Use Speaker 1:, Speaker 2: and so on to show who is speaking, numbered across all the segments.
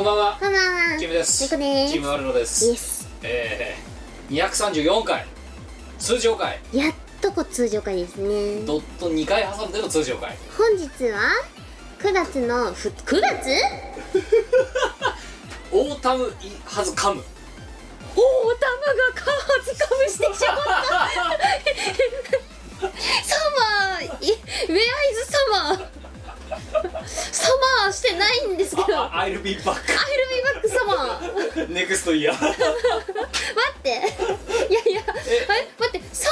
Speaker 1: んばんは
Speaker 2: こんばんは
Speaker 1: キムです
Speaker 2: 猫です
Speaker 1: キムワルロで
Speaker 2: イエ
Speaker 1: す
Speaker 2: ス
Speaker 1: えー、234回通常回
Speaker 2: やっとこ通常回ですね
Speaker 1: ドット2回挟んでの通常回
Speaker 2: 本日は9月のふ9月
Speaker 1: オータムイハズ カム
Speaker 2: おお玉がカーズカムしてしまった サマーいウェアイズサマーサマーしてないんですけどアイル
Speaker 1: I'll be back
Speaker 2: ビバックサマー
Speaker 1: next year
Speaker 2: 待っていやいや
Speaker 1: え
Speaker 2: あれ待ってサ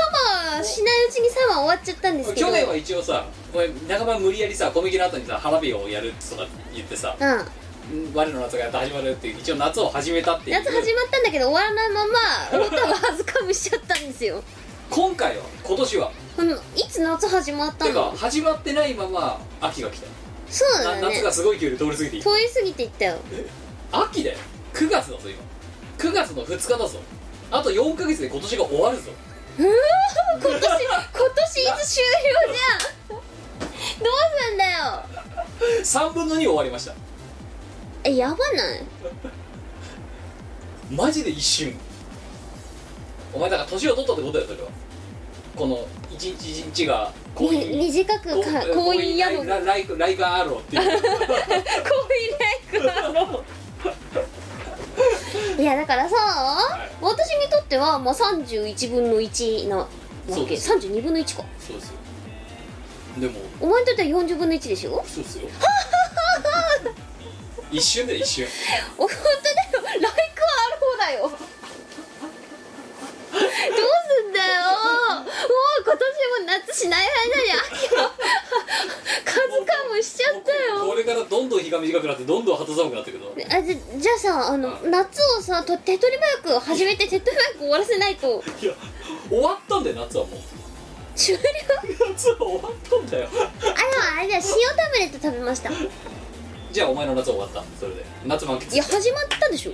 Speaker 2: マーしないうちにサマー終わっちゃったんですけど
Speaker 1: 去年は一応さこれ仲間無理やりさコミケの後にさ花火をやるとか言ってさ
Speaker 2: うん
Speaker 1: 「我の夏がやっと始まる」っていう一応夏を始めたっていう
Speaker 2: 夏始まったんだけど終わらないままオタがはずかみしちゃったんですよ
Speaker 1: 今回は今年は
Speaker 2: このいつ夏始まった
Speaker 1: てか
Speaker 2: の
Speaker 1: 始まってないまま秋が来た、
Speaker 2: そう
Speaker 1: な
Speaker 2: だね
Speaker 1: 夏がすごい勢いで通り過ぎていく
Speaker 2: 通り過ぎていったよ
Speaker 1: 秋だよ9月だぞ今9月の2日だぞあと4ヶ月で今年が終わるぞ
Speaker 2: うわー今年今 年いつ終了じゃんどうすんだよ
Speaker 1: 3分の2終わりました
Speaker 2: えやばない
Speaker 1: マジで一瞬お前だから年を取ったってことだよそれはこの一日一日がこう
Speaker 2: み
Speaker 1: いう
Speaker 2: 短くか婚姻やの
Speaker 1: ラ ライライカアローって いう
Speaker 2: コイライクなのいやだからさ、
Speaker 1: い
Speaker 2: 私にとってはまあ31分の1なわ
Speaker 1: そう
Speaker 2: け
Speaker 1: です
Speaker 2: 32分の1か
Speaker 1: そうですよでも
Speaker 2: お前にとっては40分の1でしょ
Speaker 1: そうですよ一瞬だよ一瞬
Speaker 2: お本当だよライクアローだよどうすんだよもう今年も夏しない間に秋の 数かもしちゃったよ
Speaker 1: これからどんどん日が短くなってどんどん肌寒くなってくるの
Speaker 2: あじゃじゃあさあの
Speaker 1: う
Speaker 2: 夏をさと手っ取り早く始めて手っ取り早く終わらせないと
Speaker 1: いや終わったんだよ夏はもう
Speaker 2: 終了
Speaker 1: 夏は終わったんだよ
Speaker 2: あでもあれだよ塩タブレット食べましたい
Speaker 1: じゃあお前の夏は終わったそれで夏満喫
Speaker 2: や始まったでしょ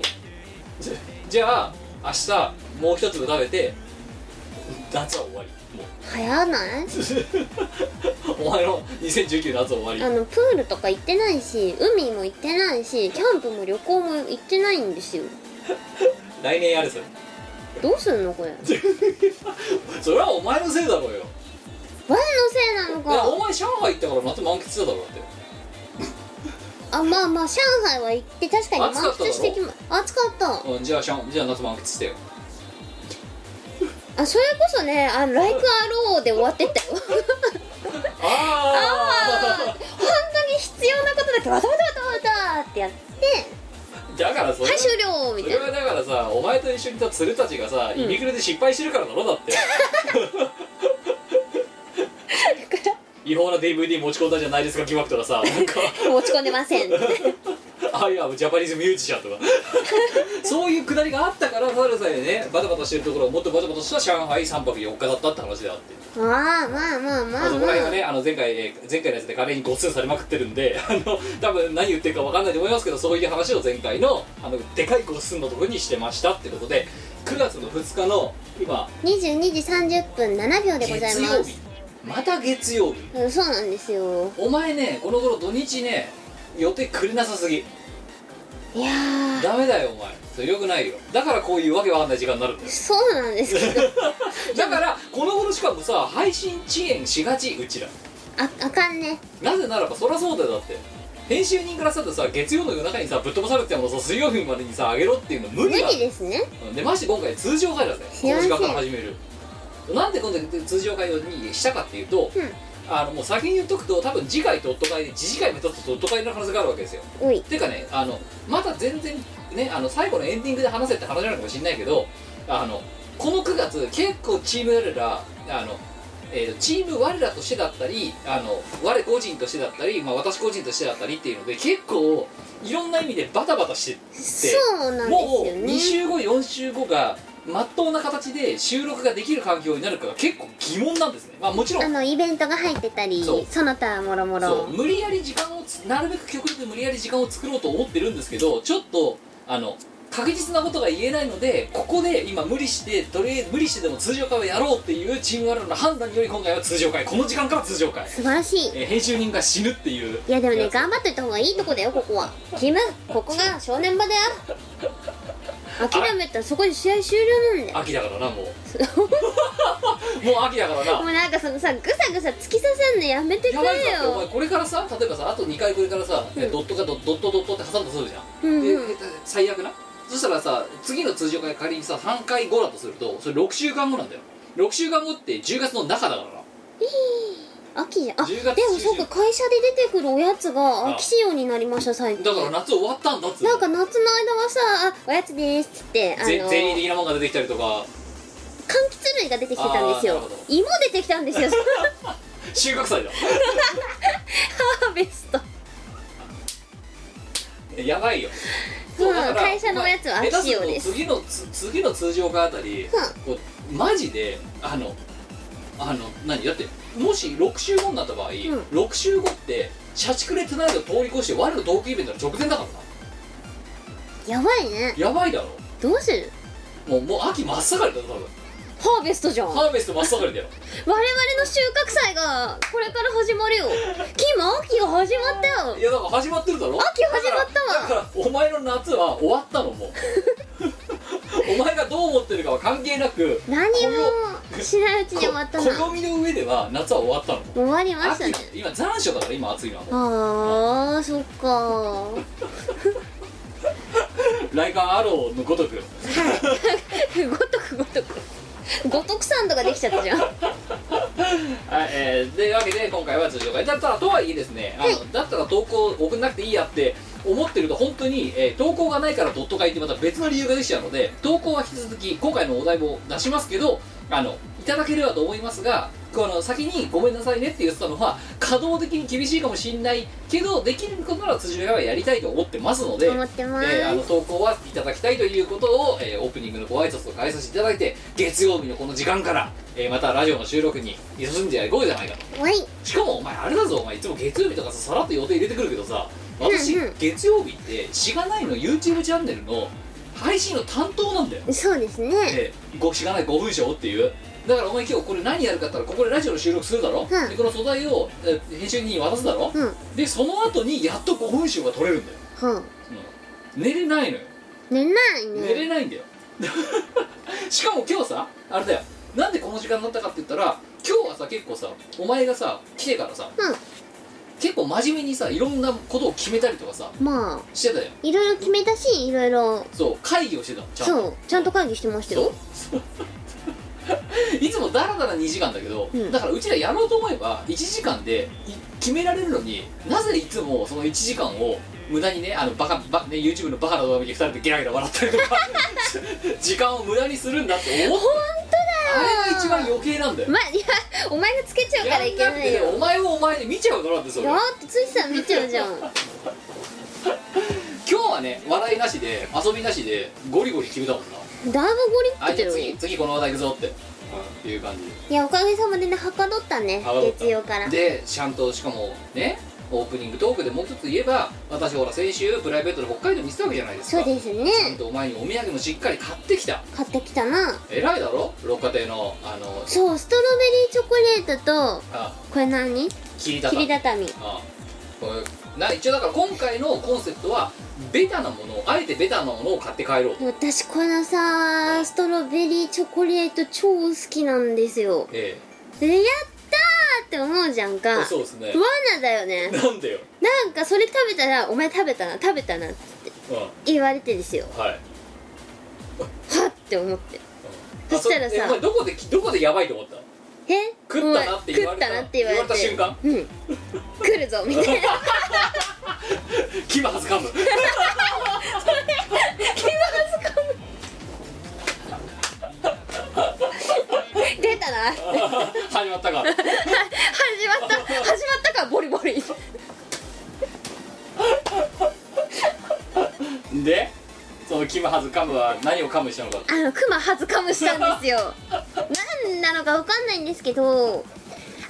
Speaker 1: じゃじゃあ明日もう一粒食べて夏は終わりも
Speaker 2: 流行らないう
Speaker 1: お前の2019夏は終
Speaker 2: あ
Speaker 1: わ
Speaker 2: のプールとか行ってないし海も行ってないしキャンプも旅行も行ってないんですよ
Speaker 1: り来年やるそれ
Speaker 2: どうすんのこれ
Speaker 1: それはお前のせいだろうよ
Speaker 2: 我のせいなの
Speaker 1: いや
Speaker 2: か
Speaker 1: お前上海行ったから夏満喫してただろうだって
Speaker 2: あまあまあ上海は行って確かに満喫してきま暑かった
Speaker 1: うん、じゃあシャンじゃあ夏満喫してよ
Speaker 2: あそれこそねあの「ライクアロー」で終わってった よ
Speaker 1: ああ
Speaker 2: あー本当に必要なことだけわたわたわたわたってやって
Speaker 1: だからそれは
Speaker 2: は
Speaker 1: い
Speaker 2: 終了み
Speaker 1: それ
Speaker 2: たいな
Speaker 1: はだからさお前と一緒にいた鶴たちがさイミクルで失敗してるからだろだって違法な DVD 持ち込んだじゃないですか疑惑とかさなんか
Speaker 2: 持ち込んでません
Speaker 1: あいやジャパニーズミュージシャンとかそういうくだりがあったからただでさえねバタバタしてるところをもっとバタバタした上海3泊4日だったって話であって
Speaker 2: まあまあまあま
Speaker 1: ま
Speaker 2: あ
Speaker 1: あそこら辺はねあの前回えー前回のやつで金にごっつんされまくってるんで あの多分何言ってるか分かんないと思いますけどそういう話を前回のあのでかいごっつんのところにしてましたってことで9月の2日の今
Speaker 2: 22時30分7秒でござい
Speaker 1: 月
Speaker 2: ま
Speaker 1: 曜
Speaker 2: す
Speaker 1: 日また月曜日
Speaker 2: うんそうなんですよ
Speaker 1: お前ねこの頃土日ね予定くれなさすぎ
Speaker 2: いやー
Speaker 1: ダメだよお前それよくないよだからこういうわけわかんない時間になるんだよ
Speaker 2: そうなんですけど
Speaker 1: だからこの頃しかもさ配信遅延しがちうちら
Speaker 2: ああかんね
Speaker 1: なぜならばそりゃそうだよだって編集人からしたらさ月曜の夜中にさぶっ飛ばされてたものをさ水曜日までにさ上げろっていうの無
Speaker 2: 無
Speaker 1: 理だ
Speaker 2: 理ですね
Speaker 1: うんでまして今回通常会だぜ
Speaker 2: 知
Speaker 1: こ
Speaker 2: ら
Speaker 1: の
Speaker 2: ん
Speaker 1: 時
Speaker 2: せ
Speaker 1: 間から始めるなんで今度通常会にしたかっていうと、
Speaker 2: う
Speaker 1: あのもう先に言っとくと多分次回ドット会で次次回もちょっとドット会の可能性があるわけですよ
Speaker 2: おい
Speaker 1: ていうかねあのまだ全然ねあの最後のエンディングで話せって話なのかもしれないけどあのこの9月結構チーム我らあの、えーチーム我らとしてだったりあの我個人としてだったり、まあ、私個人としてだったりっていうので結構いろんな意味でバタバタして
Speaker 2: そうなん
Speaker 1: もう
Speaker 2: で
Speaker 1: 2
Speaker 2: すよね
Speaker 1: 週後4週後がまっとうな形で収録ができる環境になるかが結構疑問なんですねまあもちろん
Speaker 2: あのイベントが入ってたり
Speaker 1: そう
Speaker 2: その他もろも
Speaker 1: そ
Speaker 2: ろ
Speaker 1: う無理やり時間をつなるべく極力無理やり時間を作ろうと思ってるんですけどちょっとあの確実なことが言えないのでここで今無理してとりあえず無理してでも通常会をやろうっていうチームワールドの判断により今回は通常会この時間から通常会、
Speaker 2: 素晴らしい
Speaker 1: えー編集人が死ぬっていう
Speaker 2: いやでもね
Speaker 1: やつ
Speaker 2: 頑張っといた方がいいとこだよここはキムここが正念場だよ諦めたらそこで試合終了なんだよ
Speaker 1: 秋だからなもう もう秋だから な
Speaker 2: もうなんかそのさぐさぐさ突き刺さんのやめてく
Speaker 1: や
Speaker 2: れ
Speaker 1: ばいぞだってお前
Speaker 2: よ
Speaker 1: これからさ例えばさあと2回これからさ、
Speaker 2: うん
Speaker 1: ドットがドドットドットって挟んだとするじゃん、
Speaker 2: うん
Speaker 1: で
Speaker 2: うん
Speaker 1: 最悪なそしたらさ次の通常会仮にさ3回後だとするとそれ6週間後なんだよ6週間後って10月の中だからな
Speaker 2: 秋じゃんあで
Speaker 1: 10
Speaker 2: も
Speaker 1: 月中旬
Speaker 2: そうか会社で出てくるおやつが秋仕様になりました最近
Speaker 1: だから夏終わったんだっつうの
Speaker 2: なんか夏の間はさ「あおやつです」っつってあの
Speaker 1: ゼゼリー的なものが出てきたりとか
Speaker 2: 柑橘類が出てきてたんです
Speaker 1: あー
Speaker 2: よ
Speaker 1: なるほど
Speaker 2: 芋出てきたんですよ
Speaker 1: 収穫祭だ
Speaker 2: ハーベスト
Speaker 1: やばいよ
Speaker 2: うん会社のおやつは
Speaker 1: まあ
Speaker 2: 秋用です
Speaker 1: 下手ると次のつ次の通常会あたり、こうマジであのあの何だってもし6週後になった場合、6週後って社畜でトゥナイトを通り越して我の同期イベントの直前だからな
Speaker 2: やばいね
Speaker 1: やばいだろ
Speaker 2: どうする
Speaker 1: もうもう秋真っ盛りだよ多分
Speaker 2: ハーベストじゃん我々
Speaker 1: ハーベスト真っ盛りだよ
Speaker 2: の収穫祭がこれから始まるよキム秋が始まったよ
Speaker 1: いやだから始まってるだろ
Speaker 2: 秋始まった
Speaker 1: だ
Speaker 2: わ
Speaker 1: からだからお前の夏は終わったの もうお前がどう思ってるかは関係なく
Speaker 2: 何もしないうちに終わったな
Speaker 1: こ暦の上では夏は終わったのも
Speaker 2: 終わりました
Speaker 1: 秋
Speaker 2: ね
Speaker 1: 今残暑だから今暑いのはもう
Speaker 2: あーそっかー
Speaker 1: 来館アローのごとく
Speaker 2: ごとくごとくごとくさんとかできちゃったじゃ ん
Speaker 1: はい、えー、というわけで今回は通常会だったらとはいえですねあの、
Speaker 2: はい
Speaker 1: だったら投稿送んなくていいやって思ってると本当に、えー投稿がないからドット会ってまた別の理由ができちゃうので投稿は引き続き今回のお題も出しますけどあのいただければと思いますがこの先にごめんなさいねって言ってたのは稼働的に厳しいかもしれないけどできることなら通常会はやりたいと思ってますので
Speaker 2: 思ってま
Speaker 1: えーあの
Speaker 2: ーす
Speaker 1: 投稿はいただきたいということを、えーオープニングのご挨拶とか挨拶いただいて月曜日のこの時間から、えーまたラジオの収録に進んでいこうじゃないかと
Speaker 2: わい
Speaker 1: しかもお前あれだぞお前いつも月曜日とかささらっと予定入れてくるけどさ私、
Speaker 2: うんうん
Speaker 1: 月曜日ってしがないの YouTube チャンネルの配信の担当なんだよ
Speaker 2: そうですね
Speaker 1: えーごしがない5分賞っていうだからお前今日これ何やるかって言ったらここでラジオの収録するだろ、
Speaker 2: うん
Speaker 1: でこの素材を、えー編集人に渡すだろ、
Speaker 2: うんは
Speaker 1: でその後にやっと5分賞が取れるんだよ、
Speaker 2: あ
Speaker 1: うん寝れないのよ
Speaker 2: 寝ないね
Speaker 1: 寝れないんだよ しかも今日さあれだよなんでこの時間になったかって言ったら今日はさ結構さお前がさ来てからさ、
Speaker 2: うん
Speaker 1: 結構真面目にさいろんなことを決めたりとかさ
Speaker 2: まあ
Speaker 1: してたよ
Speaker 2: いろいろ決めたしいろいろ
Speaker 1: そう会議をしてたのちゃんと
Speaker 2: そうちゃんと会議してましたよ
Speaker 1: そう そういつもダラダラ2時間だけど、
Speaker 2: うん
Speaker 1: だからうちらやろうと思えば1時間でい決められるのになぜいつもその1時間を無駄にねあのバカバ、ね、YouTube のバカな動画見て2人でゲラゲラ笑ったりとか 時間を無駄にするんだって思っ
Speaker 2: 本
Speaker 1: あれが一番余計なんだよ
Speaker 2: 当まいやお前がつけちゃうからいけない
Speaker 1: やんなくてねお
Speaker 2: よ
Speaker 1: 前もお前で見ちゃうからってそれ
Speaker 2: だってついさん見ちゃうじゃ ん
Speaker 1: 今日はね笑いなしで遊びなしでゴリゴリ決めたもんな
Speaker 2: だいぶゴリ
Speaker 1: あ
Speaker 2: ッて
Speaker 1: じゃあ
Speaker 2: る
Speaker 1: 次
Speaker 2: い
Speaker 1: 次この話題いくぞって、っていう感じで
Speaker 2: やおかげさまでねはかどったね
Speaker 1: あわかった
Speaker 2: 月曜から
Speaker 1: でちゃんとしかもねオープニングトークでもう一つ言えば私ほら先週プライベートで北海道に行ってたわけじゃないです
Speaker 2: そ
Speaker 1: か
Speaker 2: うです
Speaker 1: ちゃん
Speaker 2: ね
Speaker 1: とお前にお土産もしっかり買ってきた
Speaker 2: 買ってきたな
Speaker 1: 偉いだろ六花亭のあの
Speaker 2: そうストロベリーチョコレートと
Speaker 1: あ
Speaker 2: これ何
Speaker 1: 切りた
Speaker 2: き
Speaker 1: た
Speaker 2: りたたみ
Speaker 1: あこれな一応だから今回のコンセプトはベタなものをあえてベタなものを買って帰ろうと、
Speaker 2: 私このさストロベリーチョコレート超好きなんですよ
Speaker 1: え
Speaker 2: でやったーって思うじゃんか
Speaker 1: え
Speaker 2: 罠
Speaker 1: そうですね
Speaker 2: だ よね
Speaker 1: なんでよ、
Speaker 2: なんかそれ食べたら「お前食べたな食べたな」って
Speaker 1: う
Speaker 2: 言われてですよ
Speaker 1: ん、はい
Speaker 2: はっって思って
Speaker 1: あ
Speaker 2: そしたらさ
Speaker 1: えお前どこでどこでやばいと思った
Speaker 2: え
Speaker 1: 食ったなって言われた
Speaker 2: お前食ったなって言われて
Speaker 1: 言わ
Speaker 2: うん来るぞみたいな
Speaker 1: 牙はずかむ
Speaker 2: 出たな始まっ
Speaker 1: 始まったか
Speaker 2: た始まったかボリボリ
Speaker 1: でそのキムハズカムは何をカムしたのか
Speaker 2: あのクマはずかむしたんですよ何なのかわかんないんですけど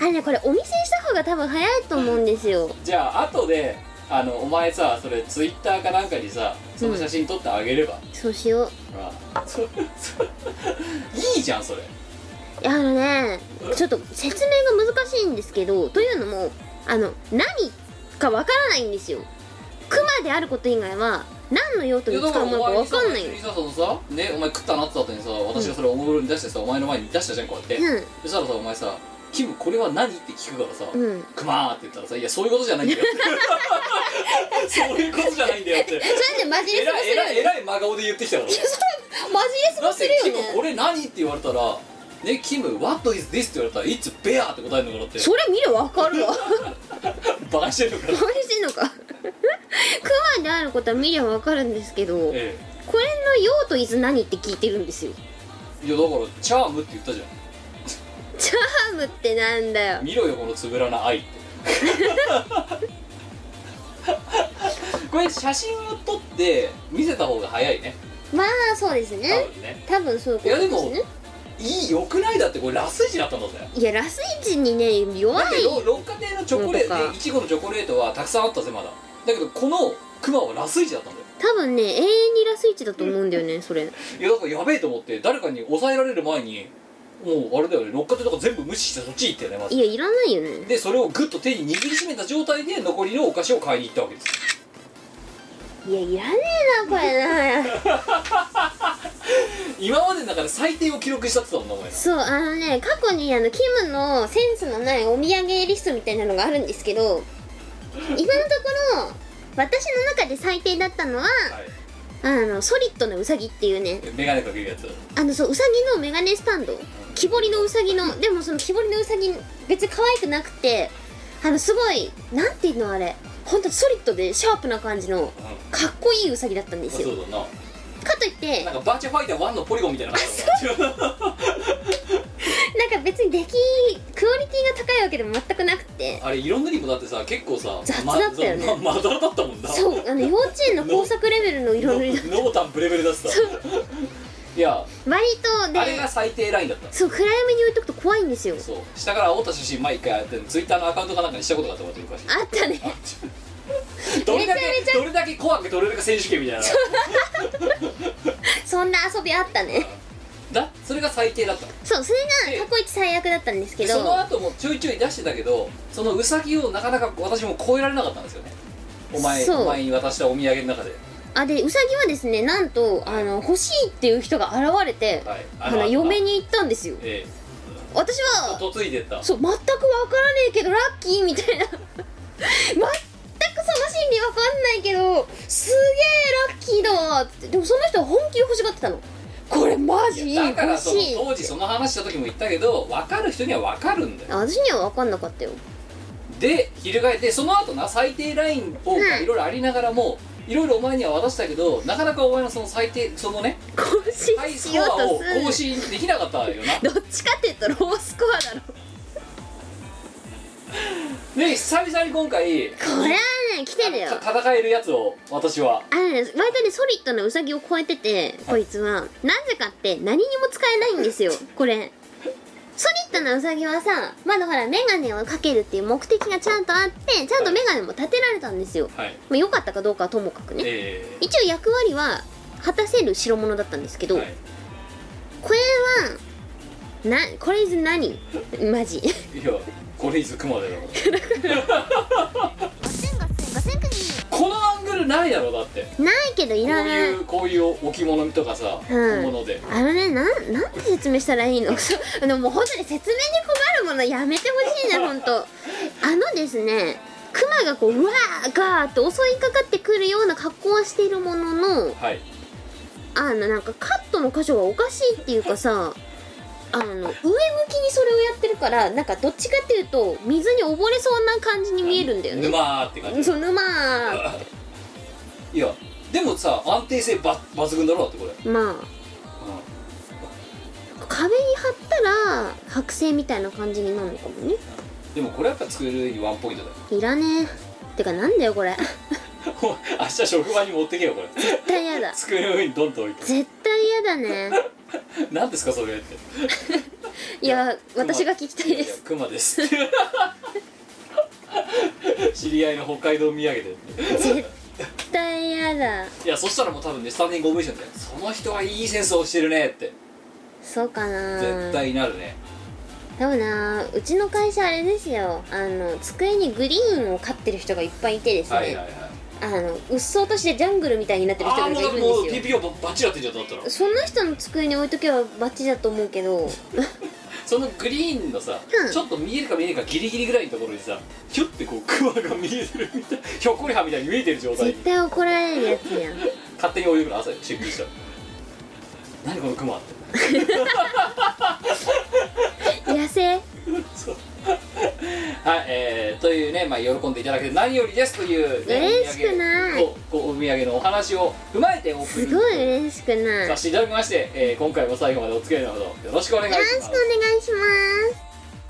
Speaker 2: あれねこれお店にした方が多分早いと思うんですよ
Speaker 1: じゃあ後であのお前さそれツイッターかなんかにさその写真撮ってあげれば、
Speaker 2: そうしよう
Speaker 1: ああそそいいじゃんそれ
Speaker 2: いやあのねちょっと説明が難しいんですけどというのもあの何かわからないんですよクマであること以外は何の用途に使うものかわか
Speaker 1: やだからお前
Speaker 2: んない
Speaker 1: にさ別にさそのさねお前食ったなって言った後にさ私がそれおもむろに出してさ、お前の前に出したじゃんこうやって、
Speaker 2: うん
Speaker 1: そしたらさお前さ「キムこれは何?」って聞くからさ「
Speaker 2: うん
Speaker 1: クマー」って言ったらさ「いやそういうことじゃないんだよ」って そういうことじゃないんだよって
Speaker 2: それでマジ
Speaker 1: え
Speaker 2: レスも
Speaker 1: らいえ
Speaker 2: す
Speaker 1: らい
Speaker 2: る
Speaker 1: え
Speaker 2: よね
Speaker 1: らい真顔で言ってきたから
Speaker 2: マジレス
Speaker 1: だ
Speaker 2: も
Speaker 1: っ
Speaker 2: する
Speaker 1: てキ
Speaker 2: よ
Speaker 1: ム
Speaker 2: ね
Speaker 1: これ何って言われたらねキム「What is this?」って言われたら「It's bear」って答えるのかなって
Speaker 2: それ見りゃわかるわ
Speaker 1: バカしてるのから、
Speaker 2: 何してんのかクマであることは見りゃわかるんですけどこれ
Speaker 1: え
Speaker 2: の用途いず何って聞いてるんですよ
Speaker 1: え、いやだから「チャーム」って言ったじゃん
Speaker 2: チャームってなんだよ
Speaker 1: 見ろよこのつぶらな 愛ってこれ写真を撮って見せた方が早いね
Speaker 2: まあそうです
Speaker 1: 多
Speaker 2: ね
Speaker 1: 分ね
Speaker 2: 多分そういうこと
Speaker 1: いや
Speaker 2: で
Speaker 1: でも
Speaker 2: すね
Speaker 1: いいよくないだってこれラスイチだったんだぜ
Speaker 2: いやラスイチにね弱い
Speaker 1: だけど六花亭のチョコレー
Speaker 2: なん
Speaker 1: ト
Speaker 2: と
Speaker 1: ね
Speaker 2: か
Speaker 1: いちごのチョコレートはたくさんあったぜまだだけどこのクマはラスイチだったんだよ
Speaker 2: 多分ね永遠にラスイチだと思うんだよねそれ
Speaker 1: いやだからやべえと思って誰かに抑えられる前にもうあれだよね六花亭とか全部無視してそっち行ったよねまず
Speaker 2: いやいらないよね
Speaker 1: でそれをグッと手に握りしめた状態で残りのお菓子を買いに行ったわけです
Speaker 2: いやいらねえなこれな
Speaker 1: 今までの中で最低を記録したって言ったもんなお前
Speaker 2: そうあのね過去にあのキムのセンスのないお土産リストみたいなのがあるんですけど今のところ私の中で最低だったのは
Speaker 1: は
Speaker 2: あのソリッドのウサギっていうね
Speaker 1: いメガネかけるやつ
Speaker 2: あのそうウサギのメガネスタンド木彫りのウサギのでもその木彫りのウサギ別に可愛くなくてあのすごいなんていうのあれ本当ソリッドでシャープな感じの
Speaker 1: う
Speaker 2: かっこいいウサギだったんです
Speaker 1: そ
Speaker 2: よ
Speaker 1: うだ
Speaker 2: かといって
Speaker 1: な
Speaker 2: なん
Speaker 1: な
Speaker 2: か
Speaker 1: んかバーチャファイター1のポリゴンみたいな感じだったもん
Speaker 2: 別に出来クオリティが高いわけでも全くなくて
Speaker 1: あれいろんなにもだってさ結構さ
Speaker 2: 雑だったよね
Speaker 1: まままだらだったもんな
Speaker 2: そうあの幼稚園の工作レベルの色塗りだ
Speaker 1: 濃淡ブレベルだってたいや
Speaker 2: 割と
Speaker 1: あれが
Speaker 2: で
Speaker 1: 最低ラインだった
Speaker 2: そう暗闇に置いとくと怖いんですよ
Speaker 1: そう下から煽った写真毎回やってツイッターのアカウントかなんかにしたことがあったわけ昔
Speaker 2: あったね
Speaker 1: どれだけ
Speaker 2: めちゃめちゃ
Speaker 1: どれだけ怖く撮れるか選手権みたいな
Speaker 2: そんな遊びあったね
Speaker 1: だそれが最低だった
Speaker 2: そうそれが過去一最悪だったんですけ
Speaker 1: その
Speaker 2: ど
Speaker 1: 後もちょいちょい出してたけどそのウサギをなかなか私も超えられなかったんですよねお前
Speaker 2: そう
Speaker 1: お前に渡したお土産の中で、
Speaker 2: あでウサギはですねなんとあの欲しいっていう人が現れて、
Speaker 1: はい、
Speaker 2: あの嫁
Speaker 1: に
Speaker 2: に行ったんですよ
Speaker 1: え
Speaker 2: 私
Speaker 1: え
Speaker 2: は
Speaker 1: 嫁いでった
Speaker 2: そう全くわからねえけどラッキーみたいな 全くその心理わかんないけどすげえラッキーだわってでもその人は本気で欲しがってたのこれマジいい
Speaker 1: いやだから
Speaker 2: 欲
Speaker 1: その
Speaker 2: しい
Speaker 1: 当時その話した時も言ったけど分かる人には分かるんだよ
Speaker 2: あ私には分かんなかったよ
Speaker 1: で翻ってその後な最低ラインを
Speaker 2: うん
Speaker 1: いろいろありながらもいろいろお前には渡したけどなかなかお前のその最低そのね
Speaker 2: 更
Speaker 1: ハイ
Speaker 2: 新
Speaker 1: ス
Speaker 2: し
Speaker 1: コ
Speaker 2: よう
Speaker 1: アを
Speaker 2: とする
Speaker 1: 更新できなかったよな
Speaker 2: どっちかって言ったらロースコアだろ
Speaker 1: で久々に今回
Speaker 2: これはね来てるよ
Speaker 1: た戦えるやつを私は
Speaker 2: あのね、割とねソリッドなウサギを超えててこいつはなぜかって何にも使えないんですよこれソリッドなウサギはさまだほらメガネをかけるっていう目的がちゃんとあってちゃんとメガネも立てられたんですよ、
Speaker 1: はい
Speaker 2: まあ、よかったかどうかはともかくね
Speaker 1: ええ
Speaker 2: 一応役割は果たせる代物だったんですけど、
Speaker 1: はい
Speaker 2: これはなこれ is 何マジ
Speaker 1: いやこれいつクマだよ
Speaker 2: ガセンガセンガセン
Speaker 1: このアングルないだろだって
Speaker 2: ないけどい
Speaker 1: こう
Speaker 2: らない
Speaker 1: いうこういう置物とかさ、
Speaker 2: う
Speaker 1: 小
Speaker 2: ん
Speaker 1: 物で
Speaker 2: あのねなんなんて説明したらいいの そうでももう本当に説明に困るものやめてほしいな本当あのですねクマがこううわーガーって襲いかかってくるような格好はしているものの
Speaker 1: はい
Speaker 2: あのなんかカットの箇所がおかしいっていうかさあの上向きにそれをやってるからなんかどっちかっていうと水に溺れそうな感じに見えるんだよね
Speaker 1: 沼ーって感じ
Speaker 2: そう沼ー
Speaker 1: いやでもさ安定性ば抜群だろだってこれ、
Speaker 2: まあ壁に貼ったら剥製みたいな感じになるのかもね
Speaker 1: でもこれやっぱ作るにワンポイントだよ
Speaker 2: いらねえてかなんだよこれ
Speaker 1: 明日職場に持ってけよこれ
Speaker 2: 絶対やだ
Speaker 1: 机の上にドンと置いて
Speaker 2: 絶対やだね
Speaker 1: 何ですかそれって
Speaker 2: いや私が聞きたいです
Speaker 1: クマです 知り合いの北海道土産で
Speaker 2: 絶対やだ
Speaker 1: いやそしたらもう多分ねスタンディングオベーションでその人はいいセンスをしてるねって
Speaker 2: そうかな
Speaker 1: 絶対なるね
Speaker 2: でもなうちの会社あれですよあの机にグリーンを飼ってる人がいっぱいいてですね、
Speaker 1: はいはいはい
Speaker 2: あのうっそうとしてジャングルみたいになってる人
Speaker 1: あ
Speaker 2: が
Speaker 1: あ
Speaker 2: い
Speaker 1: もうだって
Speaker 2: る
Speaker 1: も
Speaker 2: ん
Speaker 1: う
Speaker 2: ですよ
Speaker 1: PPO バッチリやってんじゃんだったら
Speaker 2: その人の机に置いとけばバッチリだと思うけど
Speaker 1: そのグリーンのさ、
Speaker 2: うん
Speaker 1: ちょっと見えるか見えないかギリギリぐらいのところにさひゅってこうクワが見えてるみたいひょっこりはみたいに見えてる状態に
Speaker 2: 絶対怒られるやつやん
Speaker 1: 勝手に泳ぐの朝出勤したら何このクマって
Speaker 2: 野生
Speaker 1: そうはいえー、というね、まあ、喜んでいただけて何よりですという、ね、
Speaker 2: 嬉しくない
Speaker 1: お土産こうお土産のお話を踏まえてオープニ
Speaker 2: す
Speaker 1: ング
Speaker 2: ごい嬉しくないよ
Speaker 1: させ
Speaker 2: ろして
Speaker 1: いただきまして、えー今回も最後までお付き合いのほどよろしくお願いしま
Speaker 2: くお
Speaker 1: す
Speaker 2: 願いします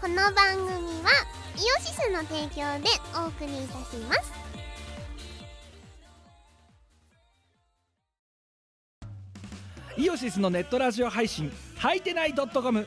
Speaker 3: この番組はイオシスの提供でお送りいたします
Speaker 4: イオシスのネットラジオ配信「はいてない .com」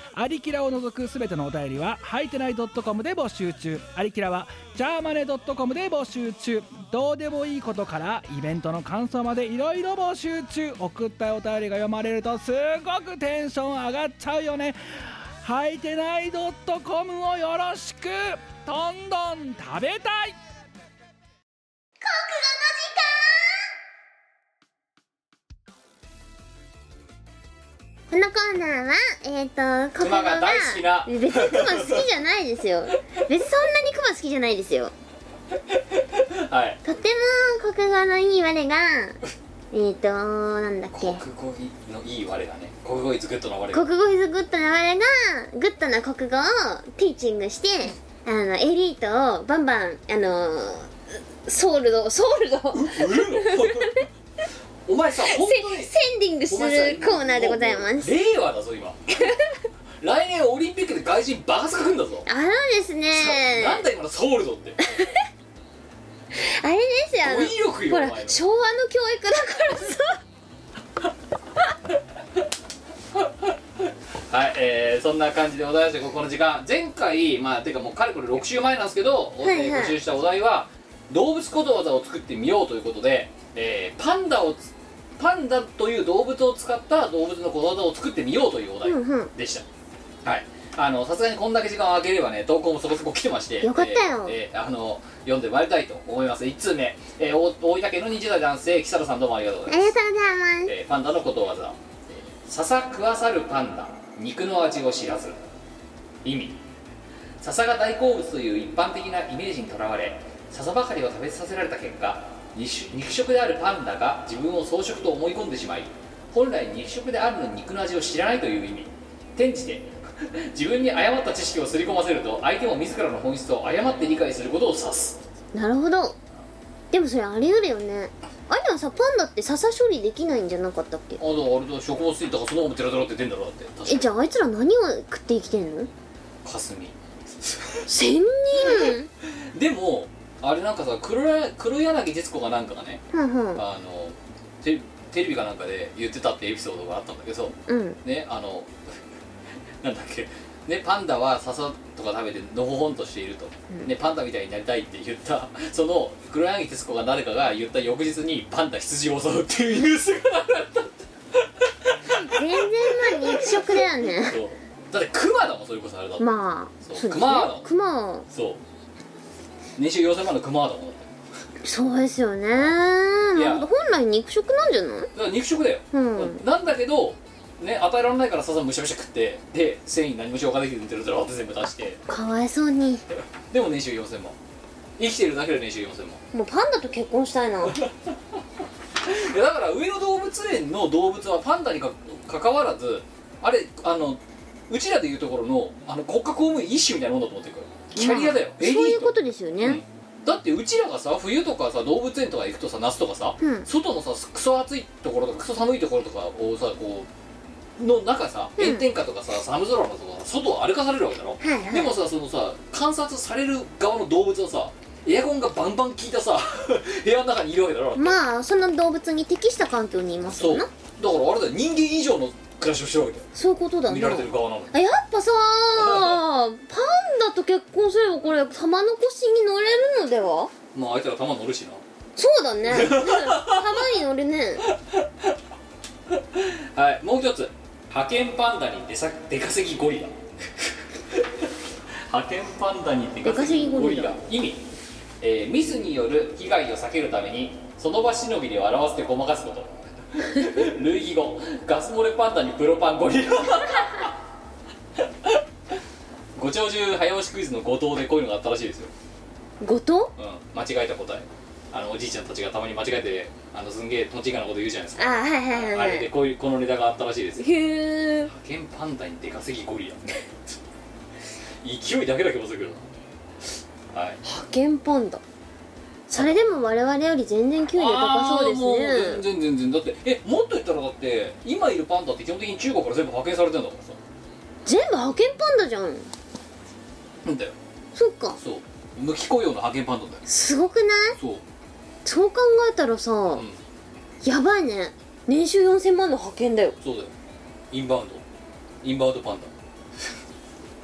Speaker 4: アリキラを除くすべてのお便りははいてない .com で募集中アリキラはジャーマネ .com で募集中どうでもいいことからイベントの感想までいろいろ募集中送ったお便りが読まれるとすごくテンション上がっちゃうよねはいてない .com をよろしくどんどん食べたい
Speaker 2: このコーナーはえっ、とここ
Speaker 1: 熊が大好きな
Speaker 2: 別にクマ好きじゃないで すよ別にそんなにクマ好きじゃないですよ
Speaker 1: はい
Speaker 2: とても国語のいい我がえっとなんだっ
Speaker 1: 国
Speaker 2: け
Speaker 1: 語のいい我がね国語イズグッドの我が
Speaker 2: 国語 is グッドな我がグッドな国語をティーチングしてあのエリートをバンバンあのソールドソールド
Speaker 1: 売るのお前さ本当に
Speaker 2: センディングす
Speaker 1: お
Speaker 2: る
Speaker 1: 前さ
Speaker 2: コーナーでございます
Speaker 1: 令和だぞ 今来年オリンピックで外人バカすかくんだぞ、
Speaker 2: あのですね
Speaker 1: なんだ今のソウルドって
Speaker 2: あれですよあ
Speaker 1: 語彙力
Speaker 2: の
Speaker 1: よ
Speaker 2: ほ
Speaker 1: お
Speaker 2: ら
Speaker 1: 前の
Speaker 2: 昭和の教育だからさ
Speaker 1: はい、えー、そんな感じでお題出してここの時間前回まあてかもうかれこれ6週前なんですけど、お
Speaker 2: はいはい
Speaker 1: 募集したお題は動物ことわざを作ってみようということで、えーパンダをつパンダという動物を使った動物のことわざを作ってみようというお題
Speaker 2: うんうん
Speaker 1: でした、はいあのさすがにこんだけ時間を空ければね投稿もそこそこ来てまして
Speaker 2: よかったよ
Speaker 1: えーえーあの読んでまいりたいと思います1通目、えーお大分県の20代男性木更さんどうもありがとうございます
Speaker 2: ありがとうございます
Speaker 1: えーパンダのことわざ「笹食わさるパンダ肉の味を知らず」意味笹が大好物という一般的なイメージにとらわれ笹ばかりを食べさせられた結果肉食肉食であるパンダが自分を草食と思い込んでしまい本来肉食であるのに肉の味を知らないという意味転じて 自分に誤った知識をすり込ませると相手も自らの本質を誤って理解することを指す
Speaker 2: なるほどでもそれあり得るよねあれはさパンダって笹処理できないんじゃなかったっけ
Speaker 1: あだからあれだ食物繊維とかそのままデラデラって出んだろだって確か
Speaker 2: え
Speaker 1: に
Speaker 2: じゃああいつら何を食って生きてんの
Speaker 1: かすみ
Speaker 2: 仙人
Speaker 1: でもあれなんかさ黒や黒柳徹子がなんかがね
Speaker 2: ふんふん
Speaker 1: あのテテレビかなんかで言ってたってエピソードがあったんだけど
Speaker 2: うん
Speaker 1: ねあの なんだっけねパンダは笹とか食べてのほほんとしていると、
Speaker 2: うん
Speaker 1: ねパンダみたいになりたいって言った その黒柳徹子が誰かが言った翌日にパンダ羊を襲うっていうニュースが
Speaker 2: 全然まあ肉食だよ ね
Speaker 1: そうだってクマだもんそれこそあれだって、
Speaker 2: まあ
Speaker 1: そう
Speaker 2: ですね
Speaker 1: 熊の
Speaker 2: 熊は
Speaker 1: そう年収4000万のクマだもんだって
Speaker 2: そうですよね
Speaker 1: い
Speaker 2: な
Speaker 1: や
Speaker 2: んか本来肉食なんじゃない
Speaker 1: だから肉食だよ
Speaker 2: うん
Speaker 1: なんだけどね与えられないから笹むしゃむしゃ食ってで繊維何も消化できずにてるドロって全部出して
Speaker 2: かわいそうに
Speaker 1: でも年収4000万生きてるだけで年収4000万
Speaker 2: もうパンダと結婚したいな
Speaker 1: いやだから上野動物園の動物はパンダにかかわらずあれあのうちらでいうところのあの国家公務員一種みたいなもんだと思ってるからキャリアだよ、
Speaker 2: まあ
Speaker 1: エリート
Speaker 2: そういうことですよ
Speaker 1: うん
Speaker 2: ね
Speaker 1: だってうちらがさ冬とかさ動物園とか行くとさ夏とかさ、
Speaker 2: うん
Speaker 1: 外のさクソ暑いところとかクソ寒いところとかをさこうの中さ
Speaker 2: うん
Speaker 1: 炎天下とかさ寒空のとか外を歩かされるわけだろ
Speaker 2: はいはい
Speaker 1: でもさそのさ観察される側の動物はさエアコンがバンバン効いたさ 部屋の中にいるわけだろ
Speaker 2: まあその動物に適した環境にいます
Speaker 1: そう
Speaker 2: よ
Speaker 1: だ
Speaker 2: な
Speaker 1: からあれだよ人間以上の暮らしをしてるわけだよ
Speaker 2: そういうことだな
Speaker 1: 見られてる側なのに
Speaker 2: あやっぱさパンダと結婚すればこれ玉の腰に乗れるのでは
Speaker 1: まああいつら頭乗るしな
Speaker 2: そう だねうん玉に乗るね
Speaker 1: はい、もう一つ派遣パンダに出さ出稼ぎゴリラ 派遣パンダに出稼ぎゴリラ意味、えーミスによる被害を避けるためにその場しのぎで笑わせてごまかすこと類義語ガス漏れパンダにプロパンゴリラご長寿早押しクイズの後藤でこういうのがあったらしいですよ、
Speaker 2: 後藤
Speaker 1: うん、間違えた答えあのおじいちゃんたちがたまに間違えてあのすんげえとんちんかなこと言うじゃないですか
Speaker 2: あはいはいはい
Speaker 1: あ
Speaker 2: は
Speaker 1: れで
Speaker 2: い
Speaker 1: こういうこのネタがあったらしいですよ
Speaker 2: へえ
Speaker 1: 派遣パンダに出稼ぎゴリラ 勢いだけだけもするけどなはい
Speaker 2: 派遣パンダそれでも我々より全然給料高そうです
Speaker 1: あーもう全
Speaker 2: ね
Speaker 1: 然全然だってえもっと言ったらだって今いるパンダって基本的に中国から全部派遣されてんだからさ
Speaker 2: 全部派遣パンダじゃん
Speaker 1: なんだよ
Speaker 2: そっか
Speaker 1: そう無期雇用の派遣パンダだよ
Speaker 2: すごくない
Speaker 1: そう、
Speaker 2: そう考えたらさ、
Speaker 1: うん、
Speaker 2: やばいね年収4000万の派遣だよ
Speaker 1: そうだよインバウンドインバウンドパン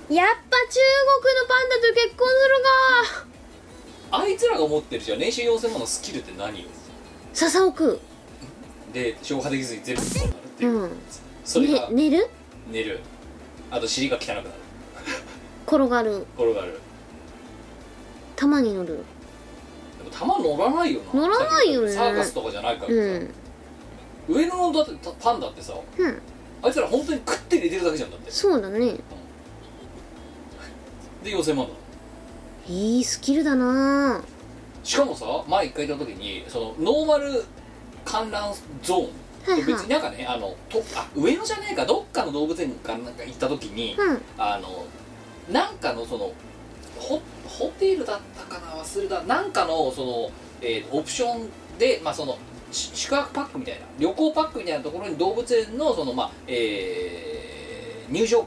Speaker 1: ダ
Speaker 2: やっぱ中国のパンダと結婚するか
Speaker 1: あいつらが持ってるじゃあ年収4000万のスキルって何よ
Speaker 2: 笹尾くん
Speaker 1: で消化できずに全部そうなるっていう、
Speaker 2: うん
Speaker 1: それが
Speaker 2: ね、寝る
Speaker 1: 寝るあと尻が汚くなる
Speaker 2: 転がる
Speaker 1: 転がる
Speaker 2: 玉に乗る
Speaker 1: でも玉乗らないよな
Speaker 2: 乗らないよね
Speaker 1: サーカスとかじゃないからさ、
Speaker 2: うん
Speaker 1: 上野のだってたパンダってさ
Speaker 2: うん
Speaker 1: あいつら本当に食って寝てるだけじゃんだって
Speaker 2: そうだね
Speaker 1: で4000万だ
Speaker 2: いいスキルだな
Speaker 1: しかもさ前一回行った時にそのノーマル観覧ゾーン
Speaker 2: はいは
Speaker 1: 別に
Speaker 2: い
Speaker 1: なんかねあのとあ上野じゃねえかどっかの動物園かなんか行った時に、
Speaker 2: うん
Speaker 1: あのなんかのそのホホテルだったかな忘れたなんかのその、えーオプションで、まあ、そのし宿泊パックみたいな旅行パックみたいなところに動物園のその、まあえー入場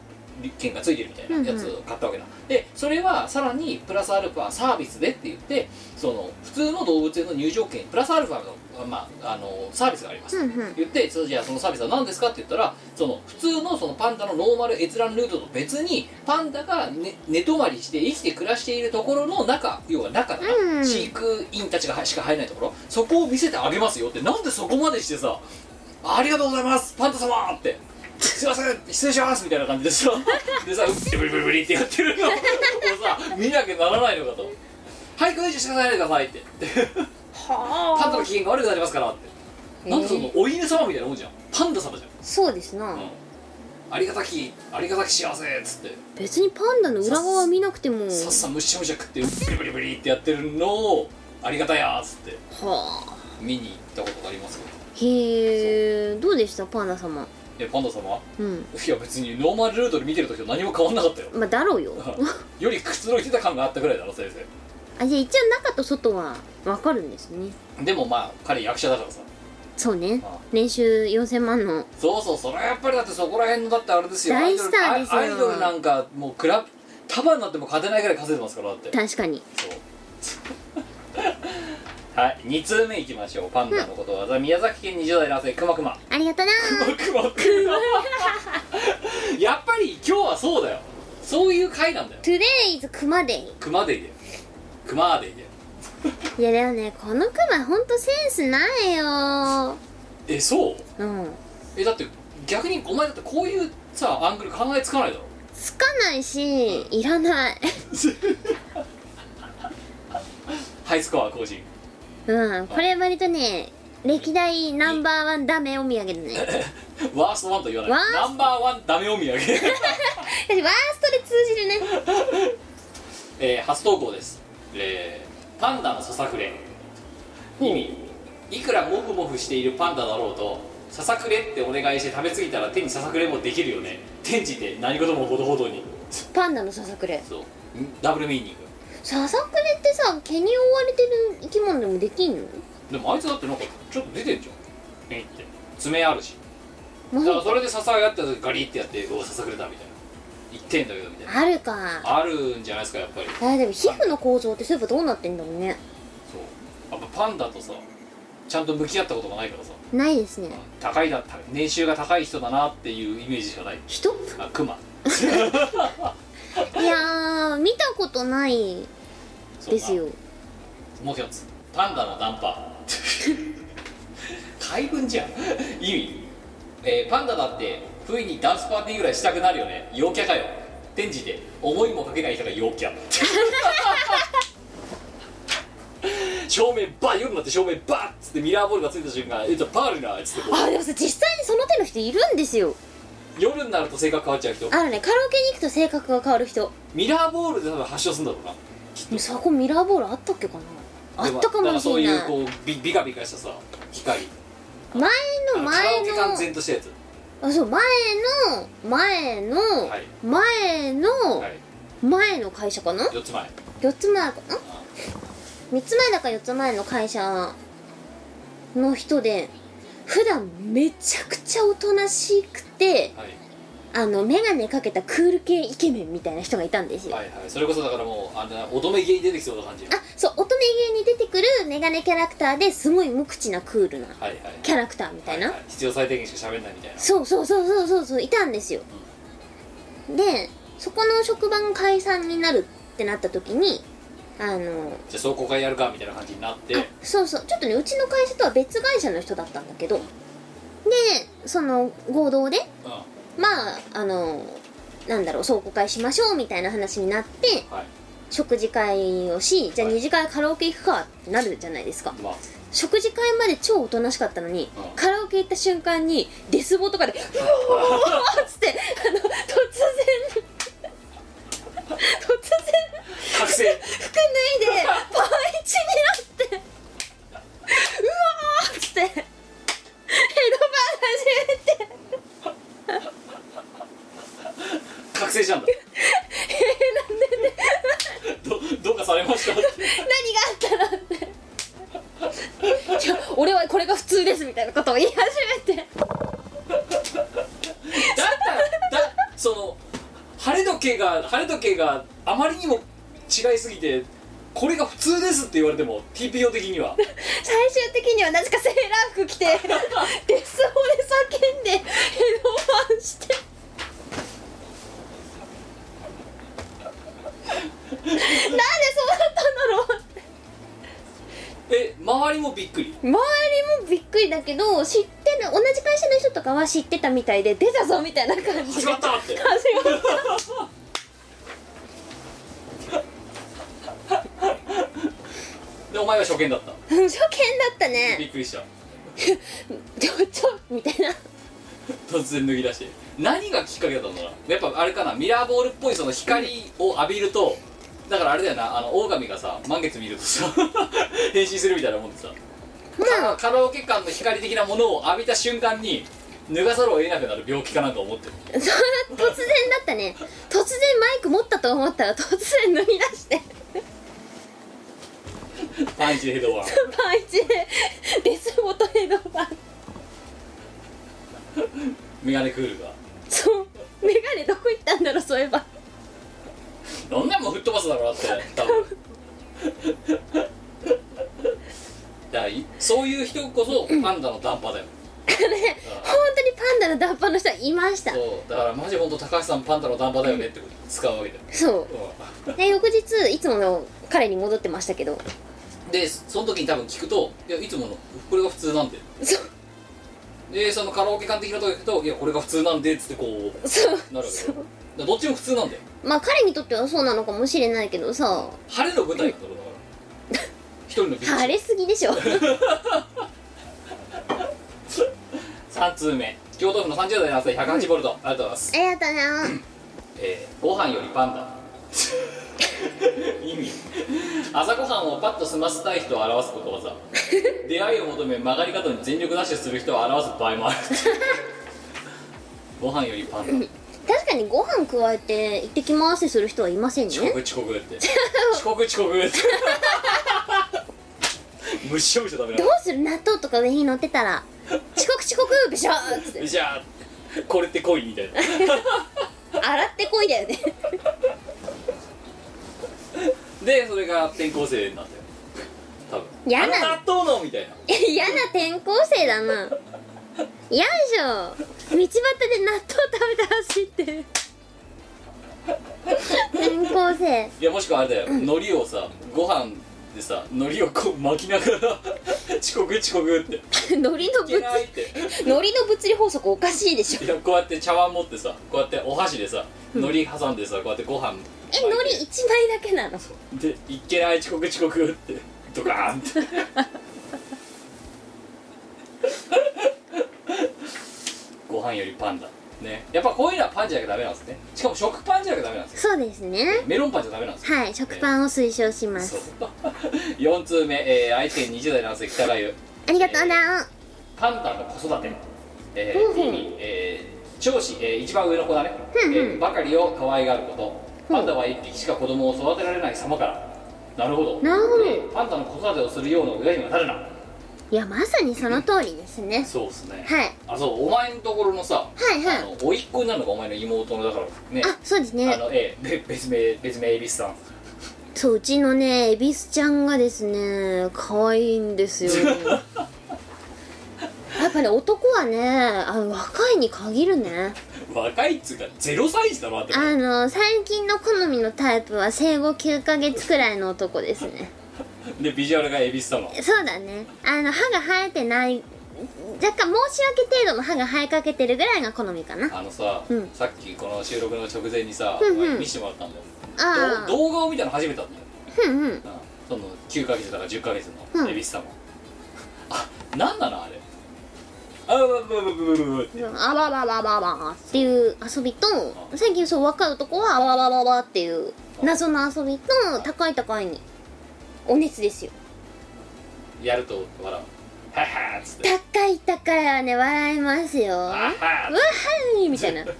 Speaker 1: 券がついてるみたいなやつを買ったわけだ、でそれはさらにプラスアルファサービスでって言ってその普通の動物園の入場券プラスアルファの,、まあ、あのサービスがあります、
Speaker 2: うんうん
Speaker 1: 言ってそじゃあそのサービスは何ですかって言ったらその普通のそのパンダのノーマル閲覧ルートと別にパンダが、ね、寝泊まりして生きて暮らしているところの中要は中だな、
Speaker 2: うん
Speaker 1: 飼育員たちがしか入れないところそこを見せてあげますよってなんでそこまでしてさ「ありがとうございますパンダ様!」って「すいません失礼します」みたいな感じでさでさ「ブリブリブリ」ってやってるのをさ見なきゃならないのかと「はいご一緒してないでください」って「パンダの機嫌が悪くなりますから」って。なんでそのお犬様みたいなもんじゃんパンダ様じゃ、
Speaker 2: そうですなん
Speaker 1: うん、ありがたきありがたき幸せっつって
Speaker 2: 別にパンダの裏側見なくても
Speaker 1: さっさむしゃむしゃ食ってブリブリブリってやってるのをありがたやっつって
Speaker 2: はあ
Speaker 1: 見に行ったことがありますけ
Speaker 2: へえどうでしたパンダ様
Speaker 1: どえパンダ様
Speaker 2: うん
Speaker 1: いや別にノーマルルートで見てる時と何も変わんなかったよ
Speaker 2: まあだろうよ
Speaker 1: よりくつろいでた感があったぐらいだろ先生
Speaker 2: あじゃあ一応中と外は分かるんですね
Speaker 1: でもまあ彼役者だからさ
Speaker 2: そうね
Speaker 1: ああ
Speaker 2: 年収4000万の
Speaker 1: そうそうそれはやっぱりだってそこら辺のだってあれですよ
Speaker 2: 大スターですよ
Speaker 1: アイドルアイドルなんかもうクラ束になっても勝てないぐらい稼いでますからだって
Speaker 2: 確かに
Speaker 1: そうはい2通目いきましょうパンダのことわざ、宮崎県20代男性くまくま
Speaker 2: ありがとな
Speaker 1: くまくまくまやっぱり今日はそうだよそういう回なんだよ
Speaker 2: Today is クマデイ
Speaker 1: 熊デイだよ熊デイだよ
Speaker 2: いやでもねこのクマほんとセンスないよ
Speaker 1: えそう
Speaker 2: うん
Speaker 1: えだって逆にお前だってこういうさアングル考えつかないだろ
Speaker 2: つかないしいらない
Speaker 1: ハイスコア更新
Speaker 2: うんこれ割とね歴代ナンバーワンダメお土産だ ね
Speaker 1: ワーストワンと言わな
Speaker 2: ワー
Speaker 1: い
Speaker 2: スト
Speaker 1: ナンバーワンダメお土産
Speaker 2: 私ワーストで通じるね
Speaker 1: えー初投稿です、えーパンダのささくれ意味いくらモフモフしているパンダだろうとささくれってお願いして食べ過ぎたら手にささくれもできるよね天地で何事もほどほどに
Speaker 2: パンダのささくれ
Speaker 1: そうダブルミーニン
Speaker 2: ささくれってさ毛に覆われてる生き物でもできんの
Speaker 1: グでもあいつだってなんかちょっと出てんじゃんえいって爪あるし
Speaker 2: も
Speaker 1: だから
Speaker 2: う
Speaker 1: それで笹がやった時ガリってやってうわ笹くれたみたいな言ってんだけどみたいな
Speaker 2: あるか
Speaker 1: あるんじゃないですかやっぱり
Speaker 2: あでも皮膚の構造ってそういえばどうなってんだろうね
Speaker 1: そうやっぱパンダとさちゃんと向き合ったことがないからさ
Speaker 2: ないですね
Speaker 1: 高いなた年収が高い人だなっていうイメージしかない
Speaker 2: 人
Speaker 1: あクマ
Speaker 2: いやー見たことない
Speaker 1: そう
Speaker 2: ですよ
Speaker 1: もう一つパンダのダン パー怪文じゃん意味、えーパンダだって不意にダンスパーティーぐらいしたくなるよね陽キャかよ転じて思いもかけない人が陽キ ャ照明バー夜になって照明バーっつってミラーボールがついた瞬間「えっとパールな」っつってこう
Speaker 2: あでもさ実際にその手の人いるんですよ
Speaker 1: 夜になると性格変わっちゃう人
Speaker 2: あのねカラオケに行くと性格が変わる人
Speaker 1: ミラーボールで多分発症するんだろうな
Speaker 2: そこミラーボールあったっけかなあった
Speaker 1: でも
Speaker 2: かもしれな
Speaker 1: だからそう
Speaker 2: い
Speaker 1: いうこうビビカビカしたさ光
Speaker 2: 前
Speaker 1: あ
Speaker 2: の
Speaker 1: のカラオケ
Speaker 2: 前
Speaker 1: 完
Speaker 2: の
Speaker 1: 全としたやつ
Speaker 2: あそう前の前の
Speaker 1: はい
Speaker 2: 前の
Speaker 1: はい
Speaker 2: 前の会社かな
Speaker 1: 4つ前
Speaker 2: 4つ前かな3つ前だか4つ前の会社の人で普段めちゃくちゃおとなしくて
Speaker 1: はい
Speaker 2: あの眼鏡かけたクール系イケメンみたいな人がいたんですよ、
Speaker 1: はいはいそれこそだからもうあの乙女芸に出てきそうな感じは
Speaker 2: あそう乙女芸に出てくる眼鏡キャラクターですごい無口なクールない
Speaker 1: はい
Speaker 2: キャラクターみたいな、
Speaker 1: はは必要最低限しか喋んないみたいな
Speaker 2: そうそうそうそうそうそういたんですよでそこの職場が解散になるってなった時にあの
Speaker 1: じゃあ壮行会やるかみたいな感じになって
Speaker 2: あそうそうちょっとねうちの会社とは別会社の人だったんだけどでその合同で
Speaker 1: うんは
Speaker 2: まああのなんだろう壮行会しましょうみたいな話になって
Speaker 1: い
Speaker 2: 食事会をしじゃあ
Speaker 1: はい
Speaker 2: 二次会カラオケ行くかってなるじゃないですか
Speaker 1: まあ
Speaker 2: 食事会まで超おとなしかったのに、
Speaker 1: うん
Speaker 2: カラオケ行った瞬間にデスボとかで「うおー!」っつってあの突然突然
Speaker 1: 覚醒
Speaker 2: 服脱いでパンイチになって「うわ!」っつってヘドバン始めて
Speaker 1: 覚醒したんだえなんで どどうかされましたって
Speaker 2: 何があったらって。いや俺はこれが普通ですみたいなことを言い始め
Speaker 1: だ
Speaker 2: て
Speaker 1: ったらだその晴れ時計が晴れ時計があまりにも違いすぎてこれが普通ですって言われても TPO 的には
Speaker 2: 最終的にはなぜかセーラー服着てデスボで叫んでヘドバンしてなんでそうだったんだろう
Speaker 1: え周りもびっくり
Speaker 2: 周りもびっくりだけど知ってる同じ会社の人とかは知ってたみたいで出たぞみたいな感じ
Speaker 1: 始
Speaker 2: で
Speaker 1: まったって
Speaker 2: 始まった
Speaker 1: でお前は初見だった
Speaker 2: 初見だった
Speaker 1: び
Speaker 2: ね
Speaker 1: っくりした
Speaker 2: ちょちょみたいな
Speaker 1: 突然脱ぎ出して何がきっかけだったんだろうやっぱあれかなミラーボールっぽいその光を浴びるとだからあれだよなあの狼がさ満月見るとさ 変身するみたいなもんでさ
Speaker 2: まあ
Speaker 1: カラオケ館の光的なものを浴びた瞬間に脱がざるを得なくなる病気かなんか思ってる
Speaker 2: そんな突然だったね突然マイク持ったと思ったら突然脱ぎ出して
Speaker 1: パンチでヘドバン
Speaker 2: パンイチでデスボとヘドバン
Speaker 1: メガネクールが
Speaker 2: そうメガネどこ行ったんだろうそういえば
Speaker 1: どんなんもん吹っ飛ばすだろうなって多分だからいそういう人こそパンダのダンパだよ
Speaker 2: 本当にパンダの脱藩の人はいました
Speaker 1: そうだからマジ本当高橋さんパンダのダンパだよねってこと使うわけだよ
Speaker 2: そ
Speaker 1: うん
Speaker 2: うで翌日いつもの彼に戻ってましたけど
Speaker 1: でその時に多分聞くと「いやいつものこれが普通なんで
Speaker 2: そう」
Speaker 1: でそのカラオケ館的なとこ行くと「いやこれが普通なんで」っつってこう
Speaker 2: そ
Speaker 1: な
Speaker 2: う
Speaker 1: るわけだよ
Speaker 2: そ
Speaker 1: だ
Speaker 2: う
Speaker 1: からどっちも普通なんだよ
Speaker 2: まあ彼にとってはそうなのかもしれないけどさ
Speaker 1: 晴れの舞台なんだろうだから一人のビッチ
Speaker 2: 晴れすぎでしょ
Speaker 1: 3通目京都府の30代男性108ボルト、ありがとうございます
Speaker 2: ありがとうな
Speaker 1: えーご飯よりパンダ意味朝ごはんをパッと済ませたい人を表すことわざ出会いを求め曲がり角に全力ダッシュする人を表す場合もあるご飯よりパンダ
Speaker 2: 確かにご飯加えて行ってきますってする人はいませんね
Speaker 1: 遅刻遅刻って遅刻遅刻ってむしゃむしゃ食べな
Speaker 2: ど
Speaker 1: が
Speaker 2: うする納豆とか上に乗ってたら遅刻遅刻ビシャーっつっ
Speaker 1: ら
Speaker 2: て
Speaker 1: むしゃーってこれって恋みたいな
Speaker 2: 洗ってこいだよね
Speaker 1: でそれが転校生なんだよ多分
Speaker 2: 嫌な
Speaker 1: あの納豆のみたいな
Speaker 2: 嫌な転校生だな嫌でしょ道端で納豆食べて走ってる転校生
Speaker 1: いやもしくはあれだよ海苔をさご飯でさ海苔をこう巻きながら 遅刻遅刻ってい
Speaker 2: 海苔の
Speaker 1: け
Speaker 2: 物
Speaker 1: ないって
Speaker 2: 海苔の物理法則おかしいでしょ
Speaker 1: いやこうやって茶碗持ってさこうやってお箸でさ海苔挟んでさこうやってご飯
Speaker 2: え海苔1枚だけなの
Speaker 1: でいっけない遅刻遅刻ってドカーンって ご飯よりパンだねやっぱこういうのはパンじゃなきゃダメなんですねしかも食パンじゃなきゃダメなんですよ
Speaker 2: そうですね
Speaker 1: メロンパンじゃダメなんですよ
Speaker 2: はい食パンを推奨しま
Speaker 1: そう
Speaker 2: す
Speaker 1: 4通目、えー、愛知県20代男性北川優
Speaker 2: ありがとうな
Speaker 1: パンダの子育て、え
Speaker 2: うんう
Speaker 1: ー
Speaker 2: ん
Speaker 1: 手に、えー長子、えー一番上の子だね、
Speaker 2: うんうん
Speaker 1: えーばかりを可愛がることパンダは1匹しか子供を育てられない様からなるほど
Speaker 2: なるほど
Speaker 1: えーパンダの子育てをするような親にはなるない
Speaker 2: やまさにその通りですね
Speaker 1: そうですね
Speaker 2: はい
Speaker 1: あそうお前のところのさ、
Speaker 2: はいはい
Speaker 1: あの甥っ子になるのがお前の妹のだからね
Speaker 2: あそうです
Speaker 1: あ
Speaker 2: ね
Speaker 1: のええべ別名別名恵比寿さん
Speaker 2: そううちのね恵比寿ちゃんがですね可愛いんで すよやっぱね男はねあの若いに限るね
Speaker 1: 若いっつうか0歳児だろあんた
Speaker 2: あの最近の好みのタイプは生後9ヶ月くらいの男ですね
Speaker 1: でビジュアルが恵比寿様
Speaker 2: そうだねあの歯が生えてない若干申し訳程度の歯が生えかけてるぐらいが好みかな
Speaker 1: あのさ、
Speaker 2: うん
Speaker 1: さっきこの収録の直前にさ、
Speaker 2: うんうん
Speaker 1: お前見せてもらったんだよ
Speaker 2: あ
Speaker 1: どう動画を見たの初めてだったんだよ、
Speaker 2: あうんうん
Speaker 1: うんその9ヶ月だから10ヶ月
Speaker 2: うん
Speaker 1: の恵比寿様、 あなんなのあれあブブブブブブブって
Speaker 2: あわわわわわっていう遊びと最近そう若い男はあわわわわっていう謎の遊びと高い高いにお熱ですよ
Speaker 1: やると笑うはっはーっつって
Speaker 2: 高い高いはね笑いますよ
Speaker 1: あ
Speaker 2: わ
Speaker 1: はーっ
Speaker 2: はいみたいな
Speaker 1: て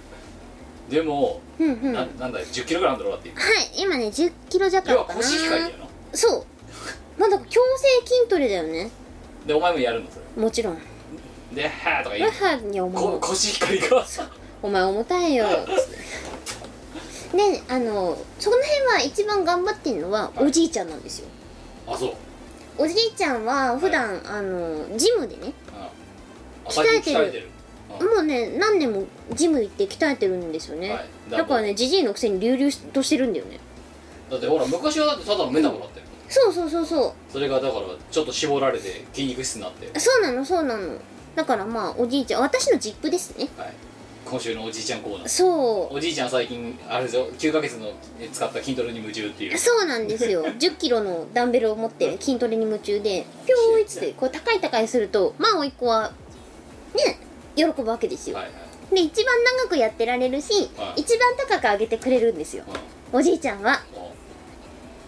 Speaker 1: でも、
Speaker 2: うんうん
Speaker 1: な
Speaker 2: はい
Speaker 1: なんだ1 0キロぐらいあるんだろうなっていう
Speaker 2: 今ね1 0キロ弱
Speaker 1: 要
Speaker 2: だ
Speaker 1: は
Speaker 2: った
Speaker 1: 腰控えだよ
Speaker 2: な
Speaker 1: な
Speaker 2: そうまあだから強制筋トレだよね
Speaker 1: でお前もやるのそれ
Speaker 2: もちろん
Speaker 1: ではーとか言
Speaker 2: わ
Speaker 1: う
Speaker 2: はいにお前
Speaker 1: こ腰光 が
Speaker 2: お前重 たいよであのその辺は一番頑張ってるのはおじいちゃんなんですよ
Speaker 1: あそう、うん、
Speaker 2: おじいちゃんは普段、あのジムでね
Speaker 1: あ
Speaker 2: 鍛えてる
Speaker 1: 最近鍛えてる
Speaker 2: もうね何年もジム行って鍛えてるんですよね、
Speaker 1: はい
Speaker 2: だからねジジイのくせに隆々としてるんだよね
Speaker 1: だってほら昔はだってただのメタボだったよ
Speaker 2: そうそうそうそ
Speaker 1: それがだからちょっと絞られて筋肉質になって
Speaker 2: うそうなのそうなのだからまあおじいちゃん私のジップですね
Speaker 1: はい今週のおじいちゃんコーナー
Speaker 2: そ
Speaker 1: おじいちゃん最近あれですよ9ヶ月のえ使った筋トレに夢中っていう
Speaker 2: うそうなんです よ1 0キロのダンベルを持って筋トレに夢中でピョーイっつってこう高い高いするとまあ甥っ子はね喜ぶわけですよ、
Speaker 1: はいはい、
Speaker 2: で一番長くやってられるし、
Speaker 1: はい
Speaker 2: 一番高く上げてくれるんですよ
Speaker 1: うん
Speaker 2: おじいちゃんは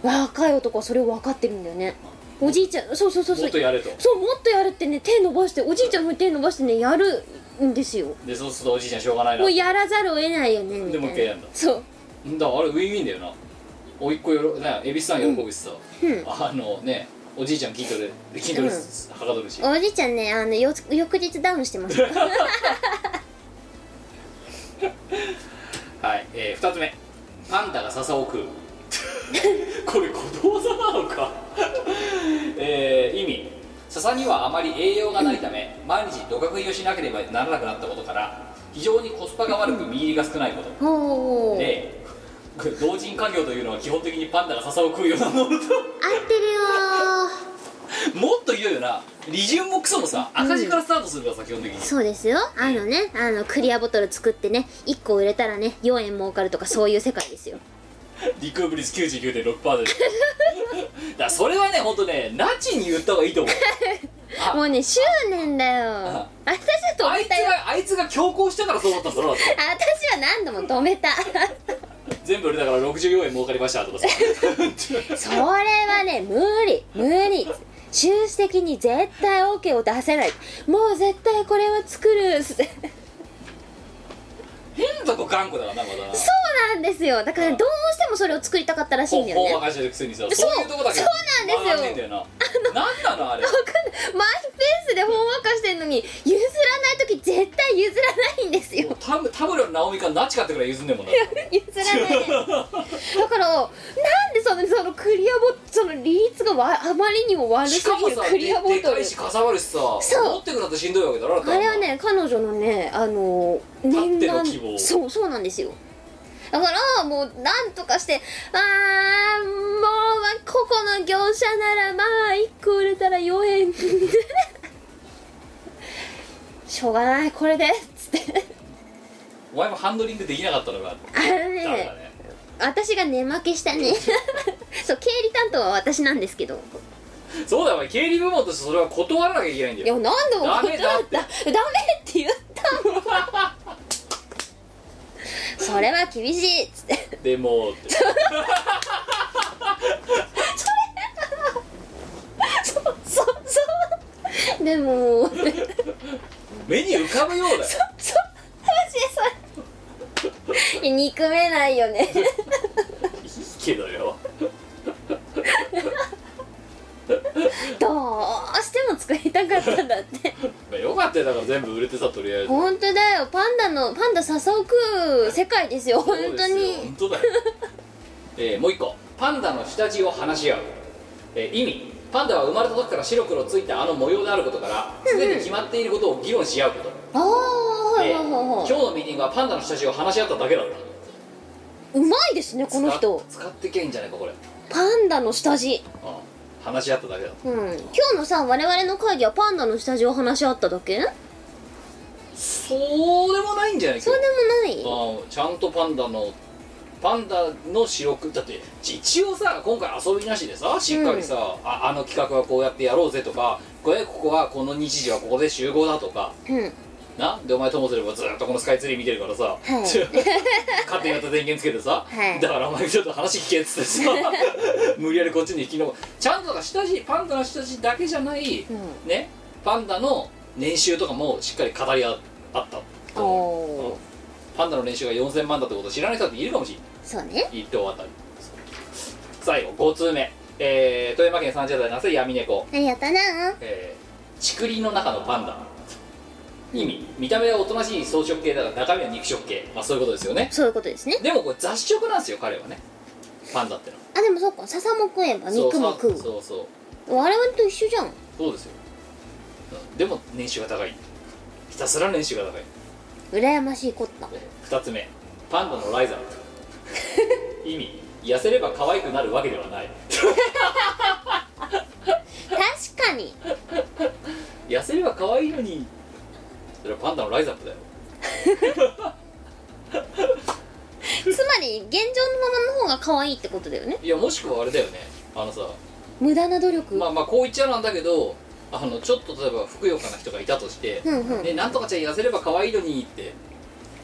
Speaker 1: うん
Speaker 2: 若い男はそれを分かってるんだよねおじいちゃんそうそうそう
Speaker 1: も
Speaker 2: そ
Speaker 1: っ
Speaker 2: う
Speaker 1: とやれと
Speaker 2: そうもっとやるってね手伸ばしておじいちゃんも手伸ばしてねやるんですよ
Speaker 1: でそうするとおじいちゃんしょうがないな
Speaker 2: もうやらざるを得ないよねみたいな
Speaker 1: でもう一回やんだ
Speaker 2: そうん
Speaker 1: だからあれウィンウィンだよなおいっ子よろね蛭子さん喜ぶしさ、
Speaker 2: うん
Speaker 1: あのねおじいちゃん筋トレで筋トレすはかどるし、
Speaker 2: おじいちゃんねあのよ翌日ダウンし てました
Speaker 1: はい、えー、2つ目パンダが笹を食うこれことわざなのか えー、意味笹にはあまり栄養がないため毎日土角食いをしなければならなくなったことから非常にコスパが悪く身入りが少ないこと
Speaker 2: おお合ってるよ
Speaker 1: でこれ同人家業というのは基本的にパンダが笹を食うようなものと もっと言うよな利潤もクソもさ赤字からスタートするからさ基本的に
Speaker 2: ーそうですよあのねあのクリアボトル作ってね1個売れたらね4円儲かるとかそういう世界ですよ
Speaker 1: リクーブ率99.6%です だからそれはね本当ねナチに言った方がいいと思うあ
Speaker 2: もうね執念だよ
Speaker 1: あ
Speaker 2: 私は
Speaker 1: あ
Speaker 2: 止
Speaker 1: い
Speaker 2: め
Speaker 1: つ
Speaker 2: たよ
Speaker 1: があいつが強行したからそうだったんだ ろだって
Speaker 2: 私は何度も止めた
Speaker 1: 全部売れたから64円儲かりましたと かさ
Speaker 2: それはね無理無理終始的に絶対 OK を出せないもう絶対これは作るっつって
Speaker 1: 変とこ頑固だからなまだな
Speaker 2: そうなんですよだからどうしてもそれを作りたかったらしいんだよ
Speaker 1: ほ
Speaker 2: ね
Speaker 1: 法話してるくせにさ
Speaker 2: そう
Speaker 1: そういうとこだけ
Speaker 2: そうなんですよ
Speaker 1: 学んでんだよななんなのあれ
Speaker 2: マイペースでほんわかしてんのに譲らない時絶対譲らないんですよ
Speaker 1: 田村田村直美からナチかってぐらい譲んねえもんな
Speaker 2: 譲らないだからなんでそのそのクリアボその利率がわあまりにも悪
Speaker 1: し
Speaker 2: す
Speaker 1: か
Speaker 2: ぎ
Speaker 1: も
Speaker 2: る
Speaker 1: さ
Speaker 2: クリアボ
Speaker 1: でで
Speaker 2: ト
Speaker 1: か
Speaker 2: ル
Speaker 1: いしかさばるしさ
Speaker 2: そう
Speaker 1: 持ってくなってしんどいわけだろだって
Speaker 2: あれはね彼女のねあの念
Speaker 1: あっ
Speaker 2: 願
Speaker 1: ての希望
Speaker 2: そうそうなんですよだからもうなんとかしてあーもうまあここの業者ならまあ1個売れたら4円 しょうがないこれでっつって
Speaker 1: お前もハンドリングできなかったのが
Speaker 2: あれ
Speaker 1: ダメだ
Speaker 2: ね
Speaker 1: ね
Speaker 2: 私が寝負けし たねそう経理担当は私なんですけど
Speaker 1: そうだよお前経理部門としてそれは断らなきゃいけないんだ
Speaker 2: いや
Speaker 1: よ
Speaker 2: 何度も断った
Speaker 1: ダ
Speaker 2: ダ
Speaker 1: メだ
Speaker 2: メって言った もんそれは厳しいっつって
Speaker 1: でもって
Speaker 2: そうそうそうでもそう
Speaker 1: 目に浮かぶようだよ
Speaker 2: マジでそれいや憎めないよね
Speaker 1: いいけどよ
Speaker 2: どうしても作りたかったんだって
Speaker 1: まあよかったよだから全部売れてさとりあえず
Speaker 2: 本当だよパンダのパンダ笹を食う世界ですよ本
Speaker 1: そ
Speaker 2: 当
Speaker 1: うですよ
Speaker 2: に
Speaker 1: 本当だよ、えーもう一個パンダの下地を話し合う、えー意味パンダは生まれた時から白黒ついたあの模様であることからすでに決まっていることを議論し合うこと、
Speaker 2: ああはい
Speaker 1: で
Speaker 2: はい
Speaker 1: 今
Speaker 2: はい
Speaker 1: 日
Speaker 2: は
Speaker 1: のミーティングはパンダの下地を話し合っただけだった
Speaker 2: いうまいですねこの人
Speaker 1: 使使ってけんじゃないかこれ、うん
Speaker 2: パンダの下地
Speaker 1: 話し合っただけだった
Speaker 2: うん今日のさ我々の会議はパンダの下地を話し合っただけ
Speaker 1: そうでもないんじゃない
Speaker 2: そう
Speaker 1: 今
Speaker 2: で
Speaker 1: 日
Speaker 2: もない
Speaker 1: あーちゃんとパンダのパンダの白くだって一応さ今回遊びなしでさしっかりさ、ああの企画はこうやってやろうぜとかこれここはこの日時はここで集合だとか
Speaker 2: うん
Speaker 1: なでお前ともすればずっとこのスカイツリー見てるからさ、勝手にやった電源つけてさ、
Speaker 2: はい
Speaker 1: だからお前ちょっと話聞けっつって さ無理やりこっちに昨日ちゃんとだから下地パンダの下地だけじゃない、
Speaker 2: う
Speaker 1: ねパンダの年収とかもしっかり語り合あった
Speaker 2: んおお
Speaker 1: パンダの年収が4000万だってことを知らない人だっているかもしれない
Speaker 2: そうね
Speaker 1: 一等あたり最後5通目、えー、富山県30代の朝闇猫
Speaker 2: ありがとな
Speaker 1: えー、竹林の中のパンダ意味見た目はおとなしい草食系だが中身は肉食系まあそういうことですよね
Speaker 2: そういうことですね
Speaker 1: でもこれ雑食なんですよ彼はねパンダってのは
Speaker 2: あでもそっか笹も食えば肉も食う
Speaker 1: そうそうそう
Speaker 2: 我々と一緒じゃん
Speaker 1: そうですよ、うんでも年収が高いひたすら年収が高い
Speaker 2: 羨ましいこった
Speaker 1: 2つ目パンダのライザー意味痩せれば可愛くなるわけではない
Speaker 2: 確か に
Speaker 1: 痩せれば可愛いのにそれはパンダのライザップだよ
Speaker 2: つまり現状のままの方が可愛いってことだよね
Speaker 1: いやもしくはあれだよねあのさ
Speaker 2: 無駄な努力、
Speaker 1: まあまあこう言っちゃなんだけどあのちょっと例えばふくよかな人がいたとして
Speaker 2: うんうん
Speaker 1: でなんとかちゃん痩せれば可愛いのにって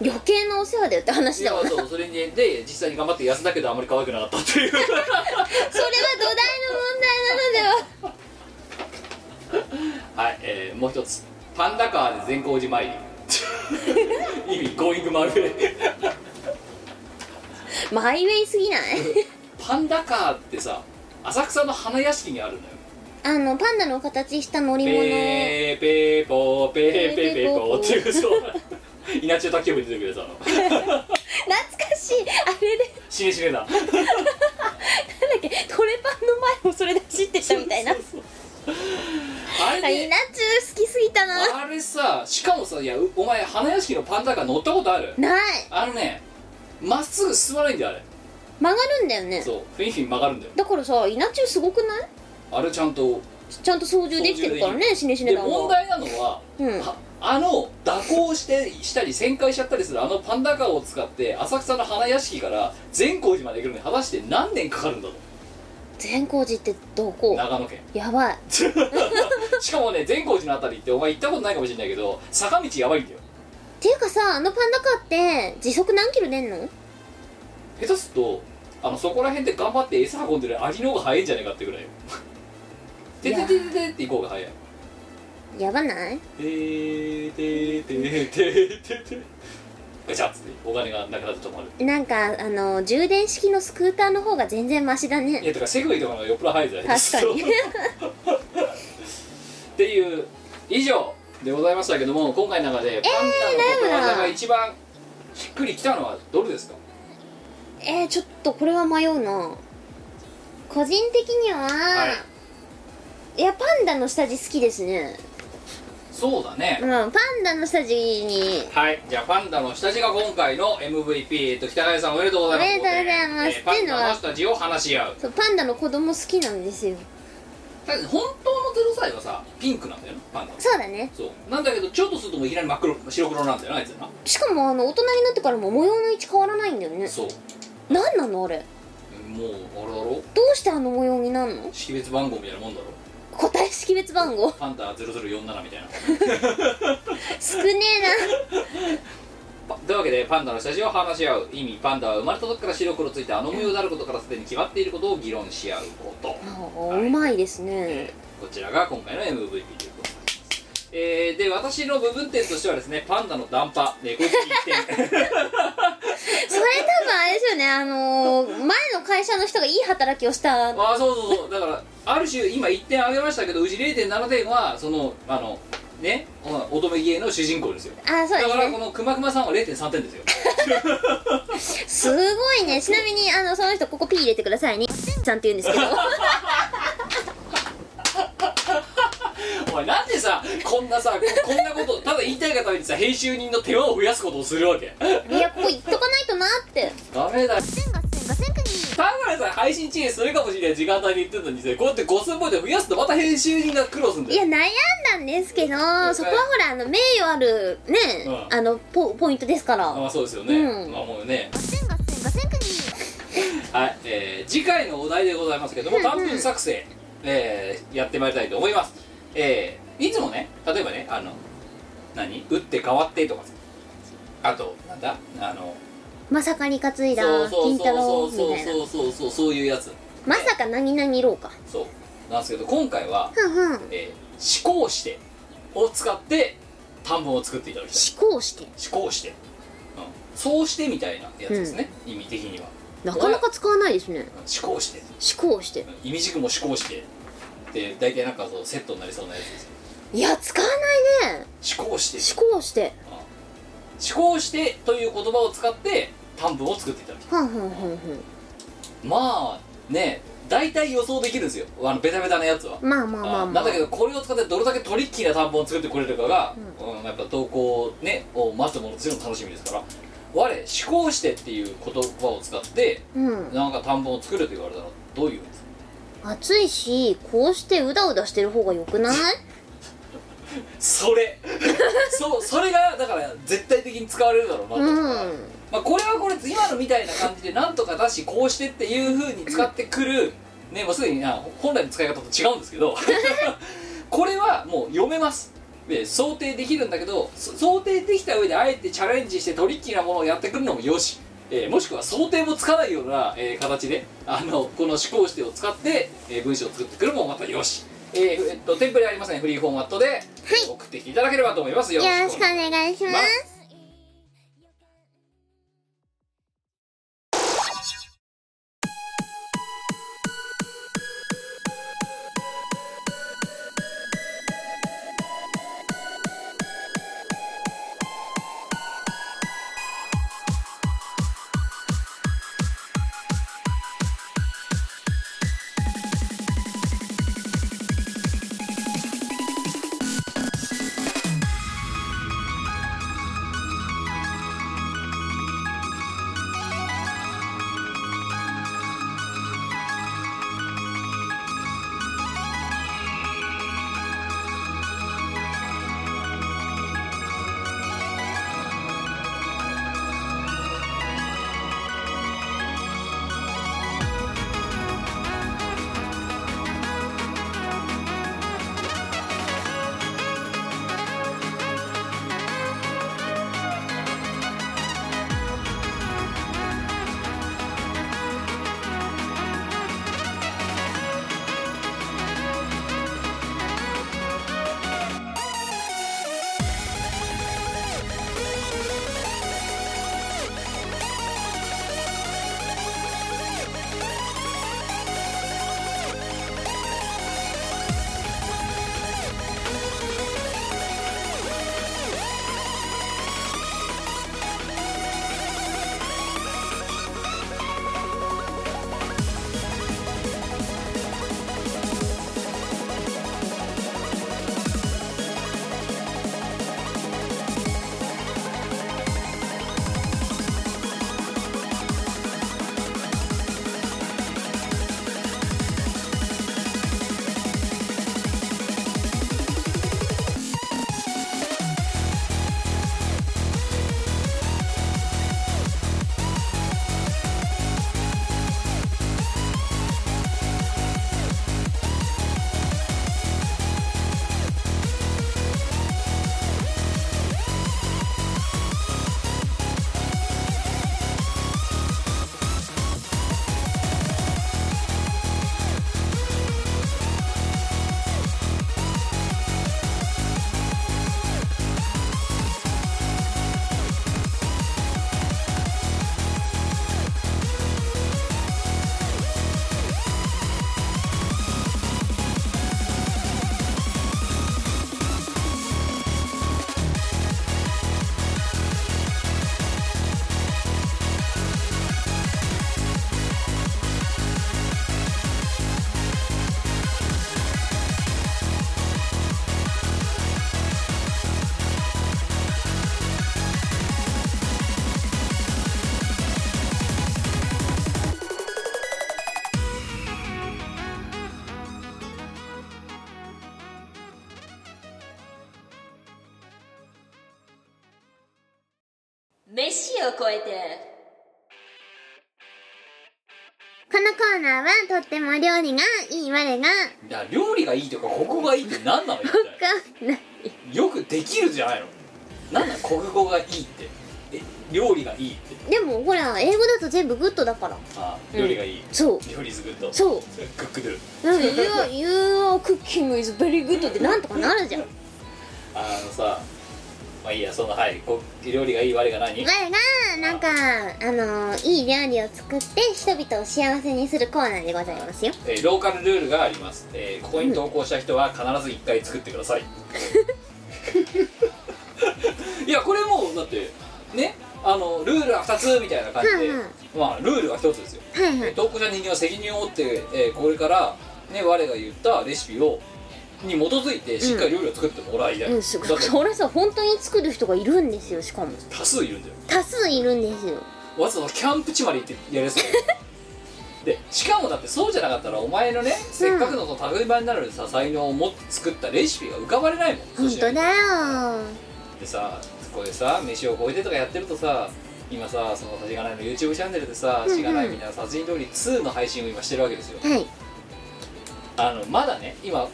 Speaker 2: 余計なお世話だよって話
Speaker 1: い
Speaker 2: だ
Speaker 1: や
Speaker 2: わなそれは
Speaker 1: そうそれにで実際に頑張って痩せたけどあまり可愛くなかったって いう
Speaker 2: 土台の問題なのでは
Speaker 1: はい、えーもう一つパンダカーで善光寺 参り意味ゴーイングマル
Speaker 2: マイウェイすぎない
Speaker 1: パンダカーってさ浅草の花屋敷にあるのよ
Speaker 2: あのパンダの形した乗り物、
Speaker 1: ペーペーポーペーペーペーポーっていうそう 稲中卓球部に出てくるさあの
Speaker 2: 懐かしいあれで
Speaker 1: 死ね死 ねだ
Speaker 2: なんだっけトレパンの前もそれで走ってったみたいな
Speaker 1: あ
Speaker 2: イ
Speaker 1: れね
Speaker 2: ナチュー好きすぎたな
Speaker 1: あれさしかもさいやうお前花屋敷のパンダカー乗ったことある
Speaker 2: ない
Speaker 1: あのねまっすぐ進まないんだよあれ
Speaker 2: 曲がるんだよね
Speaker 1: そうフィンフィン曲がるんだよ
Speaker 2: だからさイナチューすごくない
Speaker 1: あれちゃんと
Speaker 2: ちゃんと操縦できてるからねしねしね
Speaker 1: で
Speaker 2: だん
Speaker 1: 問
Speaker 2: は
Speaker 1: 題なのは、
Speaker 2: うん
Speaker 1: はあの蛇行してしたり旋回しちゃったりするあのパンダカーを使って浅草の花屋敷から善光寺まで行くのに果たして何年かかるんだと
Speaker 2: 善光寺ってどこ
Speaker 1: 長野県
Speaker 2: やばい
Speaker 1: しかもね善光寺のあたりってお前行ったことないかもしれないけど坂道やばいんだよ
Speaker 2: ていうかさあのパンダカーって時速何キロ出んの
Speaker 1: 下手するとあのそこら辺で頑張って餌運んでるアリの方が早いんじゃないかってぐらいよてててててって行こうが早い
Speaker 2: やばない
Speaker 1: てーてーてーてーてーてーガチャッつってお金がなくなって止まる
Speaker 2: なんかあの充電式のスクーターの方が全然マシだ
Speaker 1: い
Speaker 2: ね
Speaker 1: やとかセグウェイとかのよっぽど早いじゃないです
Speaker 2: 確か に
Speaker 1: っていう以上でございましたけども今回の中でパンダのことわざが一番しっくりきたのはどれですか
Speaker 2: えー、ちょっとこれは迷うな個人的には、
Speaker 1: はい
Speaker 2: い、やパンダの下地好きですね
Speaker 1: そうだね、
Speaker 2: うんパンダの下地に
Speaker 1: はいじゃあパンダの下地が今回の MVP、えっと、北谷さんおめでとうございます
Speaker 2: おめでとうございま
Speaker 1: え
Speaker 2: す
Speaker 1: ーパンダの下地を話し合う
Speaker 2: そうパンダの子供好きなんですよ
Speaker 1: だって本当の0歳はさピンクなんだよなパンダ
Speaker 2: そうだね
Speaker 1: そうなんだけどちょっとするともういきなり真っ黒白黒なんだよなあいつらな
Speaker 2: しかもあの大人になってからも模様の位置変わらないんだよね
Speaker 1: そう
Speaker 2: なんなのあれ
Speaker 1: もうあれだろ
Speaker 2: どうしてあの模様になんの
Speaker 1: 識別番号みたいなもんだろ
Speaker 2: 個体識別番号
Speaker 1: パンダ0047みたいな
Speaker 2: 少ねえ
Speaker 1: パというわけでパンダの下地を話し合う意味パンダは生まれた時から白黒ついてあの模様であることからすでに決まっていることを議論し合うこと、
Speaker 2: なあーうまいですね
Speaker 1: えーこちらが今回の MVP ということになります、えーで私の部分点としてはですねパンダのダンパ、えーこいつ1点
Speaker 2: それ多分あれですよねあのー前の会社の人がいい働きをした
Speaker 1: ああそうそうそうだからある種今1点あげましたけどうち0.7点はそのあのねお乙女芸の主人公ですよ
Speaker 2: あそう
Speaker 1: だ
Speaker 2: で
Speaker 1: からこのくまくまさんは0.3点です よ
Speaker 2: すねすごいねちなみにあのその人ここ P 入れてくださいねちゃんって言うんですけど
Speaker 1: お前なんでさこんなさここんなことをただ言いたいがためにさ編集人の手間を増やすことをするわけ
Speaker 2: いやここ行っとかないとなって
Speaker 1: ダメだ
Speaker 3: 千五千五千国
Speaker 1: 田村さん配信中にするかもしれない時間帯に言ってたのにさこうやって5000ポイント増やすとまた編集人が苦労するんだ
Speaker 2: いや
Speaker 1: よ
Speaker 2: 悩んだんですけどそこはほらあの名誉あるね、
Speaker 1: うん
Speaker 2: あのポポイントですから
Speaker 1: あまあそうですよね、
Speaker 2: うん
Speaker 1: まあもうね
Speaker 3: 千五千五千国
Speaker 1: はい、えー次回のお題でございますけども短編作成、えーやってまいりたいと思いますえーいつもね例えばねあの何打って変わってとかさあとなんだあの
Speaker 2: まさかに担いだ
Speaker 1: そう
Speaker 2: 金
Speaker 1: そ
Speaker 2: 太郎
Speaker 1: う
Speaker 2: み
Speaker 1: そう
Speaker 2: たいな
Speaker 1: そうそうそうそうそういうやつ
Speaker 2: まさか何々ろうか
Speaker 1: そうなんですけど今回は、
Speaker 2: ふんふん思
Speaker 1: えー思考してを使って短文を作っていただきたい
Speaker 2: 考して
Speaker 1: 思考して、うん、そうしてみたいなやつですね、意味的には
Speaker 2: なかなか使わないですね
Speaker 1: うん思考して
Speaker 2: 思考して
Speaker 1: うん意味軸も思考してって大体なんかそうセットになりそうなやつで
Speaker 2: いや使わないね
Speaker 1: す思考して
Speaker 2: 思考して
Speaker 1: うん思考してという言葉を使って短文を作っていただきたい
Speaker 2: ふんふんふんふ
Speaker 1: まあね大体予想できるんですよあのベタベタなやつは
Speaker 2: んまあまあまあ
Speaker 1: あ
Speaker 2: ま
Speaker 1: なん
Speaker 2: あ
Speaker 1: だけどこれを使ってどれだけトリッキーな短文を作ってくれるかが、うんやっぱ投稿、ね、を待つものとしての楽しみですから我思考してっていう言葉を使って
Speaker 2: うん
Speaker 1: なんか短文を作ると言われたらどういうんですか
Speaker 2: 暑いしこうしてうだうだしてる方がよくない
Speaker 1: そ れそうそれがだから絶対的に使われるだろうなと、
Speaker 2: うん
Speaker 1: まあ、これはこれ今のみたいな感じでなんとかだしこうしてっていうふうに使ってくるねもうすでにあ本来の使い方と違うんですけ どこれはもう読めますで想定できるんだけどそ想定できた上であえてチャレンジしてトリッキーなものをやってくるのもよし、えーもしくは想定もつかないような、えー形であのこの思考してを使って、えー文章を作ってくるのもまたよしえーえっとテンプレありますねフリーフォーマットで、送ってきていただければと思いますよ
Speaker 2: よ
Speaker 1: ろ
Speaker 2: ろ
Speaker 1: し
Speaker 2: し
Speaker 1: く
Speaker 2: く
Speaker 1: お
Speaker 2: お
Speaker 1: 願い
Speaker 2: 願いし
Speaker 1: し
Speaker 2: ま
Speaker 1: ます
Speaker 2: す飯を超えてこのコーナーはとっても料理がいい我が
Speaker 1: だから料理がいいとかここがいいって何なの一体
Speaker 2: がない
Speaker 1: よくできるじゃないのなんなん国語がいいってえ料理がいいって
Speaker 2: でもほら英語だと全部グッドだから
Speaker 1: あ料理がいい、
Speaker 2: そう
Speaker 1: 料理ズグッド
Speaker 2: そう
Speaker 1: クックドゥ
Speaker 2: 「うん You are- you are cooking is very good」ってなんとかなるじゃん
Speaker 1: あのさまあいいやそのはいこ料理がいい我が何
Speaker 2: 我がなんかあのいい料理を作って人々を幸せにするコーナーでございますよ
Speaker 1: えーローカルルールがあります、えーここに投稿した人は必ず1回作ってください いやこれもうだってねあのルールは2つみたいな感じで
Speaker 2: うん
Speaker 1: まあルールは1つですよ、
Speaker 2: はいは
Speaker 1: えー
Speaker 2: い
Speaker 1: 投稿した人間は責任を負って、えーこれからね我が言ったレシピをに基づいてしっかりルールを作ってもらいたい、
Speaker 2: うん、す
Speaker 1: だ
Speaker 2: ご
Speaker 1: っ
Speaker 2: い
Speaker 1: て
Speaker 2: そらさ本当に作る人がいるんですよしかも
Speaker 1: 多数いるんだよ
Speaker 2: 多数いるんですよ
Speaker 1: わざわざキャンプ地まで行ってやるやつだよ でしかもだってそうじゃなかったらお前のねせっかくのその類いまになるさ才能をも作ったレシピが浮かばれないもん
Speaker 2: 本当だよ
Speaker 1: でさこれさ飯を超えてとかやってるとさ今さそのさしがないの YouTube チャンネルでさ
Speaker 2: うんうん
Speaker 1: しがないみんな殺人通り2の配信を今してるわけですよ
Speaker 2: はい
Speaker 1: あのまだね今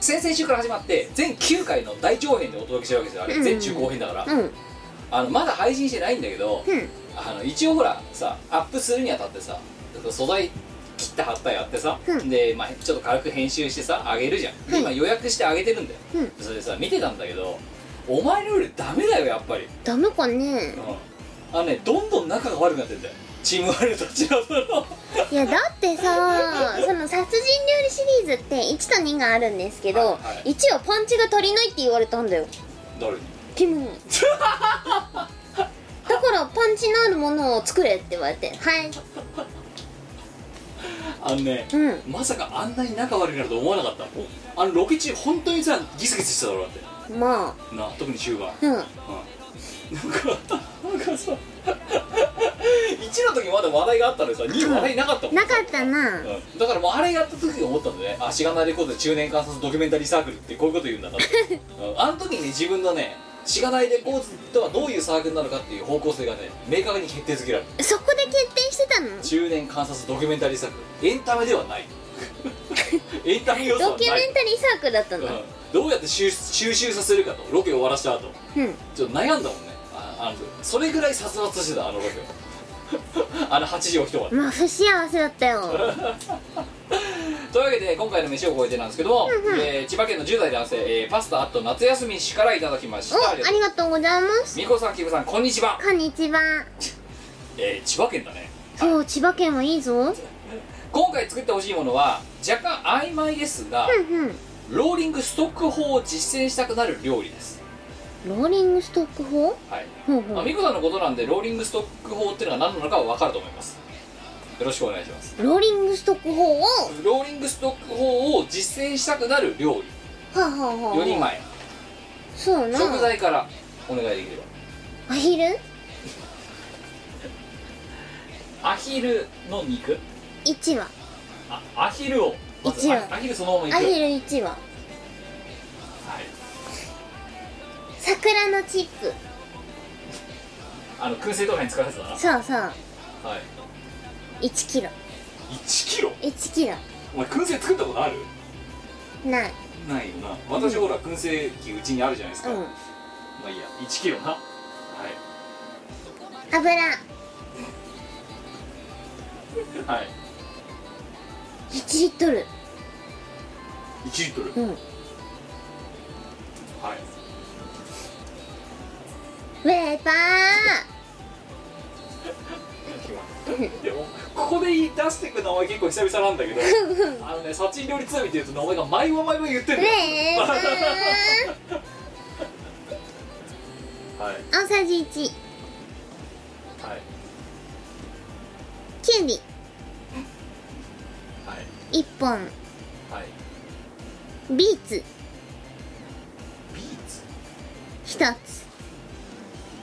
Speaker 1: 先々週から始まって全9回の大長編でお届けしてるわけですよあ
Speaker 2: うんう
Speaker 1: れ
Speaker 2: ん
Speaker 1: 全中後編だから、
Speaker 2: うんうん
Speaker 1: あのまだ配信してないんだけど、あの一応ほらさアップするにあたってさ素材切って貼ったやってさ、
Speaker 2: うん
Speaker 1: で、まあ、ちょっと軽く編集してさ上げるじゃん、で
Speaker 2: はい
Speaker 1: 今予約して上げてるんだよ、
Speaker 2: うん
Speaker 1: それでさ見てたんだけどお前のルールダメだよやっぱり、
Speaker 2: ダメかね
Speaker 1: あのねどんどん仲が悪くなってんだよチームワールドたちのその
Speaker 2: いやだってさその殺人料理シリーズって1と2があるんですけど、
Speaker 1: はいはい
Speaker 2: 1はパンチが足りないって言われたんだよ
Speaker 1: 誰に
Speaker 2: キムだからパンチのあるものを作れって言われてはい
Speaker 1: あのね、
Speaker 2: うん
Speaker 1: まさかあんなに仲悪くなると思わなかったあのロケ中本当にさギスギスしてただろだって
Speaker 2: まあ
Speaker 1: な特に終盤
Speaker 2: うん
Speaker 1: うんなんかなんか さ1の時まだ話題があったのにさ2話題なかったもん、
Speaker 2: なかったな
Speaker 1: うんだからもうあれやった時に思ったんだねあしがないレコード中年観察ドキュメンタリーサークルってこういうこと言うん だなってうんあの時にね自分のねしがないレコードとはどういうサークルなのかっていう方向性がね明確に決定づけられる
Speaker 2: そこで決定してたの
Speaker 1: 中年観察ドキュメンタリーサークルエンタメでは ないエンタメ要素は
Speaker 2: ド
Speaker 1: ない
Speaker 2: キュメンタリーサークルだったんだ
Speaker 1: うんどうやって収収集させるかとロケ終わらした後
Speaker 2: うん
Speaker 1: ちょっと悩んだもんねああのそれぐらい殺伐してたあのロケ あの8時起きとか
Speaker 2: まあ不幸せだったよ
Speaker 1: というわけで今回の飯を超えてなんですけども、えー千葉県の10代男性、えーパスタあと夏休み氏からいただきまし
Speaker 2: お
Speaker 1: た
Speaker 2: ありがとうございます
Speaker 1: みこさんきぶさんこんにちは、
Speaker 2: こんにちは
Speaker 1: えー千葉県だね
Speaker 2: そう千葉県はいいぞ
Speaker 1: 今回作ってほしいものは若干曖昧ですが、
Speaker 2: うん
Speaker 1: ローリングストック法を実践したくなる料理です
Speaker 2: うんローリングストック法
Speaker 1: はい、
Speaker 2: ほうほ
Speaker 1: まあ、
Speaker 2: う
Speaker 1: みこさんのことなんでローリングストック法っていうのが何なのかは分かると思いますよろしくお願いします
Speaker 2: ローリングストック法をは
Speaker 1: ローリングストック法を実践したくなる料理
Speaker 2: あ、はあはあ、
Speaker 1: 4人前
Speaker 2: そうな
Speaker 1: 食材からお願いできれ
Speaker 2: アヒル
Speaker 1: ばアヒルの肉
Speaker 2: 1羽
Speaker 1: あアヒルをまず
Speaker 2: 一応
Speaker 1: あアヒルそのままいく
Speaker 2: アヒル1羽
Speaker 1: はい、
Speaker 2: 桜のチップ
Speaker 1: あの燻製とかに使うやつだな
Speaker 2: そうそう
Speaker 1: はい
Speaker 2: 1キロ
Speaker 1: 1キロ
Speaker 2: 1キロ
Speaker 1: お前燻製作ったことある
Speaker 2: ない
Speaker 1: ないよな私ほら燻製機うちにあるじゃないですか、
Speaker 2: うん
Speaker 1: まあいいや1キロなはい
Speaker 2: 油
Speaker 1: はい
Speaker 2: 1リットル
Speaker 1: 1リットル、
Speaker 2: うんウ
Speaker 1: はい
Speaker 2: ェーパー
Speaker 1: いやもうここで言い出してく名前結構久々なんだけ どあのね「サチン料理ツアー見てると名前が毎晩毎晩言ってる
Speaker 2: ウ
Speaker 1: のよ
Speaker 2: ェーパー
Speaker 1: はい
Speaker 2: 大さじ1
Speaker 1: はい
Speaker 2: きゅうり
Speaker 1: はい
Speaker 2: 1本
Speaker 1: はい
Speaker 2: ビーツ
Speaker 1: ビーツ
Speaker 2: 1つ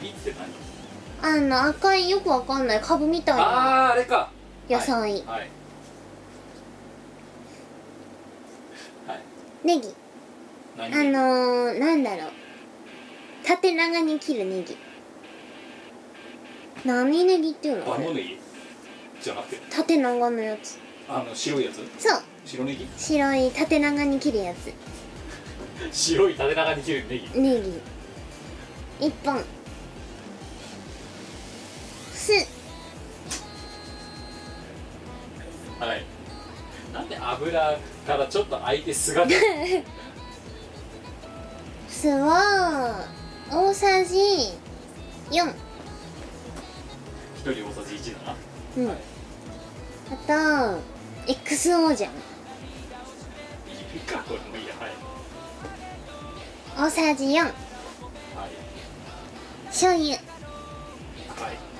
Speaker 1: ビーツって何
Speaker 2: あの赤いよくわかんない株みたいな
Speaker 1: ああーあれか
Speaker 2: 野菜、
Speaker 1: はい、はいはい
Speaker 2: ネギ
Speaker 1: 何
Speaker 2: あのー、なんだろう縦長に切るネギ何ネギっていうの
Speaker 1: バ
Speaker 2: あ
Speaker 1: モ
Speaker 2: れ
Speaker 1: ネギじゃなくて
Speaker 2: 縦長のやつ
Speaker 1: あの白いやつ
Speaker 2: そう
Speaker 1: 白ネギ
Speaker 2: 白い縦長に切るやつ
Speaker 1: 白い縦長に切るネギ
Speaker 2: ネギ一本酢
Speaker 1: はいなんで油からちょっと空いてす が
Speaker 2: 酢は大さじ4、
Speaker 1: 一人大さじ1だな
Speaker 2: うん、あと XO じゃん
Speaker 1: いいかこれもいいやはい
Speaker 2: 大さじ4
Speaker 1: はい
Speaker 2: 醤油
Speaker 1: はい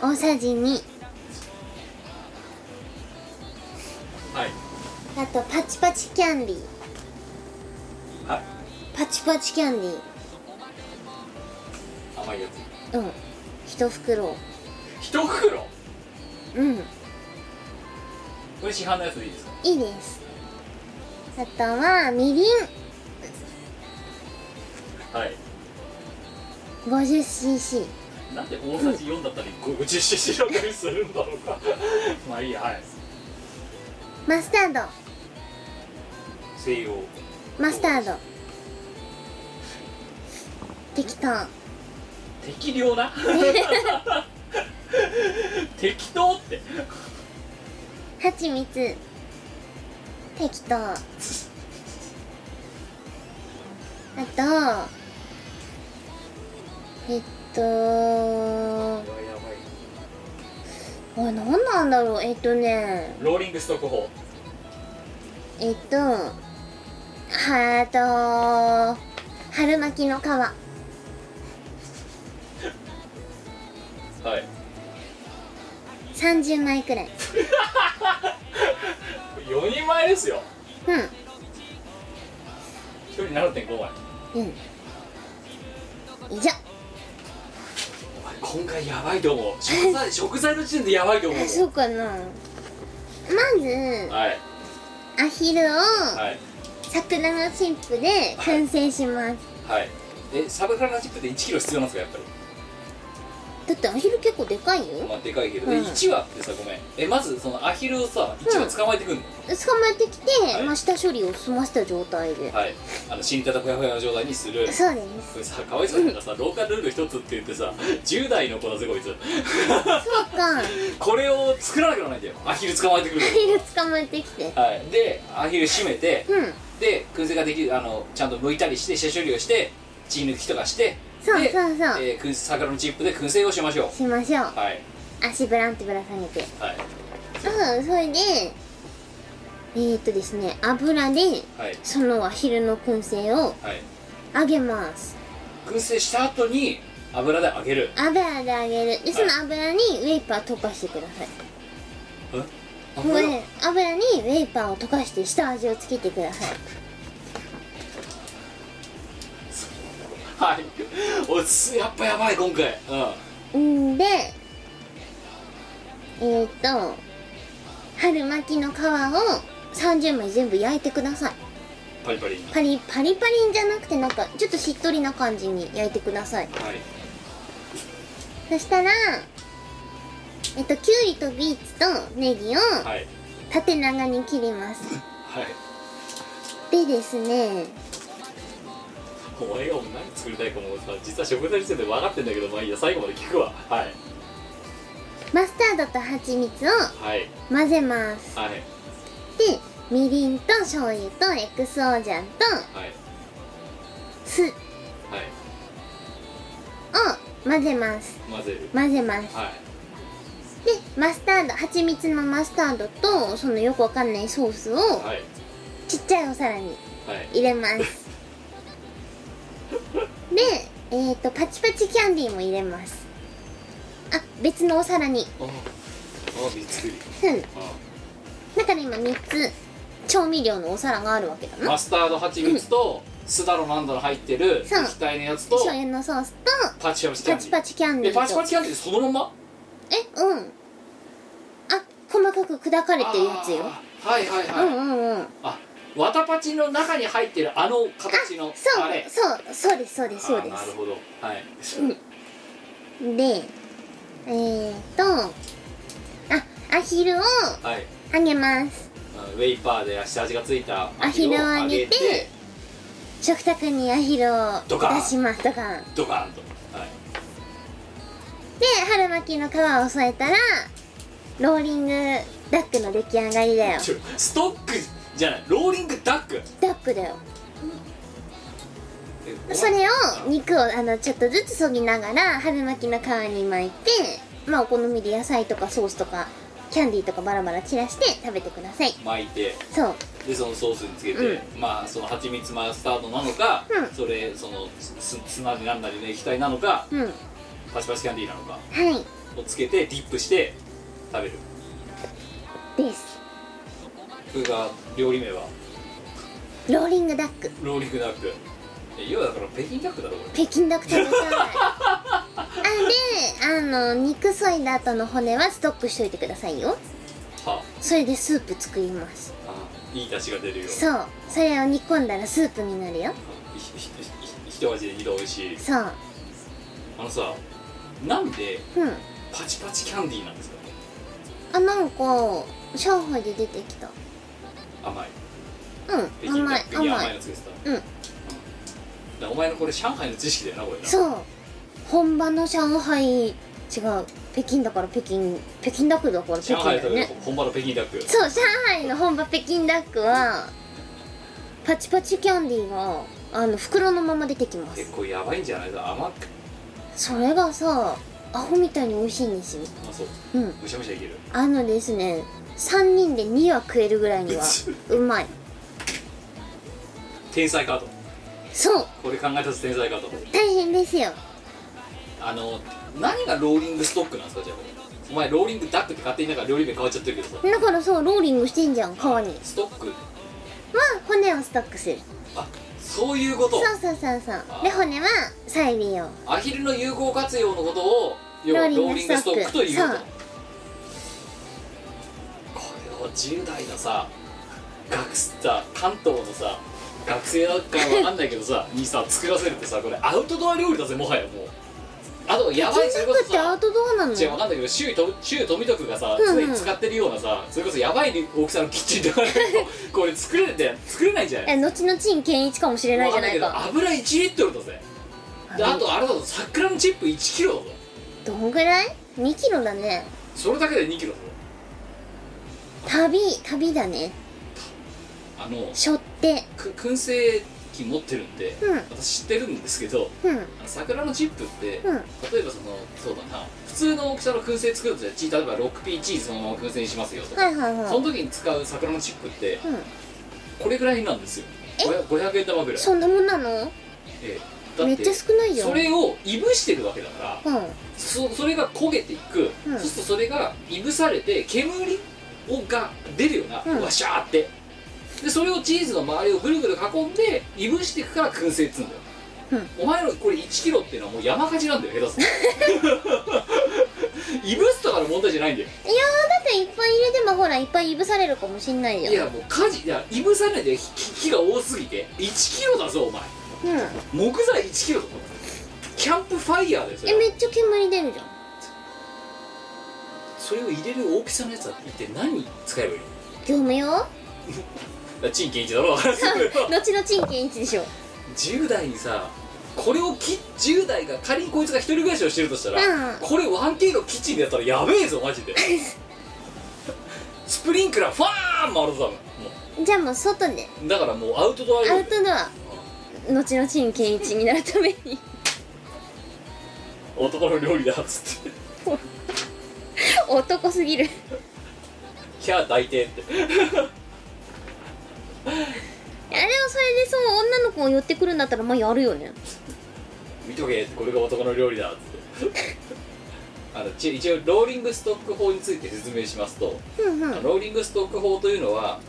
Speaker 2: 大さじ2
Speaker 1: はい
Speaker 2: あとパチパチキャンディー
Speaker 1: はい
Speaker 2: パチパチキャンディ
Speaker 1: 甘いやつ
Speaker 2: ーうん一袋
Speaker 1: 一袋
Speaker 2: うん
Speaker 1: これ市販のやつでいいですか
Speaker 2: いいですあとはみりん
Speaker 1: はい
Speaker 2: 50cc
Speaker 1: なんで大さじ4だったり50し白くするんだろうか まあいいやはい
Speaker 2: マスタード
Speaker 1: 西洋
Speaker 2: マスタード適当
Speaker 1: 適量 な適当って
Speaker 2: はちみつ適当あとえっと
Speaker 1: やばいやばい
Speaker 2: あ何なんだろうえっとね
Speaker 1: ローリングストック法
Speaker 2: えっとはーと春巻きの皮
Speaker 1: はい
Speaker 2: 30枚くらい
Speaker 1: 4人前ですよ
Speaker 2: う
Speaker 1: 1人7.5枚
Speaker 2: んうん以上
Speaker 1: お前今回やばいと思う食 材食材の時点でやばいと思う
Speaker 2: あそうかなまず
Speaker 1: はい
Speaker 2: アヒルを
Speaker 1: はい
Speaker 2: 桜のチップで燻製します
Speaker 1: はいえサブカラチップで1キロ必要なんですかやっぱり
Speaker 2: だってアヒル結構でかいよ
Speaker 1: まあでかいけど、
Speaker 2: う
Speaker 1: で
Speaker 2: ん
Speaker 1: 1羽ってさごめんえまずそのアヒルをさ1羽捕まえてくんの、
Speaker 2: 捕まえてきて、
Speaker 1: はい
Speaker 2: まあ、下処理を済ませた状態で、
Speaker 1: はいあの死にたたふやふやの状態にする
Speaker 2: そうです
Speaker 1: これさかわいそうだからさローカルルール一つって言ってさ10代の子だぜこいつ
Speaker 2: そうかアヒ
Speaker 1: これを作らなきゃならないんだよアヒル捕まえてくる
Speaker 2: ル捕まえてきて
Speaker 1: はいでアヒル締めて
Speaker 2: うん
Speaker 1: で燻製ができるあのちゃんと剥いたりして下処理をして血抜きとかして
Speaker 2: そう
Speaker 1: で
Speaker 2: そうそう
Speaker 1: えー燻桜のチップで燻製をしましょ
Speaker 2: しましょう
Speaker 1: うはい
Speaker 2: 足ブランってぶら下げて
Speaker 1: はい
Speaker 2: うんそれでえー、っとですね油で
Speaker 1: はい
Speaker 2: そのアヒルの燻製を
Speaker 1: はい
Speaker 2: 揚げます
Speaker 1: 燻製した後に油で揚げる
Speaker 2: 油で揚げるでその油にウェイパー溶かしてくださいこ
Speaker 1: 油
Speaker 2: れ油にウェイパーを溶かして下味をつけてください
Speaker 1: はいおつやっぱやばい今回うん
Speaker 2: んでえー、っと春巻きの皮を30枚全部焼いてください
Speaker 1: パリパリに
Speaker 2: パリパリパリンじゃなくてなんかちょっとしっとりな感じに焼いてください
Speaker 1: はい
Speaker 2: そしたらえっときゅうりとビーツとネギを
Speaker 1: はい
Speaker 2: 縦長に切ります
Speaker 1: はい
Speaker 2: でですね
Speaker 1: お前がもう何作りたいかもさ実は食材時点で分かってんだけどまあいいや最後まで聞くわはい
Speaker 2: マスタードと蜂蜜を
Speaker 1: はい
Speaker 2: 混ぜます
Speaker 1: はい
Speaker 2: でみりんと醤油とエクスオージャンと
Speaker 1: はい
Speaker 2: 酢を
Speaker 1: はい
Speaker 2: 混ぜます
Speaker 1: 混ぜる
Speaker 2: 混ぜます
Speaker 1: はい
Speaker 2: でマスタード蜂蜜のマスタードとそのよくわかんないソースを
Speaker 1: はい
Speaker 2: ちっちゃいお皿に
Speaker 1: はい
Speaker 2: 入 れますでえっ、とパチパチキャンディーも入れますあ別のお皿に
Speaker 1: ああびっくり
Speaker 2: うん
Speaker 1: あ
Speaker 2: だから今3つ調味料のお皿があるわけだな
Speaker 1: マスタード蜂蜜と酢だろなんだろ入ってる
Speaker 2: そう
Speaker 1: 液体のやつと
Speaker 2: 醤油のソースと
Speaker 1: パチパチキャ
Speaker 2: パ
Speaker 1: ンデ
Speaker 2: チ
Speaker 1: ィ
Speaker 2: パチキャ
Speaker 1: で
Speaker 2: ンディーと
Speaker 1: パチパチキャンディーってそのまんま
Speaker 2: えうんあ細かく砕かれてるやつよ
Speaker 1: あーはいはいは
Speaker 2: う
Speaker 1: い、
Speaker 2: んうんうん
Speaker 1: あわたパチの中に入ってるあの形の
Speaker 2: そう
Speaker 1: あれ
Speaker 2: そうそうですそうですそうで
Speaker 1: あーなる
Speaker 2: す
Speaker 1: ほどはい、
Speaker 2: でえーとあアヒルを
Speaker 1: はい
Speaker 2: あげます
Speaker 1: あのウェイパーで下味がついた
Speaker 2: アヒルをあげて
Speaker 1: アヒルをあげて
Speaker 2: 食卓にアヒルを
Speaker 1: ドカン
Speaker 2: 出しますとか
Speaker 1: ドカンとはい
Speaker 2: で春巻きの皮を添えたらローリングダックの出来上がりだよ
Speaker 1: ちょストックじゃないローリングダック
Speaker 2: ダックだよ
Speaker 1: え
Speaker 2: それを肉をあのちょっとずつそぎながら春巻きの皮に巻いてまあお好みで野菜とかソースとかキャンディーとかバラバラ散らして食べてください
Speaker 1: 巻いて
Speaker 2: そう
Speaker 1: でそのソースにつけて、まあその蜂蜜マスタードなのか、
Speaker 2: うん
Speaker 1: それそのす砂になんなりの液体なのか
Speaker 2: うんはい
Speaker 1: パチパチキャンディーなのかをつけてディップして食べる
Speaker 2: です
Speaker 1: それが料理名は
Speaker 2: ローリングダック
Speaker 1: ローリングダックえ要はだから北京ダックだろこ
Speaker 2: 北京ダック食べたいあであの肉削いだ後の骨はストックしといてくださいよ
Speaker 1: れは
Speaker 2: それでスープ作ります
Speaker 1: あいい出汁が出るよ
Speaker 2: そうそれを煮込んだらスープになるよ
Speaker 1: ひひひひひ一味で二度美味しい
Speaker 2: そう
Speaker 1: あのさなんで
Speaker 2: うん
Speaker 1: パチパチキャンディーなんですかね
Speaker 2: あなんか上海で出てきた
Speaker 1: 甘い北
Speaker 2: うん
Speaker 1: 京ダ
Speaker 2: 甘い
Speaker 1: ックに
Speaker 2: 甘
Speaker 1: 甘い
Speaker 2: い
Speaker 1: のつけてた
Speaker 2: うん
Speaker 1: だからお前のこれ上海の知識だよなこれな
Speaker 2: そう本場の上海違う北京だから北京北京ダックだから
Speaker 1: 上
Speaker 2: 北京
Speaker 1: 海で
Speaker 2: だよ
Speaker 1: 食べる
Speaker 2: ね
Speaker 1: 本場の北京ダック
Speaker 2: そう上海の本場北京ダックはパチパチキャンディーがあの袋のまま出てきます
Speaker 1: 結構やばいんじゃないか甘く
Speaker 2: それがさアホみたいに美味しいんですよ
Speaker 1: あそう
Speaker 2: うん
Speaker 1: むしゃむしゃいける
Speaker 2: あのですね3人で2は食えるぐらいにはうまい
Speaker 1: 天才かと
Speaker 2: そう
Speaker 1: これ考えたつ天才かと
Speaker 2: 大変ですよ
Speaker 1: あの何がローリングストックなんですかじゃあお前ローリングダックって勝手になんか料理名変わっちゃってるけどさ
Speaker 2: だからそうローリングしてんじゃん皮にまあ
Speaker 1: ストック
Speaker 2: 骨をストックする
Speaker 1: あそういうこと
Speaker 2: そうそうそうそうで骨は再利用
Speaker 1: アヒルの有効活用のことを要はロ
Speaker 2: ロ
Speaker 1: ー
Speaker 2: ー
Speaker 1: リン
Speaker 2: リン
Speaker 1: グ
Speaker 2: グ
Speaker 1: ス
Speaker 2: ス
Speaker 1: ト
Speaker 2: ト
Speaker 1: ッ
Speaker 2: ッ
Speaker 1: ク
Speaker 2: ク
Speaker 1: というと
Speaker 2: そう
Speaker 1: これを10代のさ学生さ関東のさ学生だかわかんないけどさ にさ作らせるってさこれアウトドア料理だぜもはやもうあとやばいそれこ
Speaker 2: 金
Speaker 1: そ
Speaker 2: 属ってア
Speaker 1: さ
Speaker 2: ウトドアなの
Speaker 1: 違うわかんないけど周囲と周富徳がさ
Speaker 2: うんうん
Speaker 1: 常に使ってるようなさそれこそやばい大きさのキッチンと かこれ作れるって作れないんじゃない
Speaker 2: え後々に健一かもしれないじゃない
Speaker 1: わか
Speaker 2: か
Speaker 1: んないけど油1リットルだぜであとあれだと桜のチップ1キロだぞ
Speaker 2: どんぐらい2キロだね
Speaker 1: それだけで2キロだぞ
Speaker 2: 旅旅だね
Speaker 1: あの
Speaker 2: しょって
Speaker 1: く燻製機持ってるんで、
Speaker 2: うん
Speaker 1: 私知ってるんですけど
Speaker 2: うん
Speaker 1: あの桜のチップって、
Speaker 2: うん
Speaker 1: 例えばそのそうだな普通の大きさの燻製作るとじゃあチー例えば 6P チーズそのまま燻製にしますよとか、
Speaker 2: はいはいは
Speaker 1: そ
Speaker 2: い
Speaker 1: の時に使う桜のチップって
Speaker 2: うん
Speaker 1: これぐらいなんですよ500 500円玉ぐらい、
Speaker 2: そんなもんなの
Speaker 1: ええだ
Speaker 2: め
Speaker 1: っ
Speaker 2: ってちゃ少ないよ
Speaker 1: それをいぶしてるわけだから
Speaker 2: うん
Speaker 1: そそれが焦げていく、
Speaker 2: うん
Speaker 1: そうするとそれがいぶされて煙をが出るような、
Speaker 2: うん
Speaker 1: わしゃーってでそれをチーズの周りをぐるぐる囲んでいぶしていくから燻製っつうんだよ、お前のこれ1キロっていうのはもう山火事なんだよ下手すと いぶすとかの問題じゃないんだよ
Speaker 2: だっていっぱい入れてもほらいっぱいいぶされるかもしんない
Speaker 1: い
Speaker 2: よ
Speaker 1: やもう火事いやいぶさないで火が多すぎて1キロだぞお前
Speaker 2: うん
Speaker 1: 木材1キロだぞキャンプファイヤーです
Speaker 2: え
Speaker 1: よ
Speaker 2: めっちゃ煙出るじゃん
Speaker 1: それを入れる大きさのやつは一体何に使えばいいの
Speaker 2: 業 務用
Speaker 1: だから陳建一だろ
Speaker 2: 後々健一でしょ
Speaker 1: 10代にさこれをき10代が仮にこいつが一人暮らしをしてるとしたら、
Speaker 2: うん
Speaker 1: これ 1K のキッチンでやったらやべえぞマジでスプリンクラーファーン回るぞ多分も
Speaker 2: じゃあもう外で
Speaker 1: うだからもうアウトドア
Speaker 2: ア
Speaker 1: 用で
Speaker 2: ウトドア後々に健一になるために
Speaker 1: 男の料理だっつって
Speaker 2: 男すぎる
Speaker 1: 「キャー抱いて」って
Speaker 2: いやでもそれでその女の子が寄ってくるんだったらまあやるよね
Speaker 1: 「見とけ」これが男の料理だ」っつってあのち一応ローリングストック法について説明しますと、
Speaker 2: うんうんうん
Speaker 1: ローリングストック法というのは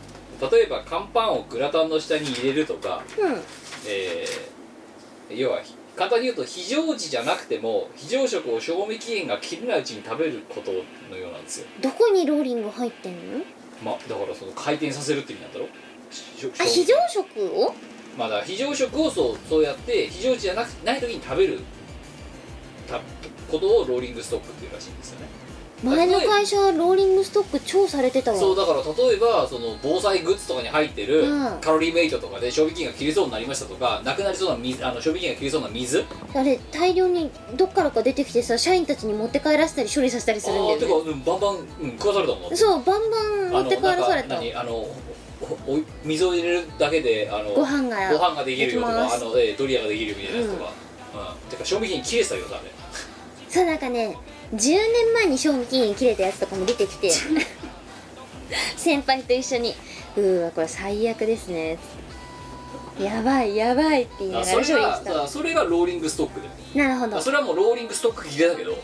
Speaker 1: 例えば乾パンをグラタンの下に入れるとかえー要は簡単に言うと非常時じゃなくても非常食を賞味期限が切れないうちに食べることのようなんですよ、
Speaker 2: どこにローリング入ってんの
Speaker 1: ま、だからその回転させるって意味なんだろししょ
Speaker 2: あ非常食を
Speaker 1: まあだから非常食をそうそうやって非常時じゃなくない時に食べるたことをローリングストックっていうらしいんですよね
Speaker 2: 前の会社はローリングストック超されてたわ
Speaker 1: そうだから例えばその防災グッズとかに入ってる
Speaker 2: うん
Speaker 1: カロリーメイトとかで賞味期限が切れそうになりましたとかなくなりそうな水あの賞味期限が切れそうな水
Speaker 2: あれ大量にどっからか出てきてさ社員たちに持って帰らせたり処理させたりするんだ
Speaker 1: ああて
Speaker 2: よね
Speaker 1: か、うん、バンバン、うん、食わされたもん
Speaker 2: そうバンバン持って帰らされ
Speaker 1: あのなん
Speaker 2: た
Speaker 1: か何あのおお水を入れるだけであの
Speaker 2: ご飯が
Speaker 1: ご飯ができるよと
Speaker 2: できま
Speaker 1: かあ
Speaker 2: す
Speaker 1: の、えードリアができるみたいなやつとか、うんてか賞味期限切れてたよだね
Speaker 2: そうなんかね10年前に賞味期限切れたやつとかも出てきて先輩と一緒に「うーわこれ最悪ですね」やばいやばい」って言いな
Speaker 1: あ
Speaker 2: が
Speaker 1: そ
Speaker 2: ら処
Speaker 1: れ
Speaker 2: 理し
Speaker 1: が
Speaker 2: た
Speaker 1: あそれがローリングストックで
Speaker 2: なるほど
Speaker 1: あそれはもうローリングストック切れだけど
Speaker 2: ロー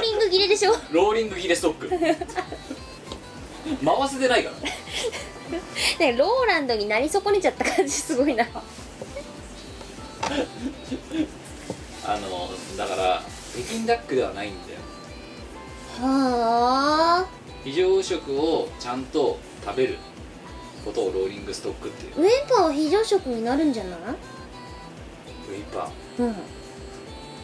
Speaker 2: リング切れでしょ
Speaker 1: ローリング切れストッ ク回せてないから
Speaker 2: ねローランドになり損ねちゃった感じすごいな
Speaker 1: あのだから北京ダックではないんだよ
Speaker 2: はあ
Speaker 1: 非常食をちゃんと食べることをローリングストックっていう
Speaker 2: ウェンパーは非常食になるんじゃない
Speaker 1: ウェイパー
Speaker 2: うん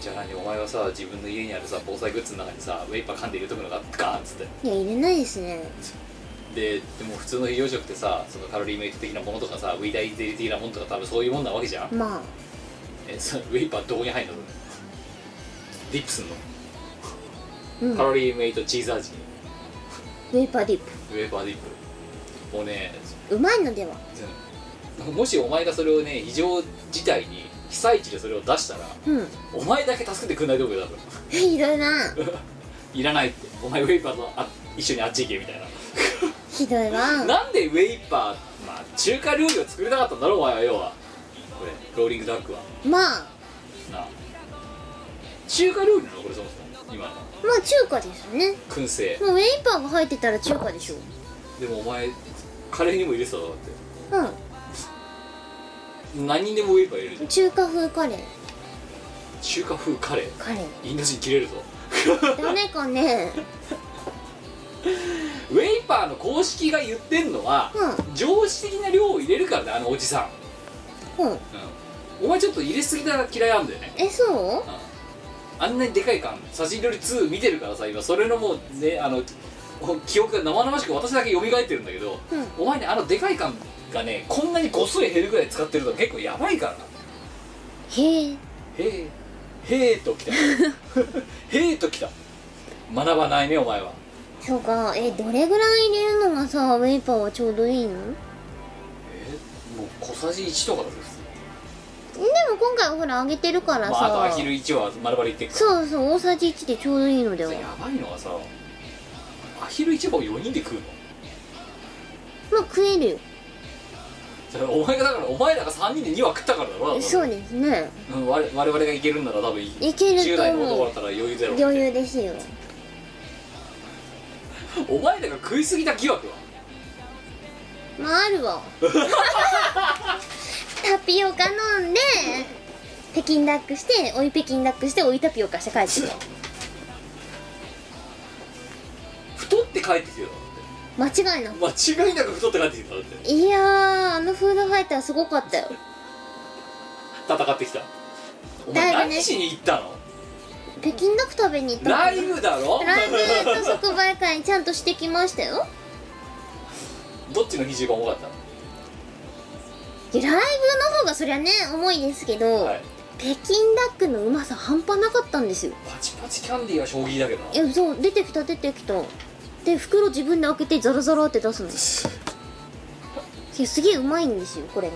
Speaker 1: じゃあ何お前はさ自分の家にあるさ防災グッズの中にさウェイパー噛んで入れとくのかガーンっつって
Speaker 2: いや入れないですね
Speaker 1: ででも普通の非常食ってさそのカロリーメイト的なものとかさウィダイゼリー的なものとか多分そういうもんなわけじゃん
Speaker 2: まあ
Speaker 1: えそのウェイパーどこに入るのディップすんの、
Speaker 2: うん
Speaker 1: カロリーメイトチーズ味に
Speaker 2: ウェーパーディップ
Speaker 1: ウェイパーディップもうね
Speaker 2: うまいのでは
Speaker 1: うんもしお前がそれをね異常事態に被災地でそれを出したら
Speaker 2: うん
Speaker 1: お前だけ助けてくんないと思うよ多分
Speaker 2: ひどいない
Speaker 1: らないってお前ウェイパーとあ一緒にあっち行けみたいな
Speaker 2: ひどいわ
Speaker 1: なんでウェイパー、まあ、中華料理を作れなかったんだろうお前は要はこれローリングダックは
Speaker 2: まあ
Speaker 1: なあ中華料理なのこれそもそも今の
Speaker 2: まあ中華ですね
Speaker 1: 燻製
Speaker 2: もうウェイパーが入ってたら中華でしょ
Speaker 1: でもお前カレーにも入れてただろだって
Speaker 2: う
Speaker 1: 何にでもウェイパー入れるじゃ
Speaker 2: ん中華風カレー
Speaker 1: ん中華風カレー
Speaker 2: カレ
Speaker 1: インド人切れるぞ
Speaker 2: ーダメかね
Speaker 1: ウェイパーの公式が言ってんのは、常識的な量を入れるからねあのおじさ
Speaker 2: うんうん
Speaker 1: ん、お前ちょっと入れすぎたら嫌いなんだよね
Speaker 2: えそう
Speaker 1: あんなにでかい缶写真撮り2見てるからさ今それのもうねあの記憶が生々しく私だけ蘇ってるんだけど、お前ねあのでかい缶がねこんなにごっそり減るぐらい使ってると結構やばいからな
Speaker 2: へえ
Speaker 1: へえへえときた へえときた学ばないねお前は
Speaker 2: そうかえどれぐらい入れるのがさウェイパーはちょうどいいのでも
Speaker 1: えもう小さじ1とかだです
Speaker 2: 今回ほら揚げてるからさ、
Speaker 1: まあ、あとアヒル1は丸々いってっから
Speaker 2: そうそう大さじ1でちょうどいいのでは
Speaker 1: やばいのはさアヒル1番を4人で食うの
Speaker 2: まあ食えるよ
Speaker 1: それお前がだからお前らが3人で2は食ったからだろだから
Speaker 2: そうですね
Speaker 1: うん、我我々がいけるんなら多分いい
Speaker 2: いける
Speaker 1: 10
Speaker 2: と
Speaker 1: 代の
Speaker 2: 思
Speaker 1: 男
Speaker 2: う
Speaker 1: だったら余裕ゼロ
Speaker 2: 余裕ですよ
Speaker 1: お前らが食いすぎた疑惑は
Speaker 2: まああ るわタピオカ飲んで北京ダックして追い北京ダックして追いタピオカして帰ってきた
Speaker 1: 太って帰ってきてる
Speaker 2: 間違いな
Speaker 1: だって間違いなく太って帰ってきただって
Speaker 2: いいやーあのフードファイターすごかったよ
Speaker 1: 戦ってきたお前
Speaker 2: だいぶね
Speaker 1: 何しに行ったの、
Speaker 2: 北京ダック食べに行ったの
Speaker 1: ライブだろ
Speaker 2: ライブと即売会ちゃんとしてきましたよ
Speaker 1: どっちの比重が重かった
Speaker 2: いやライブの方がそりゃね重いですけど、
Speaker 1: の、はい、
Speaker 2: 北京ダックのうまさ半端なかったんですよ
Speaker 1: パチパチキャンディーは将棋だけどない
Speaker 2: やそう出てきた出てきたで袋自分で開けてザラザラって出すのいやすげえうまいんですよこれが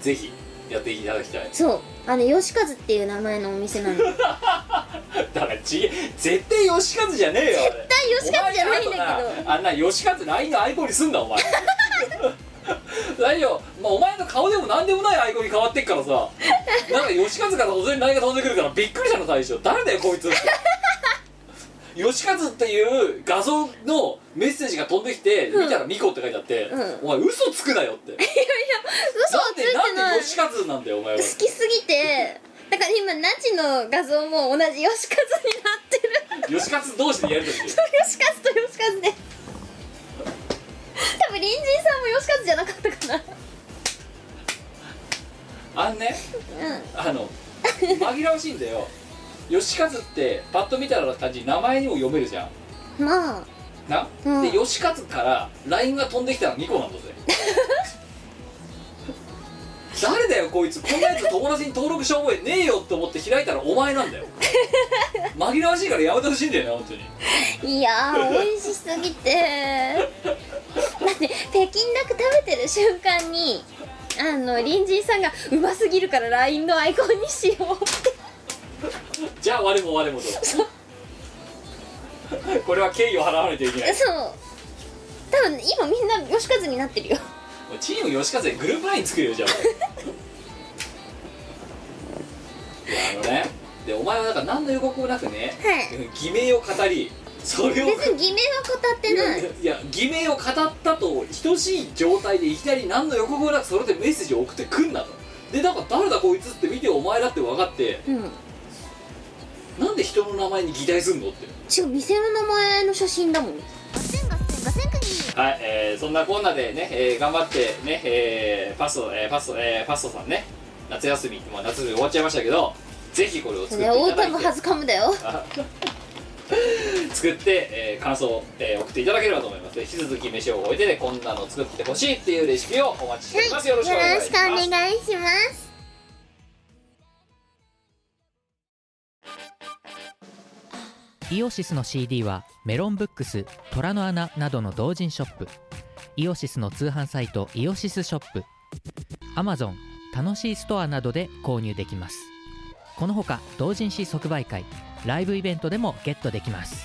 Speaker 1: ぜひやっていただきたい
Speaker 2: そうあの吉和っていう名前のお店 なの
Speaker 1: だ
Speaker 2: 絶
Speaker 1: からちげ絶対吉和じゃねえよ絶対
Speaker 2: 対吉和じゃないんだけど
Speaker 1: あんな吉和 LINE のアイコンにすんなお前大丈夫、まあ、お前の顔でも何でもないアイコンに変わってっからさなんか吉和から突然 LINE が飛んでくるからびっくりしたの最初誰だよこいつって吉和っていう画像のメッセージが飛んできて、見たら「ミコ」って書いてあって「
Speaker 2: う
Speaker 1: お前嘘つくなよ」って
Speaker 2: 嘘は
Speaker 1: なん
Speaker 2: つい
Speaker 1: で
Speaker 2: て
Speaker 1: な
Speaker 2: なんい
Speaker 1: で吉和なんだよお前は
Speaker 2: 好きすぎてだから今ナチの画像も同じ吉和になってる
Speaker 1: 吉和同士でやるとき
Speaker 2: 吉和と吉和で多分隣人さんも吉和じゃなかったかな
Speaker 1: あんね、あの紛らわしいんだよ吉和ってパッと見たら感じ名前にも読めるじゃん
Speaker 2: まあ
Speaker 1: な、
Speaker 2: うん
Speaker 1: で吉勝から LINE が飛んできたの2個なんだぜ誰だよこいつこんなやつ友達に登録した覚えねえよって思って開いたらお前なんだよ紛らわしいからやめてほしいんだよね本当に
Speaker 2: いやー美味しすぎてだって北京ダック食べてる瞬間にあの隣人さんが「うますぎるから LINE のアイコンにしよう」って
Speaker 1: じゃあ我も我もとこれは敬意を払わないといけない
Speaker 2: そう多分今みんな吉和になってるよ
Speaker 1: チーム吉風グループライン作るよじゃあいやあのねでお前はだから何の予告もなくね、
Speaker 2: はい
Speaker 1: 偽名を語りそれを
Speaker 2: 別に偽名は語ってない
Speaker 1: いや偽名を語ったと等しい状態でいきなり何の予告もなくそれでメッセージを送ってくんなとでだから誰だこいつって見てお前だって分かって
Speaker 2: うん
Speaker 1: なんで人の名前に擬態すんのって
Speaker 2: 違う店の名前の写真だもんガセンガセンガセンクニー
Speaker 1: はい、えーそんなこんなでね、えー頑張ってね、えーパスト、えーパスト、えーパストさんね、夏休み、まあ夏休み終わっちゃいましたけど、ぜひこれを作
Speaker 2: そ
Speaker 1: ってい
Speaker 2: れ
Speaker 1: た
Speaker 2: オー
Speaker 1: だ
Speaker 2: タ
Speaker 1: い
Speaker 2: ム
Speaker 1: て、
Speaker 2: はずかむだよ
Speaker 1: 作って、えー感想を、えー送っていただければと思います。で引き続き飯を置いてで、こんなの作ってほしいっていうレシピをお待ちしております。よろしくお願いします。
Speaker 2: 願いします
Speaker 5: イオシスの CD はメロンブックス虎の穴などの同人ショップイオシスの通販サイトイオシスショップ Amazon 楽しいストアなどで購入できますこのほか同人誌即売会ライブイベントでもゲットできます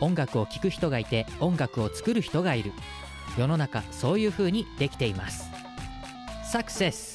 Speaker 5: 音楽を聴く人がいて音楽を作る人がいる世の中そういう風にできていますサクセス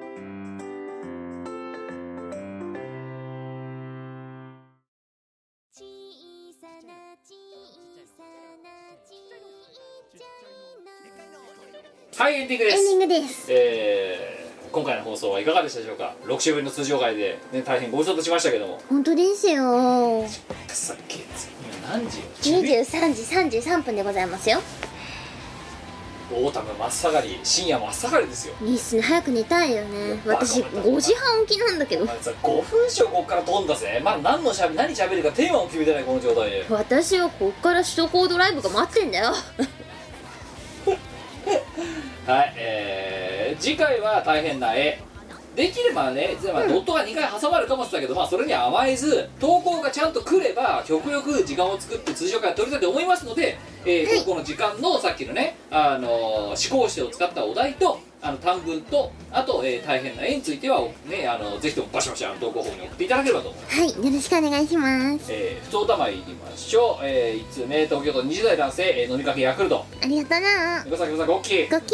Speaker 2: 小さな小さなちっち
Speaker 1: はい、エンディングで
Speaker 2: エン
Speaker 1: す。
Speaker 2: ディングです
Speaker 1: えー今回の放送はいかがでしたでしょうか ?6 週ぶりの通常会で、ね、大変ご無沙汰しましたけども。
Speaker 2: 本当ですよ
Speaker 1: くさっけ今何時よ
Speaker 2: 23時33分でございますよ
Speaker 1: オータム真っ盛り、深夜真っ盛りですよ。
Speaker 2: いいっすね早く寝たいよね私5時半起きなんだけ
Speaker 1: お
Speaker 2: ど
Speaker 1: 前さ5分以上こっから飛んだぜまだ何のしゃべ何しゃべるかテーマも決めてないこの状態で
Speaker 2: 私はこっから首都高ドライブが待ってんだよ
Speaker 1: はいえー、次回は大変な絵できればね、まあ、ドットが2回挟まるかもしれないけど、まあそれに甘えず投稿がちゃんと来れば極力時間を作って通常会を取りたいと思いますので、えー投稿の時間のさっきのね、あのー、思考してを使ったお題とあの短文とあと、えー大変な絵についてはねあのぜひともバシバシあの投稿本に送っていただければと思います
Speaker 2: はいよろしくお願いします
Speaker 1: えー、不当たまいりましょう、えー、1通目東京都20代男性、えー飲みかけヤクルト
Speaker 2: ありがとうな
Speaker 1: 岩崎さんゴッキー
Speaker 2: ごき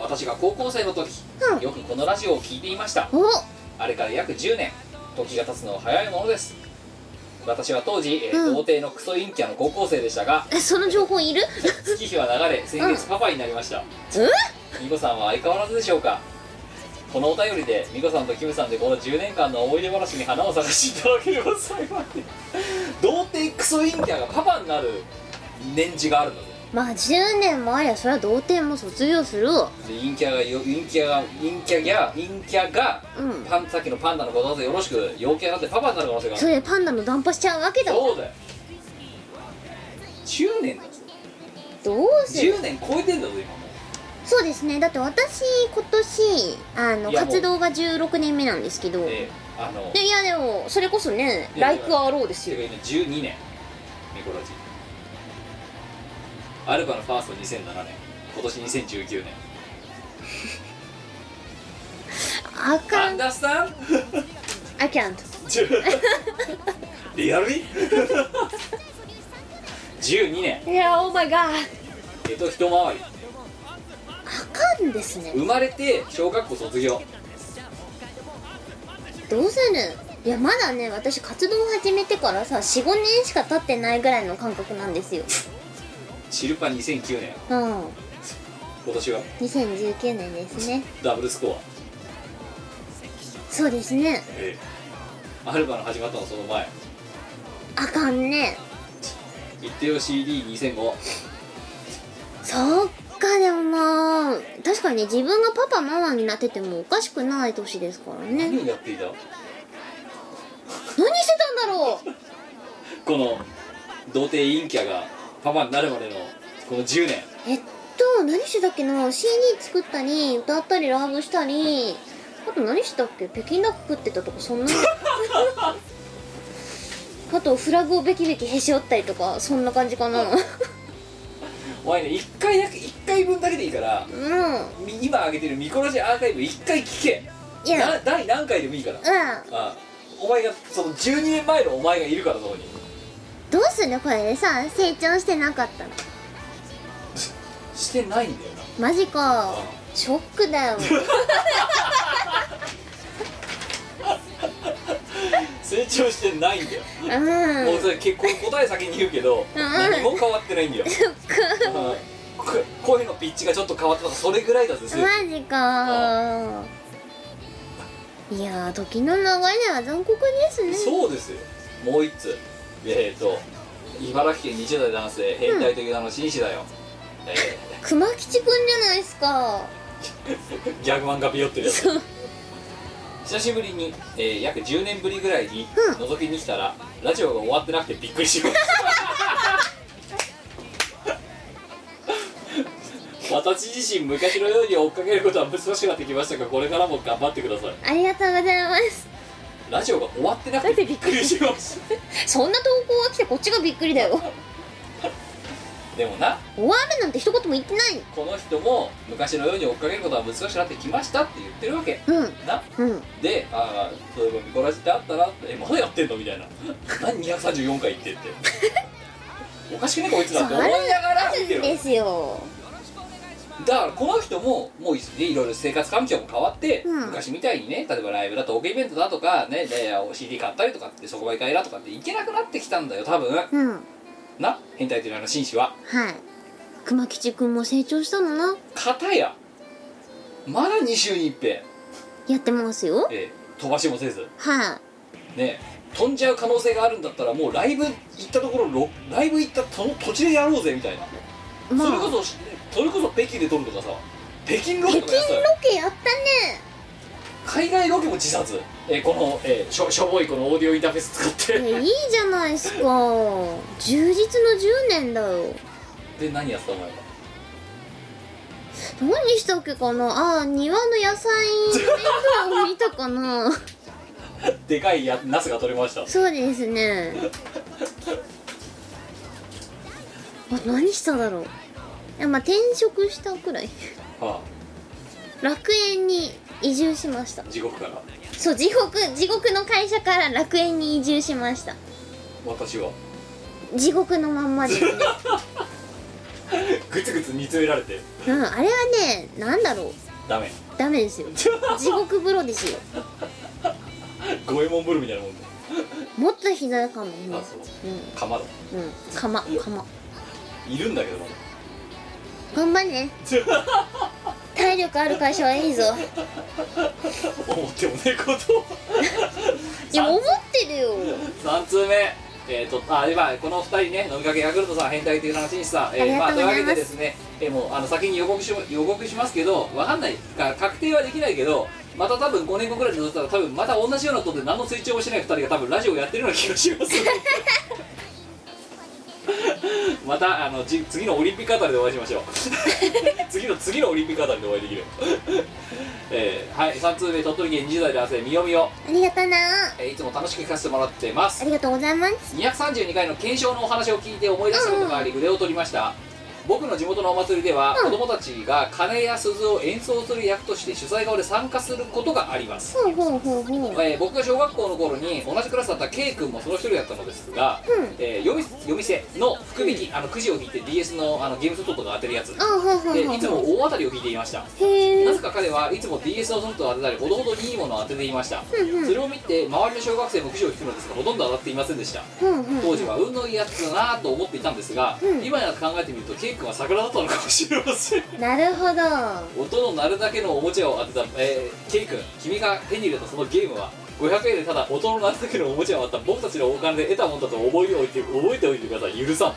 Speaker 1: 私が高校生の時、
Speaker 2: うん
Speaker 1: よくこのラジオを聞いていました
Speaker 2: お
Speaker 1: あれから約10年時が経つのは早いものです私は当時、えー
Speaker 2: うん
Speaker 1: 童貞のクソ陰キャの高校生でしたが
Speaker 2: えその情報いる
Speaker 1: 月日は流れ先月パパになりました、美子さんは相変わらずでしょうかこのお便りで美子さんとキムさんでこの10年間の思い出話に花を探していただければ幸い童貞クソ陰キャがパパになる年次があるので
Speaker 2: まあ10年もありゃそりゃ童貞も卒業するわ
Speaker 1: で陰キャがよ陰キャが陰キャギャ陰キャが
Speaker 2: うん
Speaker 1: パンさっきのパンダのことわざよろしく陽キャだってパパになる可能性があ
Speaker 2: そ
Speaker 1: る
Speaker 2: れでパンダのダンパしちゃうわけだ
Speaker 1: そうだよ10年だぞ
Speaker 2: どうする
Speaker 1: 10年超えてんだぞ今も
Speaker 2: そうですねだって私今年あの
Speaker 1: いやもう
Speaker 2: 活動が16年目なんですけど
Speaker 1: う
Speaker 2: で
Speaker 1: であの
Speaker 2: いやでもそれこそね「
Speaker 1: いや
Speaker 2: ライクアロー」です
Speaker 1: て
Speaker 2: よ
Speaker 1: か今12年ミコラジアルバのファースト2007年今年2019年
Speaker 2: あ
Speaker 1: ア
Speaker 2: か
Speaker 1: ン
Speaker 2: ん
Speaker 1: ダースタ ン
Speaker 2: あきゃんと
Speaker 1: リアルに12年
Speaker 2: いやオーマイガー
Speaker 1: えっと一回り
Speaker 2: あかんですね
Speaker 1: 生まれて小学校卒業
Speaker 2: どうするいやまだね私活動を始めてからさ45年しか経ってないぐらいの感覚なんですよ
Speaker 1: シルパ2009年
Speaker 2: うん
Speaker 1: 今年は
Speaker 2: 2019年ですね
Speaker 1: ダブルスコア
Speaker 2: そうですね
Speaker 1: ええアルバの始まったのその前
Speaker 2: あかんね
Speaker 1: 「一定よ CD2005
Speaker 2: そっかでもまあ確かにね自分がパパママになっててもおかしくない年ですから」ね
Speaker 1: 何をやっていた
Speaker 2: 何してたんだろう
Speaker 1: この童貞陰キャがパパになるまでのこの10年
Speaker 2: えっと何してたっけな CD 作ったり歌ったりライブしたりあと何してたっけ北京ダック食ってたとか そんなあとフラグをべきべきへし折ったりとかそんな感じかなうん
Speaker 1: お前ね1回だけ一回分だけでいいからみ今上げてるミコラジアーカイブ1回聞け
Speaker 2: いや
Speaker 1: な第何回でもいいから、
Speaker 2: うん
Speaker 1: ああお前がその12年前のお前がいるからそこに
Speaker 2: どうするこれでさ成長してなかったの
Speaker 1: してないんだよな
Speaker 2: マジか
Speaker 1: あ
Speaker 2: ショックだ よ
Speaker 1: 成長してないんだよ、
Speaker 2: うん
Speaker 1: もうそれ結構答え先に言うけど、何も変わってないんだよ、うんこ声のピッチがちょっと変わったとかそれぐらいだぜ成長
Speaker 2: マジかいやー時の流れは残酷ですね
Speaker 1: そうですよもう一つえっ、ー、と茨城県20代男性変態的なの紳士だよ、え
Speaker 2: 熊吉くんじゃないですか
Speaker 1: ー、ギ ャグ漫画ビヨってるやつ久しぶりに、えー約10年ぶりぐらいに覗きに来たら、ラジオが終わってなくてびっくりしました 私自身昔のように追っかけることは難しくなってきましたがこれからも頑張ってください
Speaker 2: ありがとうございます
Speaker 1: ラジオが終わってなくてびっくりしました
Speaker 2: そんな投稿が来てこっちがびっくりだよ
Speaker 1: でもな
Speaker 2: 大雨なんて一言も言ってない
Speaker 1: この人も昔のように追っかけることは難しくなってきましたって言ってるわけな
Speaker 2: うんうん
Speaker 1: で「ああそういえばミコラジってあったな」えまだやってんの?」みたいな 「何234回言って」って おかしくねこいつだって思いながら
Speaker 2: ある
Speaker 1: 見てる
Speaker 2: んですよ
Speaker 1: だからこの人ももういろいろ生活環境も変わって、
Speaker 2: うん
Speaker 1: 昔みたいにね例えばライブだトークイベントだとかねで CD 買ったりとかってそこばい買いだとかって行けなくなってきたんだよ多分
Speaker 2: うんはい
Speaker 1: な変態という名の紳士は
Speaker 2: 熊吉くんも成長したのな
Speaker 1: 片やまだ2週に一遍、
Speaker 2: やってますよ
Speaker 1: えー飛ばしもせず
Speaker 2: はい
Speaker 1: ね飛んじゃう可能性があるんだったらもうライブ行ったところろライブ行ったその土地でやろうぜみたいな、
Speaker 2: まあ
Speaker 1: それこそしそれこそ北京で撮るとかさ北京ロケとかやったよ
Speaker 2: ロケやった
Speaker 1: 海外ロケも自殺、えーこの、えーしょしょぼいこのオーディオインターフェース使 って
Speaker 2: ねねいいじゃないですか充実の10年だよ
Speaker 1: で何やってたお前は
Speaker 2: 何したっけかなあー庭の野菜の面倒を見たかな
Speaker 1: でかいやナスが取れました
Speaker 2: そうですねあ何しただろういやまあ転職したくらい
Speaker 1: は
Speaker 2: 楽園に移住しました
Speaker 1: あ、地獄から
Speaker 2: そう地獄地獄の会社から楽園に移住しました
Speaker 1: 私は
Speaker 2: 地獄のまんま ですね
Speaker 1: グツグツ煮詰められて
Speaker 2: うんあれはねなんだろう
Speaker 1: ダメ
Speaker 2: ダメですよ地獄風呂ですよ
Speaker 1: 五右衛門風呂みたいなもんだ
Speaker 2: もっとひどいかもね
Speaker 1: あそう
Speaker 2: う
Speaker 1: 釜だ
Speaker 2: んうん釜釜
Speaker 1: いるんだけどまだ
Speaker 2: 頑張んね体力ある会社はいいぞ
Speaker 1: 思ってもねえことを
Speaker 2: いや思ってるよ
Speaker 1: 3通目えー、とあではこの2人ね飲みかけヤクルトさん変態という話にさん、えー
Speaker 2: ありがと
Speaker 1: あ、
Speaker 2: うございます
Speaker 1: というわけでですね、えーもうあの先に予告し予告しますけどわかんないか確定はできないけどまた多分5年後くらいに戻ったら多分また同じようなことで何の追徴もしない2人が多分ラジオやってるような気がします またあのじ次のオリンピックあたりでお会いしましょう 次の次のオリンピックあたりでお会いできる、 えーはい3通目鳥取県20代男性みよみよ、
Speaker 2: ありがとうな
Speaker 1: えーいつも楽しく聞かせてもらってます
Speaker 2: ありがとうございます
Speaker 1: 232回の検証のお話を聞いて思い出したことがあり腕を取りました、僕の地元のお祭りでは、子供たちが鐘や鈴を演奏する役として主催側で参加することがあります、
Speaker 2: ほうほうほうほう
Speaker 1: えー僕が小学校の頃に同じクラスだった K 君もその一人だったのですが、
Speaker 2: うん
Speaker 1: えー夜み夜店の福引き、あのくじを引いて DS のあのゲームソフトとか当てるやつ
Speaker 2: あほうほうほう
Speaker 1: でいつも大当たりを引いていました
Speaker 2: へ
Speaker 1: な
Speaker 2: え
Speaker 1: ぜか彼はいつも DS のソフトを当てたりほどほどにいいものを当てていました、
Speaker 2: うんうん
Speaker 1: それを見て周りの小学生もくじを引くのですがほとんど当たっていませんでした
Speaker 2: うんうん
Speaker 1: 当時は運のいいやつだなぁと思っていたんですが、
Speaker 2: うん
Speaker 1: 今になって考えてみるとケイ君は桜だったのかもしれません
Speaker 2: なるほど
Speaker 1: 音の鳴るだけのおもちゃを当てた、えー、ケイ君君が手に入れたそのゲームは500円でただ音の鳴るだけのおもちゃを当てた僕たちのお金で得たもんだと覚えておいて覚えておいてください許さん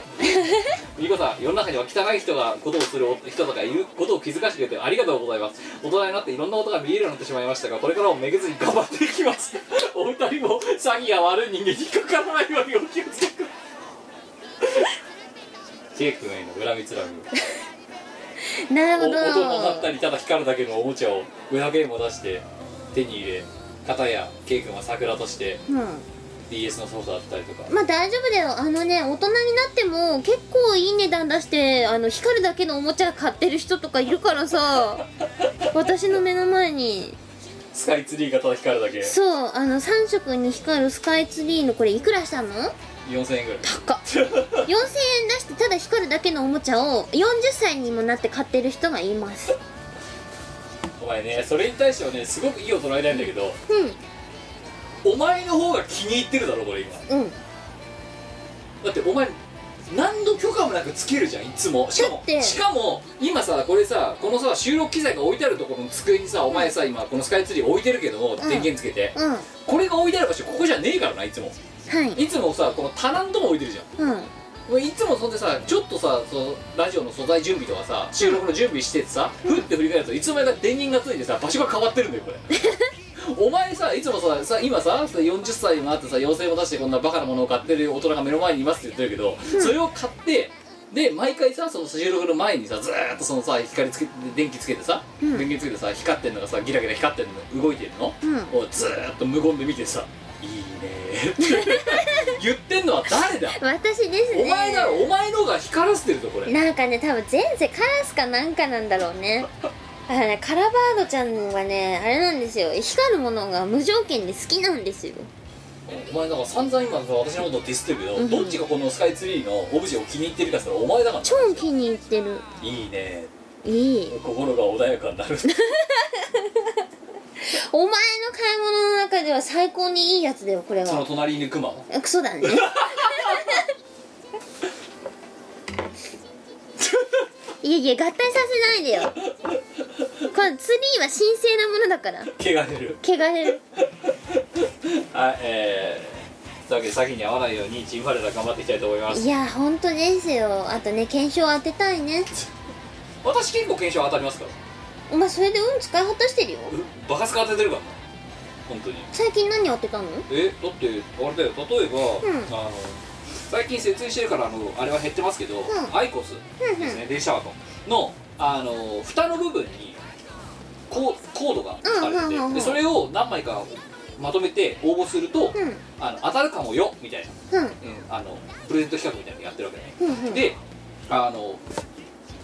Speaker 1: 美子さん世の中には汚い人がことをする人とかいることを気づかせてくれてありがとうございます大人になっていろんな音が見えるようになってしまいましたがこれからもめげずに頑張っていきますお二人も詐欺や悪い人間にかからないようにお気をつけくださいケイ君への恨みつらみを
Speaker 2: なる
Speaker 1: お大人
Speaker 2: ほ
Speaker 1: になっ
Speaker 2: ど
Speaker 1: たりただ光るだけのおもちゃを500円も出して手に入れ片やケイ君は桜として
Speaker 2: うん
Speaker 1: DS のソフトだったりとか
Speaker 2: まあ大丈夫だよあのね大人になっても結構いい値段出してあの光るだけのおもちゃ買ってる人とかいるからさ私の目の前に
Speaker 1: スカイツリーがただ光るだけ
Speaker 2: そうあの3色に光るスカイツリーのこれいくらしたの
Speaker 1: 4000円ぐらい
Speaker 2: 高っ4000円出してただ光るだけのおもちゃを40歳にもなって買ってる人がいます
Speaker 1: お前ねそれに対してはねすごくいい大人いないんだけど
Speaker 2: う
Speaker 1: お前の方が気に入ってるだろこれ今
Speaker 2: んうん
Speaker 1: だってお前何の許可もなくつけるじゃんいつもしか
Speaker 2: だ
Speaker 1: も
Speaker 2: って
Speaker 1: しかも今さこれさこのさ収録機材が置いてあるところの机にさお前さ今このスカイツリー置いてるけども電源つけて、
Speaker 2: うんは
Speaker 1: これが置いてある場所ここじゃねえからないつも
Speaker 2: い
Speaker 1: いつもさこの棚のとこ置いてるじゃん
Speaker 2: うん
Speaker 1: もういつもそんでさちょっとさそのラジオの素材準備とかさ収録の準備しててさふって振り返るといつの間にか電源がついてさ場所が変わってるんだよこれ お前さいつもささ今さ40歳もあってさ妖精も出してこんなバカなものを買ってる大人が目の前にいますって言ってるけど、それを買ってで毎回さその収録の前にさずーっとそのさ光つけ電気つけてさ、電気つけてさ光ってんのがさギラギラ光ってんの動いてるの、をずーっと無言で見てさ「いいね」って 言ってんのは誰だ
Speaker 2: 私ですね
Speaker 1: お前だろお前のが光らせてるぞこれ
Speaker 2: なんかね多分前世カラスかなんかなんだろうね あのねカラバードちゃんはねあれなんですよ光るものが無条件で好きなんですよ
Speaker 1: お前だから散々今さ私のことをディスってるけど、
Speaker 2: ん
Speaker 1: どっちがこのスカイツリーのオブジェを気に入ってるかしたらお前だから
Speaker 2: 超気に入ってる
Speaker 1: いいね
Speaker 2: いい
Speaker 1: 心が穏やかに なる
Speaker 2: お前の買い物の中では最高にいいやつだよこれ
Speaker 1: その
Speaker 2: は
Speaker 1: 隣にクマ
Speaker 2: あクソ だねいやいや合体させないでよこれツリーは神聖なものだから
Speaker 1: 毛が出る
Speaker 2: 汚れる
Speaker 1: はいえー、というわけで先に会わないようにチームファレラ頑張っていきたいと思います
Speaker 2: いや本当ですよあとね検証当てたいね
Speaker 1: 私結構検証当たりますから
Speaker 2: お前それで運使い果たしてるよ
Speaker 1: うバカスカ当ててるからな本当に
Speaker 2: 最近何当てたの
Speaker 1: えだってあれだよ例えば、
Speaker 2: ん
Speaker 1: あの最近節電してるからあのあれは減ってますけど、
Speaker 2: ん
Speaker 1: アイコスですね、電車箱のあの蓋の部分にコーコードが書かれてて、
Speaker 2: うんうんうんうん
Speaker 1: でそれを何枚かまとめて応募すると、
Speaker 2: ん
Speaker 1: あの当たるかもよみたいな、
Speaker 2: う
Speaker 1: う
Speaker 2: ん
Speaker 1: んあのプレゼント企画みたいなのやってるわけね、
Speaker 2: うんうん
Speaker 1: であの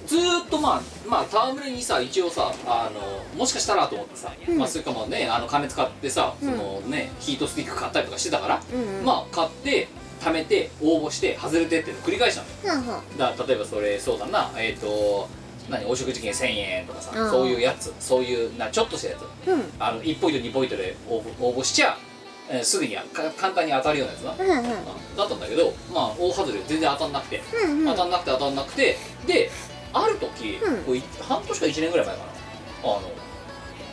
Speaker 1: ずーっとまあまあ戯れにさ一応さあのもしかしたらと思ってさ、
Speaker 2: ん
Speaker 1: まあそれかもねあの金使ってさ、そのねヒートスティック買ったりとかしてたから、
Speaker 2: うんうん
Speaker 1: まあ買って貯めて応募して外れてっていうのを繰り返したのよ
Speaker 2: はんはん
Speaker 1: だから例えばそれそうだなえっ、と何お食事券1000円とかさ、
Speaker 2: うん
Speaker 1: そういうやつそういうなちょっとしたやつ
Speaker 2: うん
Speaker 1: あの1ポイント2ポイントで応募応募しちゃ、えーすぐにやか簡単に当たるようなやつな、
Speaker 2: うんうん
Speaker 1: だったんだけどまあ大外れ全然当たんなくて、
Speaker 2: うんうん
Speaker 1: 当たんなくて当たんなくてである時、
Speaker 2: うん
Speaker 1: こうい半年か1年ぐらい前かなあの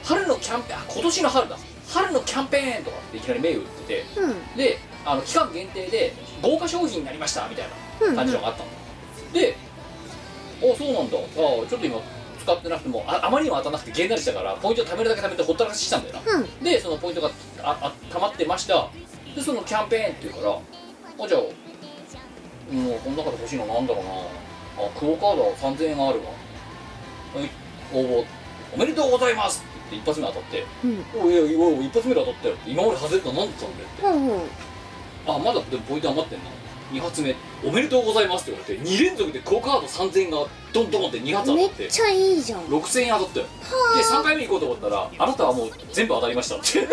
Speaker 1: 春のキャンペーンあ今年の春だ春のキャンペーンとかっていきなり目打ってて
Speaker 2: うん
Speaker 1: であの期間限定で豪華商品になりましたみたいな感じのがあったの、であそうなんだあちょっと今使ってなくてもああまりにも当たらなくてげんなりしたからポイント貯めるだけ貯めてほったらかししたんだよな、
Speaker 2: うん
Speaker 1: でそのポイントがああ溜まってましたでそのキャンペーンっていうからあじゃあもうこの中で欲しいのなんだろうなあクオ・カード3000円があるわはい応募おめでとうございますって言って一発目当たって「おいおいおいおい一発目で当たったよ」って今まで外れたの何だったんだよって
Speaker 2: うんうん
Speaker 1: あまだでもポイント余ってんな2発目「おめでとうございます」って言われて2連続で5カード3000円がドンドンって2発当
Speaker 2: め
Speaker 1: た
Speaker 2: っ
Speaker 1: って
Speaker 2: ちゃいいじゃん
Speaker 1: 6000円当たったよで3回目行こうと思ったら「あなたはもう全部当たりました」って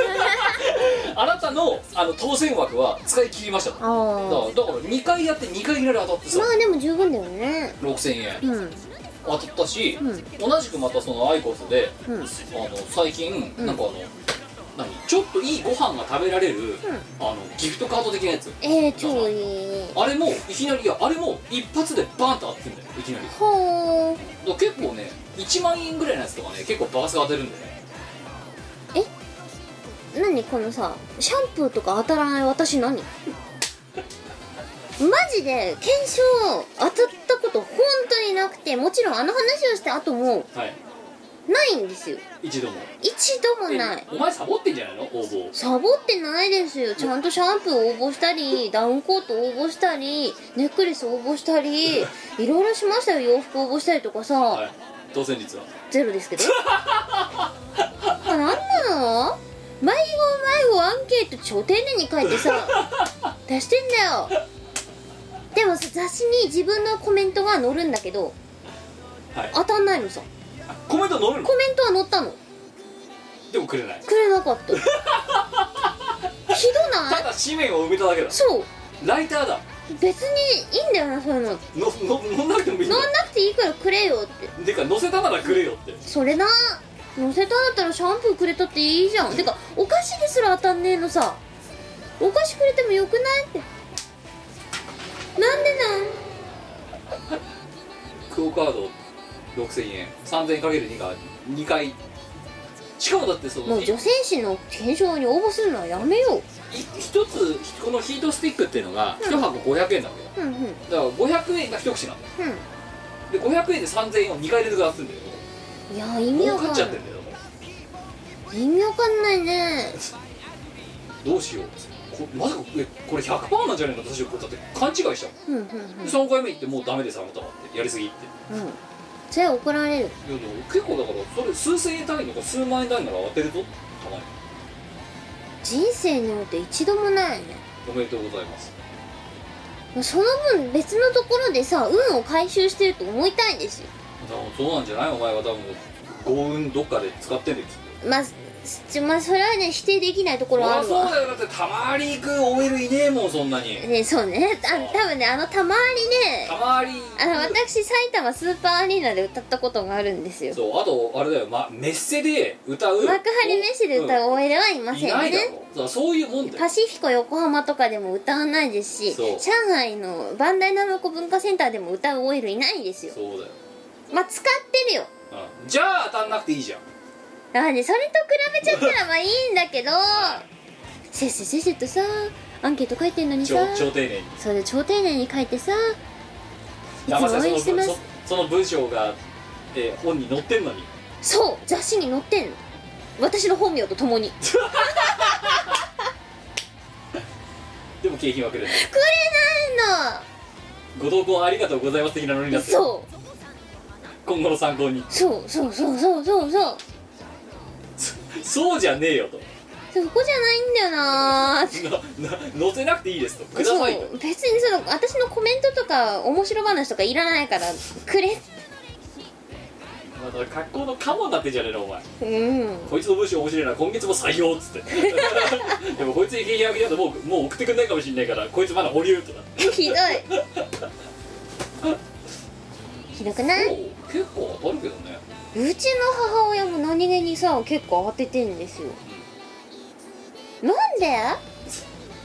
Speaker 1: あなたのあの当選枠は使い切りましただからだ
Speaker 2: ああ
Speaker 1: から2回やって2回いきなり当たってさ
Speaker 2: まあでも十分だよね
Speaker 1: 6000円
Speaker 2: うん
Speaker 1: 当たったし、
Speaker 2: うん
Speaker 1: 同じくまたそのアイコスで、
Speaker 2: うん
Speaker 1: あの最近
Speaker 2: ん
Speaker 1: なんかあの、何ちょっといいご飯が食べられる、あのギフトカード的なやつ
Speaker 2: えー、超いい
Speaker 1: あれもいきなりいやあれも一発でバンと当てるんだよいきなりだか
Speaker 2: ほう
Speaker 1: ら結構ね1万円ぐらいのやつとかね結構バースが当てるんだよね
Speaker 2: 何このさシャンプーとか当たらない私何マジで検証当たったこと本当になくてもちろんあの話をした後も
Speaker 1: はい
Speaker 2: ないんですよ
Speaker 1: 一度も
Speaker 2: 一度もない
Speaker 1: えお前サボってんじゃないの応募
Speaker 2: サボってないですよちゃんとシャンプー応募したりダウンコート応募したりネックレス応募したりいろいろしましたよ洋服応募したりとかさ、
Speaker 1: はい当選率は
Speaker 2: ゼロですけど あなんなの迷子迷子アンケート超丁寧に書いてさ出してんだよでもさ雑誌に自分のコメントが載るんだけど
Speaker 1: はい
Speaker 2: 当たんないのさ
Speaker 1: コメント乗るの
Speaker 2: コメントは載ったの
Speaker 1: でもくれない
Speaker 2: くれなかったひど
Speaker 1: た
Speaker 2: ない
Speaker 1: だ紙面を埋めただけだ
Speaker 2: そう
Speaker 1: ライターだ
Speaker 2: 別にいいんだよなそういうの
Speaker 1: のの乗んなくてもいいんだ
Speaker 2: 乗んなくていいからくれよって
Speaker 1: てか乗せたならくれよって
Speaker 2: それな乗せたんだったらシャンプーくれたっていいじゃんてかお菓子ですら当たんねえのさお菓子くれてもよくないってなんでな
Speaker 1: クオカード6000円3000円かける2が2回しかもだってそ
Speaker 2: んも
Speaker 1: の
Speaker 2: う
Speaker 1: い
Speaker 2: 女性誌の検証に応募するのはやめよ
Speaker 1: い一つこのヒートスティックっていうのが1箱500円なわけよ
Speaker 2: ううんうんう
Speaker 1: だ
Speaker 2: ん
Speaker 1: から500円が一口なんだよで500円で3000円を2回連続出すんだよ
Speaker 2: いや意味
Speaker 1: 儲
Speaker 2: わ
Speaker 1: か
Speaker 2: か
Speaker 1: っ
Speaker 2: ん
Speaker 1: ち
Speaker 2: な
Speaker 1: ゃ
Speaker 2: い
Speaker 1: ってんだよも
Speaker 2: 意味わかんないね
Speaker 1: うどうしようこまさかえこれ100パーなんじゃないの私これだって勘違いしたも
Speaker 2: うんうんうん
Speaker 1: ん、3回目行ってもうダメですあなたはってやりすぎって
Speaker 2: うんそれは怒ら
Speaker 1: い
Speaker 2: れる
Speaker 1: やでも結構だからそれ数千円単位とか数万円単位なら当てるとたまに
Speaker 2: 人生において一度もないね
Speaker 1: おめでとうございます
Speaker 2: その分別のところでさ運を回収してると思いたいんですよ
Speaker 1: 多分そうなんじゃないお前は多分幸運どっかで使ってんだよきっと
Speaker 2: まあすまあそれはね否定できないところはある
Speaker 1: そう
Speaker 2: わ
Speaker 1: だよだってたまに行く OL いねえもんそんなに
Speaker 2: ねそうねあ多分ねあのたまにね
Speaker 1: たまに
Speaker 2: あの私埼玉スーパーアリーナで歌ったことがあるんですよ
Speaker 1: そうあとあれだよ、ま、メッセで歌う
Speaker 2: 幕張メッセで歌う OL はいま
Speaker 1: うん
Speaker 2: せ
Speaker 1: い
Speaker 2: ん
Speaker 1: ないだ
Speaker 2: ね
Speaker 1: ろだからそういうもんだよ
Speaker 2: パシフィコ横浜とかでも歌わないですし
Speaker 1: そう
Speaker 2: 上海のバンダイナムコ文化センターでも歌う OL いないですよ
Speaker 1: そうだよ、
Speaker 2: まあ使ってるよ
Speaker 1: うん、じゃあ当たんなくていいじゃん
Speaker 2: だからねそれと比べちゃったらまあいいんだけどせっせせっせとさアンケート書いてんのに
Speaker 1: 超
Speaker 2: さ
Speaker 1: 超丁寧に
Speaker 2: それ超丁寧に書いてさいつも
Speaker 1: 騙さ
Speaker 2: 応
Speaker 1: れ
Speaker 2: 援してます
Speaker 1: そその文章が、えー本に載ってんのに
Speaker 2: そう雑誌に載ってんの私の本名とともにく
Speaker 1: でも景品はくれない
Speaker 2: れな
Speaker 1: ご同行ありがとうございます的なノリに
Speaker 2: い
Speaker 1: な
Speaker 2: の
Speaker 1: ってる
Speaker 2: そう
Speaker 1: 今後の参考に
Speaker 2: そうそうそうそうそうそう
Speaker 1: そうじゃねえよと
Speaker 2: そこじゃないんだよなー
Speaker 1: なな載せなくていいですとくださいと
Speaker 2: そう別にその私のコメントとか面白話とかいらないからくれ
Speaker 1: まあだから格好のカモになってんじゃねえのお前
Speaker 2: うん
Speaker 1: こいつの文章面白いな今月も採用っつって でもこいつに景品あげちゃうともうもう送ってくんないかもしんないからこいつまだ保留とか
Speaker 2: ひどいひどくない
Speaker 1: 結構当たるけどね
Speaker 2: うちの母親も何気にさ結構当ててんですよなんでい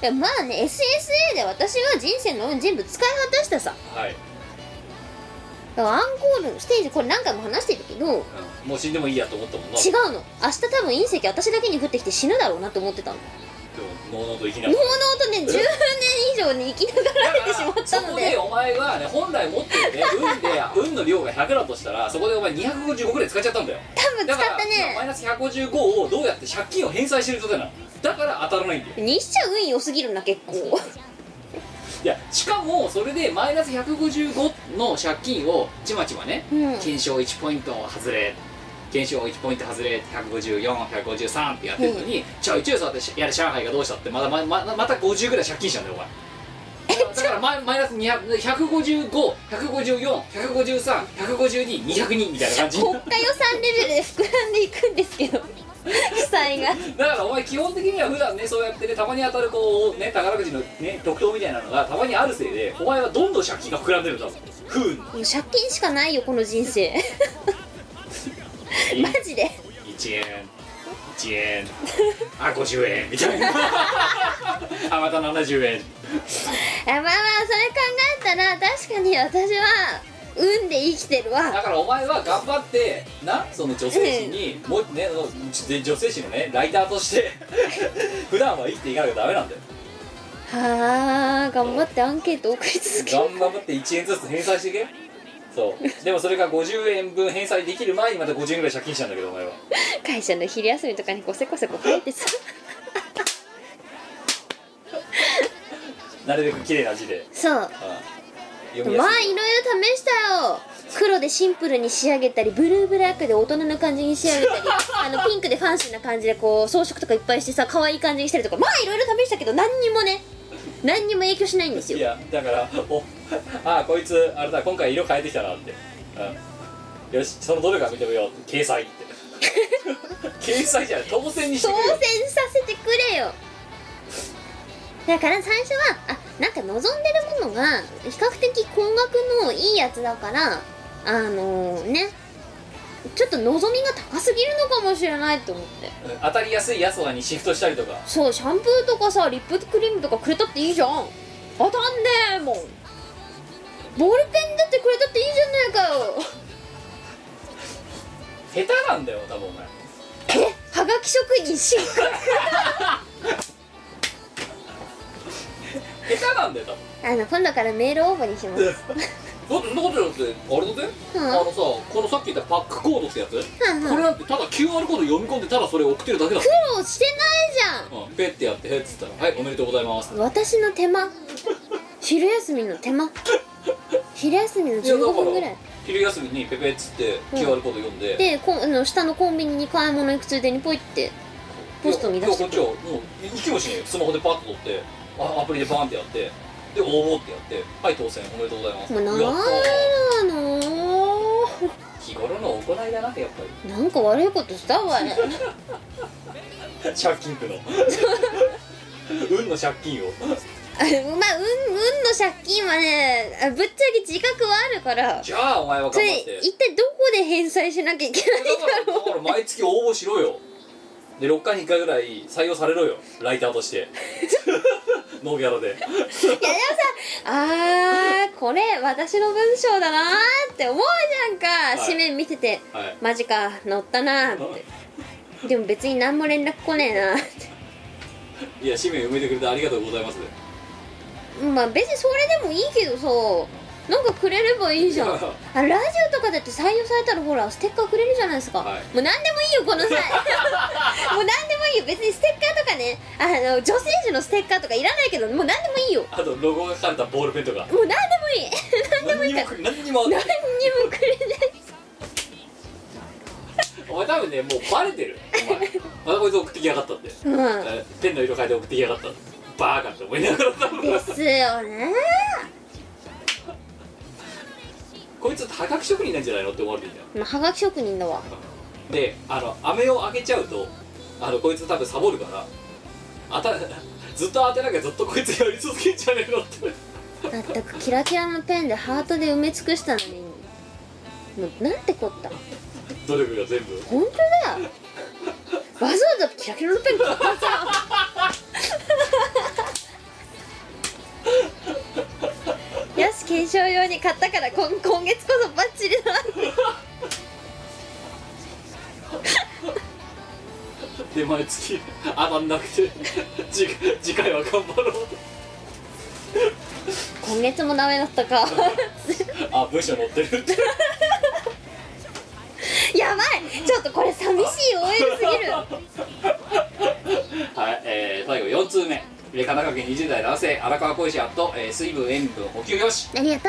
Speaker 2: やまあね SSA で私は人生の運全部使い果たしたさ
Speaker 1: はい、
Speaker 2: だからアンコールステージこれ何回も話してるけど違う
Speaker 1: うんもう死んでもいいやと思ったもんな
Speaker 2: の明日多分隕石私だけに降ってきて死ぬだろうなと思ってたの
Speaker 1: でものうのうと生きな
Speaker 2: 能
Speaker 1: が
Speaker 2: 能とね10年以上に生きながられてしまっ
Speaker 1: らそ
Speaker 2: たの
Speaker 1: こで
Speaker 2: で
Speaker 1: お前はね本来持ってる ね運で運の量が100だとしたらそこでお前255ぐらい使っちゃったんだよ
Speaker 2: 多分使
Speaker 1: だ
Speaker 2: っ
Speaker 1: から
Speaker 2: た
Speaker 1: マイ
Speaker 2: ね
Speaker 1: ナス155をどうやって借金を返済してる状態なのだから当たらないんだよ
Speaker 2: にしちゃ運良すぎるな結構
Speaker 1: いやしかもそれでマイナス155の借金をちまちまね
Speaker 2: うん
Speaker 1: 検証1ポイント外れ検証1ポイント外れ154153ってやってるのに、ちょいちょいそうやってやれ上海がどうしたってまだまままた50ぐらい借金したんだよお前だからマイマイナス1551541531520202みたいな感じ
Speaker 2: 国家予算レベルで膨らんでいくんですけど負債が
Speaker 1: だからお前基本的には普段ねそうやってねたまに当たるこうね宝くじのね特等みたいなのがたまにあるせいでお前はどんどん借金が膨らんでるんだもん不運
Speaker 2: もう借金しかないよこの人 生マジで
Speaker 1: 1円1円あ50円みたいなあまた70円
Speaker 2: あまあまあそれ考えたら確かに私は運で生きてるわ
Speaker 1: だからお前は頑張ってなその女性誌に、もうねそのちで女性誌のねライターとして普段は生きていかなきゃダメなんだよ
Speaker 2: はあ頑張ってアンケート送り続け
Speaker 1: 頑張って1円ずつ返済していけそうでもそれが50円分返済できる前にまた50円ぐらい借金したんだけどお前は
Speaker 2: 会社の昼休みとかにこうせこせこ帰ってさ
Speaker 1: なるべく綺麗な字で、
Speaker 2: そう
Speaker 1: うん、読み
Speaker 2: ま
Speaker 1: や
Speaker 2: あ
Speaker 1: すい
Speaker 2: いろいろ試したよ黒でシンプルに仕上げたりブルーブラックで大人な感じに仕上げた りあのピンクでファンシーな感じでこう装飾とかいっぱいしてさ可愛い感じにしたりとかまあいろいろ試したけど何にもね何にも影響しないんです
Speaker 1: い
Speaker 2: よ
Speaker 1: やだからおあこいつあれだ今回色変えてきたなって、うん、よしそのどれか見てみよう掲載って 掲載じゃない当選にして
Speaker 2: 当
Speaker 1: く
Speaker 2: 選
Speaker 1: れよ
Speaker 2: させてくれよだから最初はあなんか望んでるものが比較的高額のいいやつだからあのねちょっと望みが高すぎるのかもしれないと思って
Speaker 1: うん当たりやすいやつとかにシフトしたりとか
Speaker 2: そうシャンプーとかさリップクリームとかくれたっていいじゃん当たんねえもんボールペンだってくれたっていいじゃないかよ
Speaker 1: 下手なんだよ多分お前
Speaker 2: はがき職人進化
Speaker 1: 下手なんだよ多分
Speaker 2: あの今度からメール応募にします
Speaker 1: だってそんなことじゃなくてあれだぜ、
Speaker 2: うん
Speaker 1: あのさこのさっき言ったパックコードってやつ、
Speaker 2: んうん
Speaker 1: これなんてただ QR コード読み込んでただそれ送ってるだけだもん
Speaker 2: 苦労してないじゃん
Speaker 1: うん、ペッてやって「へっ」つったら「はいおめでとうございます」
Speaker 2: 私の手間昼休みの手間昼休みの15分ぐらい
Speaker 1: 昼休みにペペっつって
Speaker 2: うん
Speaker 1: QR コード読んで
Speaker 2: でこんあの下のコンビニに買い物行くついでにポイってポスト見出
Speaker 1: 今
Speaker 2: し
Speaker 1: 日
Speaker 2: て
Speaker 1: こっちはもう行きもしねえよスマホでパッと取ってあアプリでバーンってやってで応募ってやって「はい当選おめでとうございます」
Speaker 2: もうなん
Speaker 1: やっ
Speaker 2: なの
Speaker 1: た日頃の行いだなってやっぱり
Speaker 2: なんか悪いことしたわ ね
Speaker 1: 借金区の運の借金を
Speaker 2: あのまあ運運の借金はねあぶっちゃけ自覚はあるから
Speaker 1: じゃあお前は
Speaker 2: そ
Speaker 1: 頑
Speaker 2: れ
Speaker 1: 張って
Speaker 2: 一体どこで返済しなきゃいけない
Speaker 1: だからだから毎月応募しろよで6回に1回ぐらい採用されろよライターとしてノーギャラで
Speaker 2: あーこれ私の文章だなーって思うじゃんか、
Speaker 1: はい
Speaker 2: 紙面見てて
Speaker 1: はい
Speaker 2: マジか乗ったなーってでも別に何も連絡来ねえなーっ
Speaker 1: いや紙面埋めてくれてありがとうございます
Speaker 2: てまあ別にそれでもいいけどさなんかくれれば いいじゃんあラジオとかだって採用されたらほらステッカーくれるじゃないですか、
Speaker 1: はい
Speaker 2: もう何でもいいよこの際 もう何でもいいよ別にステッカーとかねあの女性誌のステッカーとかいらないけどもう何でもいいよも
Speaker 1: あとロゴが書かれたボールペンとか
Speaker 2: う何でもい
Speaker 1: 何に
Speaker 2: い
Speaker 1: もく何にも
Speaker 2: 何にもくれない
Speaker 1: お前多分ねもうバレてるお前またこいつ送ってきやがったって
Speaker 2: うん
Speaker 1: えペンの色変えて送ってきやがったバーカって思いながら多
Speaker 2: で
Speaker 1: 分
Speaker 2: すよね
Speaker 1: こいつ破格職人なんじゃないのって思われてるんだよ
Speaker 2: まあ、はがき職人だわ
Speaker 1: であの飴を開けちゃうとあのこいつ多分サボるからあたずっと当てなきゃずっとこいつやり続けんじゃねえのって
Speaker 2: 全くキラキラのペンでハートで埋め尽くしたのにもうなんてこった
Speaker 1: 努力が全部
Speaker 2: 本当だよわざわざキラキラのペン買ったじゃんよし検証用に買ったから今今月こそバッチリだな
Speaker 1: で毎月当たんなくて次次回は頑張ろう
Speaker 2: 今月もダメだったか
Speaker 1: あ文章載ってるって
Speaker 2: やばいちょっとこれ寂しい OL すぎる
Speaker 1: はい、えー、最後4通目神奈川県20代男性荒川浩司アット、えー水分塩分補給よし
Speaker 2: ありがと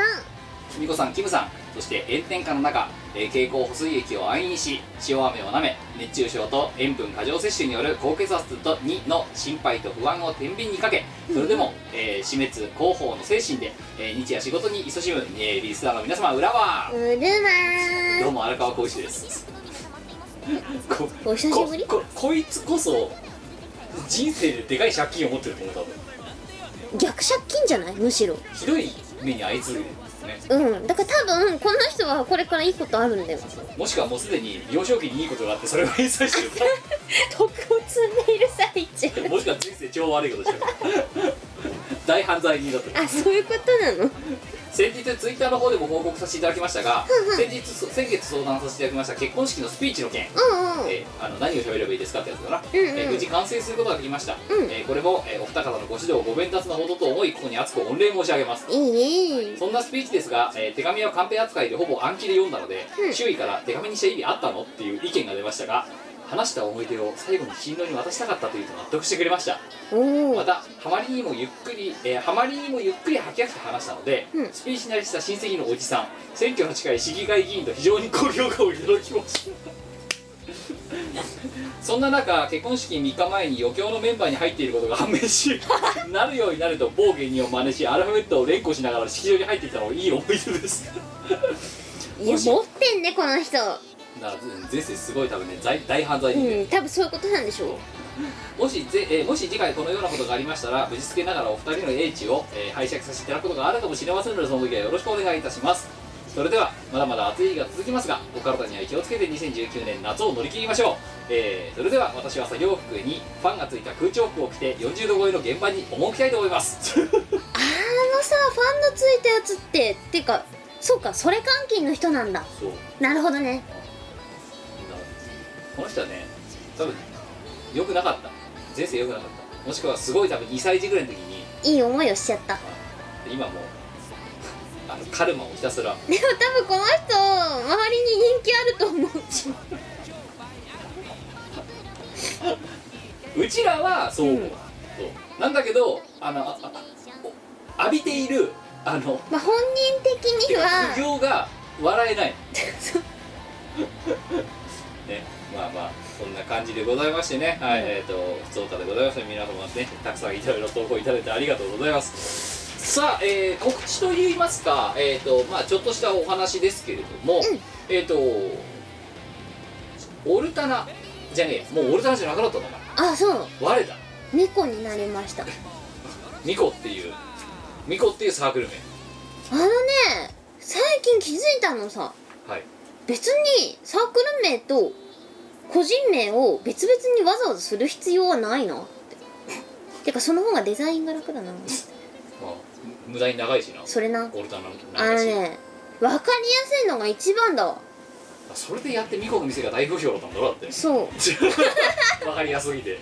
Speaker 2: う
Speaker 1: みこさんキムさんそして炎天下の中、えー蛍光補水液を愛飲し塩飴を舐め熱中症と塩分過剰摂取による高血圧と2の心配と不安を天秤にかけそれでも、えー死滅広報の精神で、えー日夜仕事に勤しむ、えーリスナーの皆様裏は
Speaker 2: うる
Speaker 1: ど
Speaker 2: ま
Speaker 1: うも荒川浩一ですこ
Speaker 2: ーお久しぶり
Speaker 1: こここいつこそ人生ででかい借金を持ってると思う多分
Speaker 2: 逆借金じゃないむしろ
Speaker 1: ひどい目にあいつね
Speaker 2: うんだから多分この人はこれからいいことあるん だよ
Speaker 1: もしくはもうすでに幼少期にいいことがあってそれを返済してる
Speaker 3: 徳を積んでいる最中
Speaker 1: もしくは人生超悪いことしてる大犯罪人だった
Speaker 2: あそういうことなの
Speaker 1: 先日ツイッターの方でも報告させていただきましたが先日先月相談させていただきました結婚式のスピーチの件、
Speaker 2: うんうん
Speaker 1: えーあの何を喋ればいいですかってやつだな、
Speaker 2: んうん
Speaker 1: えー無事完成することができました、
Speaker 2: うん
Speaker 1: えーこれも、えーお二方のご指導ご鞭撻のほどと思いここに厚く御礼申し上げます
Speaker 2: いいいい
Speaker 1: そんなスピーチですが、えー手紙はカンペ扱いでほぼ暗記で読んだので、
Speaker 2: うん
Speaker 1: 周囲から手紙にした意味あったのっていう意見が出ましたが話した思い出を最後に新郎に渡したかったというと納得してくれました
Speaker 2: お
Speaker 1: ま
Speaker 2: お
Speaker 1: たハマりにもゆっくり、えーハマりにもゆっくり吐き飽きて話したので、
Speaker 2: うん
Speaker 1: スピーチ慣れした親戚のおじさん選挙の近い市議会議員と非常に高評価をいただきました そんな中結婚式3日前に余興のメンバーに入っていることが判明 しなるようになると某芸人を真似しアルファベットを連呼しながら式場に入ってきたのもいい思い出です
Speaker 2: いや持ってんねこの人
Speaker 1: な前世すごい多分ね大大犯罪
Speaker 2: う
Speaker 1: 人で、
Speaker 2: ん多分そういうことなんでしょ
Speaker 1: もしぜ、えーもし次回このようなことがありましたら無事つけながらお二人の英知を、えー拝借させていただくことがあるかもしれませんのでその時はよろしくお願いいたしますそれではまだまだ暑い日が続きますがお体には気をつけて2019年夏を乗り切りましょう、えーそれでは私は作業服にファンがついた空調服を着て40度超えの現場に赴きたいと思います
Speaker 2: あのさファンのついたやつってっていうかそうかそれ監禁の人なんだ
Speaker 1: そう
Speaker 2: なるほどね
Speaker 1: この人はね多分良くなかった前世良くなかったもしくはすごい多分2歳児ぐらいの時に
Speaker 2: いい思いをしちゃった
Speaker 1: 今もうあのカルマをひたすら
Speaker 2: でも多分この人周りに人気あると 思う
Speaker 1: うちらはそう思う、そうなんだけどあのああお浴びているあの
Speaker 2: まあ本人的には
Speaker 1: 苦行が笑えない ねまあまあそんな感じでございましてねはい、えっ、と普通歌でございました皆様ねたくさんいろいろ投稿いただいてありがとうございますさあ、えー告知といいますか、えーとまあ、ちょっとしたお話ですけれども、えっ、とオルタナじゃねえやもうオルタナじゃなくなったのか
Speaker 2: あそう
Speaker 1: 我だ
Speaker 2: 猫になりました
Speaker 1: ミコっていうミコっていうサークル名
Speaker 2: あのね最近気づいたのさ
Speaker 1: はい
Speaker 2: 別にサークル名と個人名を別々にわざわざする必要はないなっててかその方がデザインが楽だな
Speaker 1: まあ無無駄に長いしな
Speaker 2: それな
Speaker 1: オルタナの
Speaker 2: あ
Speaker 1: 長い
Speaker 2: の
Speaker 1: し、
Speaker 2: ね分かりやすいのが一番だわ
Speaker 1: あそれでやってミコの店が大不評だったんだろだ って
Speaker 2: そう
Speaker 1: わかりやすすぎて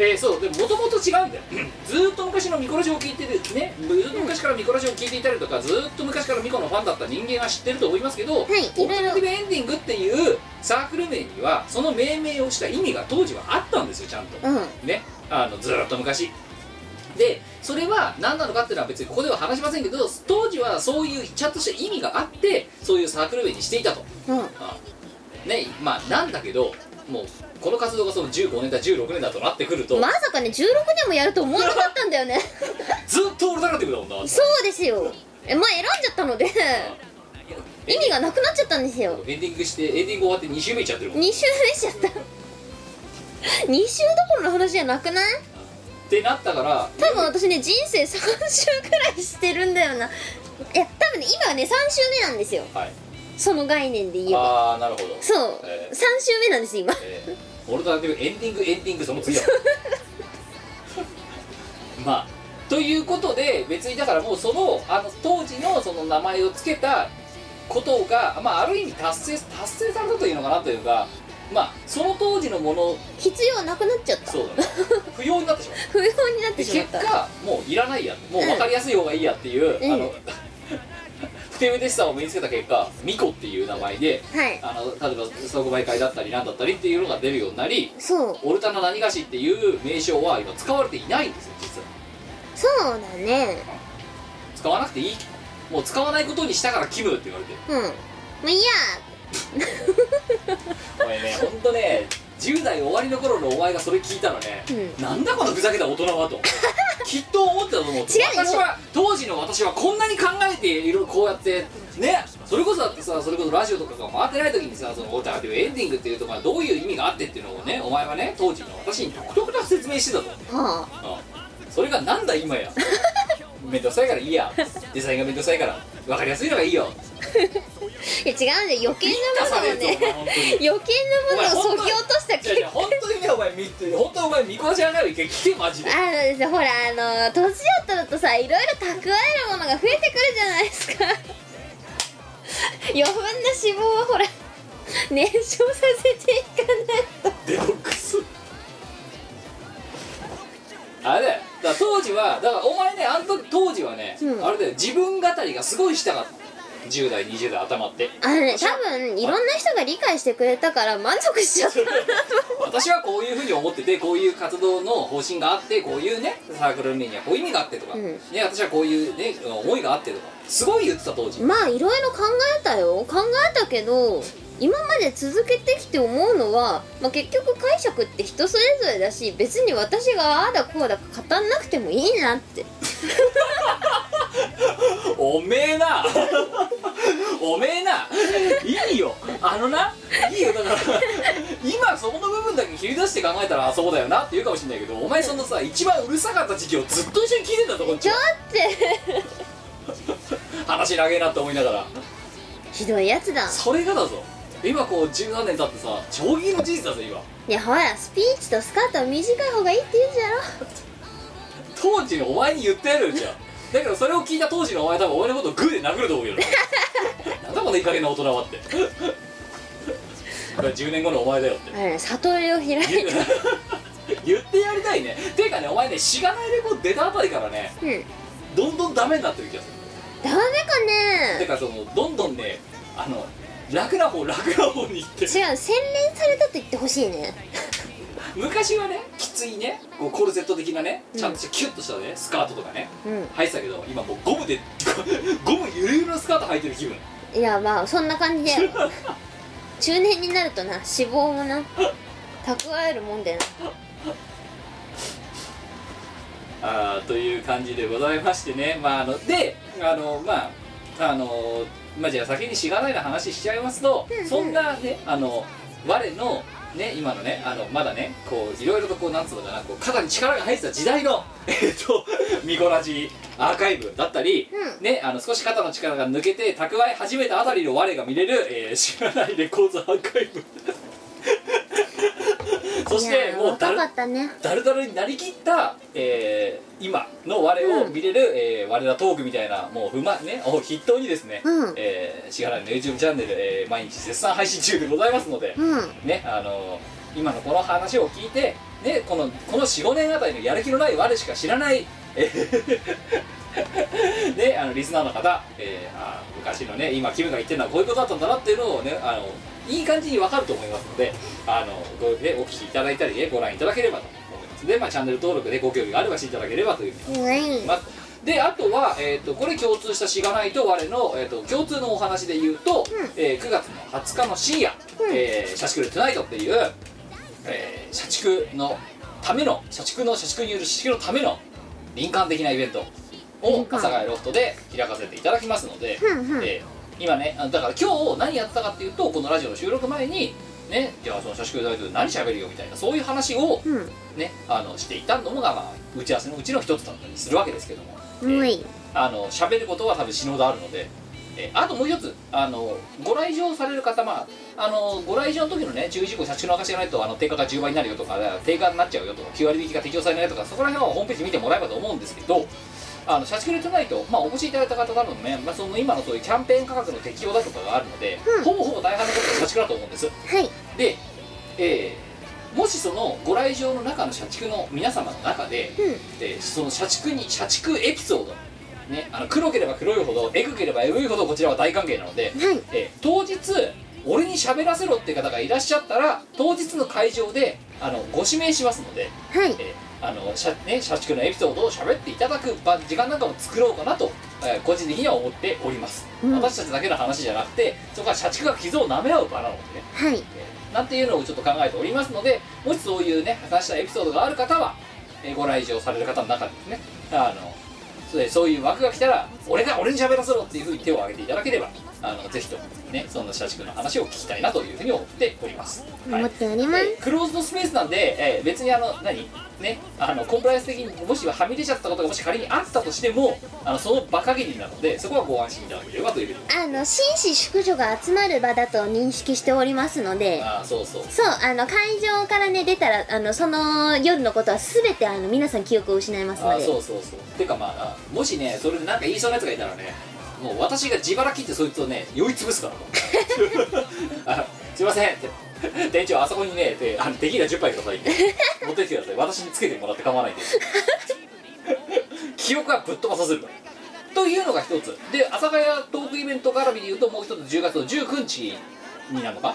Speaker 1: えー、そうでもともと違うんだよ ずーっと昔のミコラジを聞いててねずーっと昔からミコラジを聞いていたりとかずーっと昔からミコのファンだった人間は知ってると思いますけど、オ
Speaker 2: い
Speaker 1: ルタナティブエンディングっていうサークル名にはその命名をした意味が当時はあったんですよちゃんと
Speaker 2: うん
Speaker 1: ねあのずーっと昔でそれは何なのかっていうのは別にここでは話しませんけど当時はそういうちゃんとした意味があってそういうサークル名にしていたと
Speaker 2: うん
Speaker 1: あねまあなんだけどもうこの活動がその15年だ16年だとなってくると、
Speaker 2: まさかね16年もやると思わなかったんだよね
Speaker 1: ずっとオルタナティブだもんな
Speaker 2: そうですよえまあ選んじゃったので
Speaker 1: エン
Speaker 2: 意味がなくなっちゃったんですよ
Speaker 1: エンディングしてエンディング終わって2週目いっちゃってるもんっ
Speaker 2: 2周目しちゃった2周どころの話じゃなくない
Speaker 1: てなったから
Speaker 2: 多分私ね人生3周くらいしてるんだよないや多分ね今はね3周目なんですよ
Speaker 1: はい
Speaker 2: その概念で言えば
Speaker 1: ああなるほど
Speaker 2: そう、
Speaker 1: えー
Speaker 2: 3周目なんです今
Speaker 1: えー、オルタナティブエンディングエンディングその次だもん まあということで別にだからもうそのあの当時のその名前を付けたことが、まあ、ある意味達成達成されたというのかなというかまあその当時のもの
Speaker 2: 必要なくなっちゃった
Speaker 1: そうだね不要になってしまう
Speaker 2: 不要になっ
Speaker 1: で
Speaker 2: てしま
Speaker 1: 結
Speaker 2: った
Speaker 1: 果もういらないやもう分かりやすい方がいいやっていう、
Speaker 2: うん
Speaker 1: あの不手腕しさを身につけた結果ミコっていう名前で
Speaker 2: はい
Speaker 1: あの例えば即売会だったりなんだったりっていうのが出るようになり
Speaker 2: そう
Speaker 1: オルタナ何がしっていう名称は今使われていないんですよ実は
Speaker 2: そうだね
Speaker 1: 使わなくていいもう使わないことにしたからキムって言われて
Speaker 2: うんもういいや
Speaker 1: おいねほんとね10代終わりの頃のお前がそれ聞いたらね、なんだこのふざけた大人 はときっと思ってたと思う違う
Speaker 2: しょ
Speaker 1: 私は当時の私はこんなに考えていろいろこうやってねそれこそだってさそれこそラジオとかが回ってない時にさそのおたっていうエンディングっていうところがどういう意味があってっていうのをねお前はね当時の私に独特な説明してたと
Speaker 2: はあ
Speaker 1: うんそれがなんだ今 やめんどくさいからいいやデザインがめんどくさいから分かりやすいのがいいよ
Speaker 2: いや違うんだよ余計なものを
Speaker 1: 本当に
Speaker 2: ね余計なものをそぎ落とした
Speaker 1: いやいや本当にねお前見て本当お前見こじゃないよ一回聞けマジで
Speaker 2: あのですねほらあの年を取るとさいろいろ蓄えるものが増えてくるじゃないですか 余分な脂肪をほら 燃焼させていかないと
Speaker 1: デボックスあれだよだから当時はだからお前ねあの時当時はね、
Speaker 2: うん
Speaker 1: あれだよ自分語りがすごいしたかった10代20代頭って
Speaker 2: あのね多分いろんな人が理解してくれたから満足しちゃった
Speaker 1: 私はこういうふうに思っててこういう活動の方針があってこういうねサークルにはこういう意味があってとか、
Speaker 2: うん
Speaker 1: ね、私はこういうね思いがあってとかすごい言ってた 当時、
Speaker 2: まあいろいろ考えたよ考えたけど今まで続けてきて思うのは、まあ、結局解釈って人それぞれだし別に私がああだこうだ語んなくてもいいなって
Speaker 1: おめえなおめえないいよあのないいよだから今そこの部分だけ切り出して考えたらあそうだよなって言うかもしれないけどお前そのさ一番うるさかった時期をずっと一緒に聞いてんだぞこっちは話長えなって思いながら
Speaker 2: ひどいやつだ
Speaker 1: それがだぞ今こう十何年経ってさ将棋の事実だぞ今
Speaker 2: いやほらスピーチとスカートは短い方がいいって言うんじゃろ
Speaker 1: 当時のお前に言ってやるよじゃんだけどそれを聞いた当時のお前多分お前のことをグーで殴ると思 うよなんだこのいい加減な大人はってこれ10年後のお前だよ って
Speaker 2: あれね悟りを開い
Speaker 1: 言
Speaker 2: て
Speaker 1: う言ってやりたいねていうかねお前ねしがないでこう出たあたりからね
Speaker 2: うん
Speaker 1: どんどんダメになってる気がする
Speaker 2: ダメか
Speaker 1: て
Speaker 2: ね
Speaker 1: かそのどんどんねあの楽な方楽な方に行って
Speaker 2: 違う洗練されたと言ってほしいね
Speaker 1: 昔はねきついねこうコルセット的なねちゃんとしたキュッとしたねスカートとかね
Speaker 2: う
Speaker 1: 履いてたけど今もうゴムでゴムゆるゆるのスカート履いてる気分
Speaker 2: んいやまあそんな感じだ よ中年になるとな脂肪もな蓄えるもんだよ
Speaker 1: あーという感じでございましてねまああのであのまああのまあじゃあ先にしがないの話しちゃいますと、そんなねあの我のね今のねあのまだねこういろいろとこうなんつうのかなこう肩に力が入ってた時代の えっとミコラジアーカイブだったり、ねあの少し肩の力が抜けて蓄え始めたあたりの我が見れる、えー、しがないレコードアーカイブ そ
Speaker 2: い
Speaker 1: して
Speaker 2: や
Speaker 1: もう
Speaker 2: 若
Speaker 1: 誰
Speaker 2: かったね
Speaker 1: ダルダルになりきった、えー今の我を見れる、えー我らトークみたいなもう不満ねを筆頭にですね、
Speaker 2: うん
Speaker 1: えー、しがらいの YouTube チャンネル、えー毎日絶賛配信中でございますので、
Speaker 2: うん
Speaker 1: ねあのー今のこの話を聞いて、ね、このこの45年あたりのやる気のない我しか知らない、えーね、あのリスナーの方、えーあー昔のね今キムが言ってるのはこういうことだったんだなっていうのをねあのいい感じに分かると思いますのであのご、ね、お聞きいただいたり、ね、ご覧いただければと思いますで、まあ、チャンネル登録でご興味があればしていただければというふうに
Speaker 2: はい
Speaker 1: ますであとは、えー、とこれ共通したしがないと我の、えー、と共通のお話で言うと、えー9月の20日の深夜「えー社畜でトゥナイト」っていう、えー社畜のための社畜の社畜による社畜のための敏感的なイベントを
Speaker 2: 感
Speaker 1: 笠ヶ谷ロフトで開かせていただきますので、
Speaker 2: うん
Speaker 1: えー今ねあのだから今日何やってたかっていうとこのラジオの収録前にねじゃあその社畜大丈夫何喋るよみたいなそういう話を
Speaker 2: うん
Speaker 1: ねあのしていたのもが、まあ、打ち合わせのうちの一つだったりするわけですけども、
Speaker 2: う
Speaker 1: えー
Speaker 2: い
Speaker 1: あの喋ることは多分死ぬほどあるので、えーあともう一つあのご来場される方まああのご来場の時のね注意事項社畜の証がないとあの定価が10倍になるよとか定価になっちゃうよとか9割引きが適用されないとかそこら辺はホームページ見てもらえばと思うんですけどあの社畜でトゥナイト、まあ、お越しいただいた方多分ね、まあ、その今のそういうキャンペーン価格の適用だとかがあるので、ほぼほぼ大半のことは社畜だと思うんです
Speaker 2: はい
Speaker 1: で、えーもしそのご来場の中の社畜の皆様の中で、えーその社畜に社畜エピソード、ね、あの黒ければ黒いほどエグければエグいほどこちらは大歓迎なので、
Speaker 2: はい
Speaker 1: えー当日俺に喋らせろって方がいらっしゃったら当日の会場であのご指名しますので、
Speaker 2: はい
Speaker 1: えーあの社ね、社畜のエピソードを喋っていただく場時間なんかも作ろうかなとえー個人的には思っております、
Speaker 2: うん
Speaker 1: 私たちだけの話じゃなくてそこは社畜が傷を舐め合う場なのでね
Speaker 2: はい
Speaker 1: えーなんていうのをちょっと考えておりますのでもしそういうね話したエピソードがある方は、えーご来場される方の中でですねあのそうそういう枠が来たら俺が俺に喋らせろっていうふうに手を挙げていただければあのぜひともねそんな社畜の話を聞きたいなというふうに思っております、はい
Speaker 2: 思っております
Speaker 1: でクローズドスペースなんで、えー別にあの何ねあのコンプライアンス的にもしはみ出ちゃったことがもし仮にあったとしてもあのその場限りなのでそこはご安心いただければというふうに
Speaker 2: あの紳士淑女が集まる場だと認識しておりますので
Speaker 1: ああそうそう
Speaker 2: そうあの会場からね出たらあのその夜のことは全てあの皆さん記憶を失います
Speaker 1: あ
Speaker 2: の
Speaker 1: ー
Speaker 2: で
Speaker 1: そうそうそうてかまああもしねそれでなんか言いそうなやつがいたらねもう私が自腹切ってそいつをね酔い潰すからもうあすいませんって店長あそこにねってあのテキーラ10杯くださいって持ってきてください私につけてもらって構わないんで記憶はぶっ飛ばさせるからというのが一つで阿佐ヶ谷トークイベント絡みで言うともう一つ10月の19日になるのか、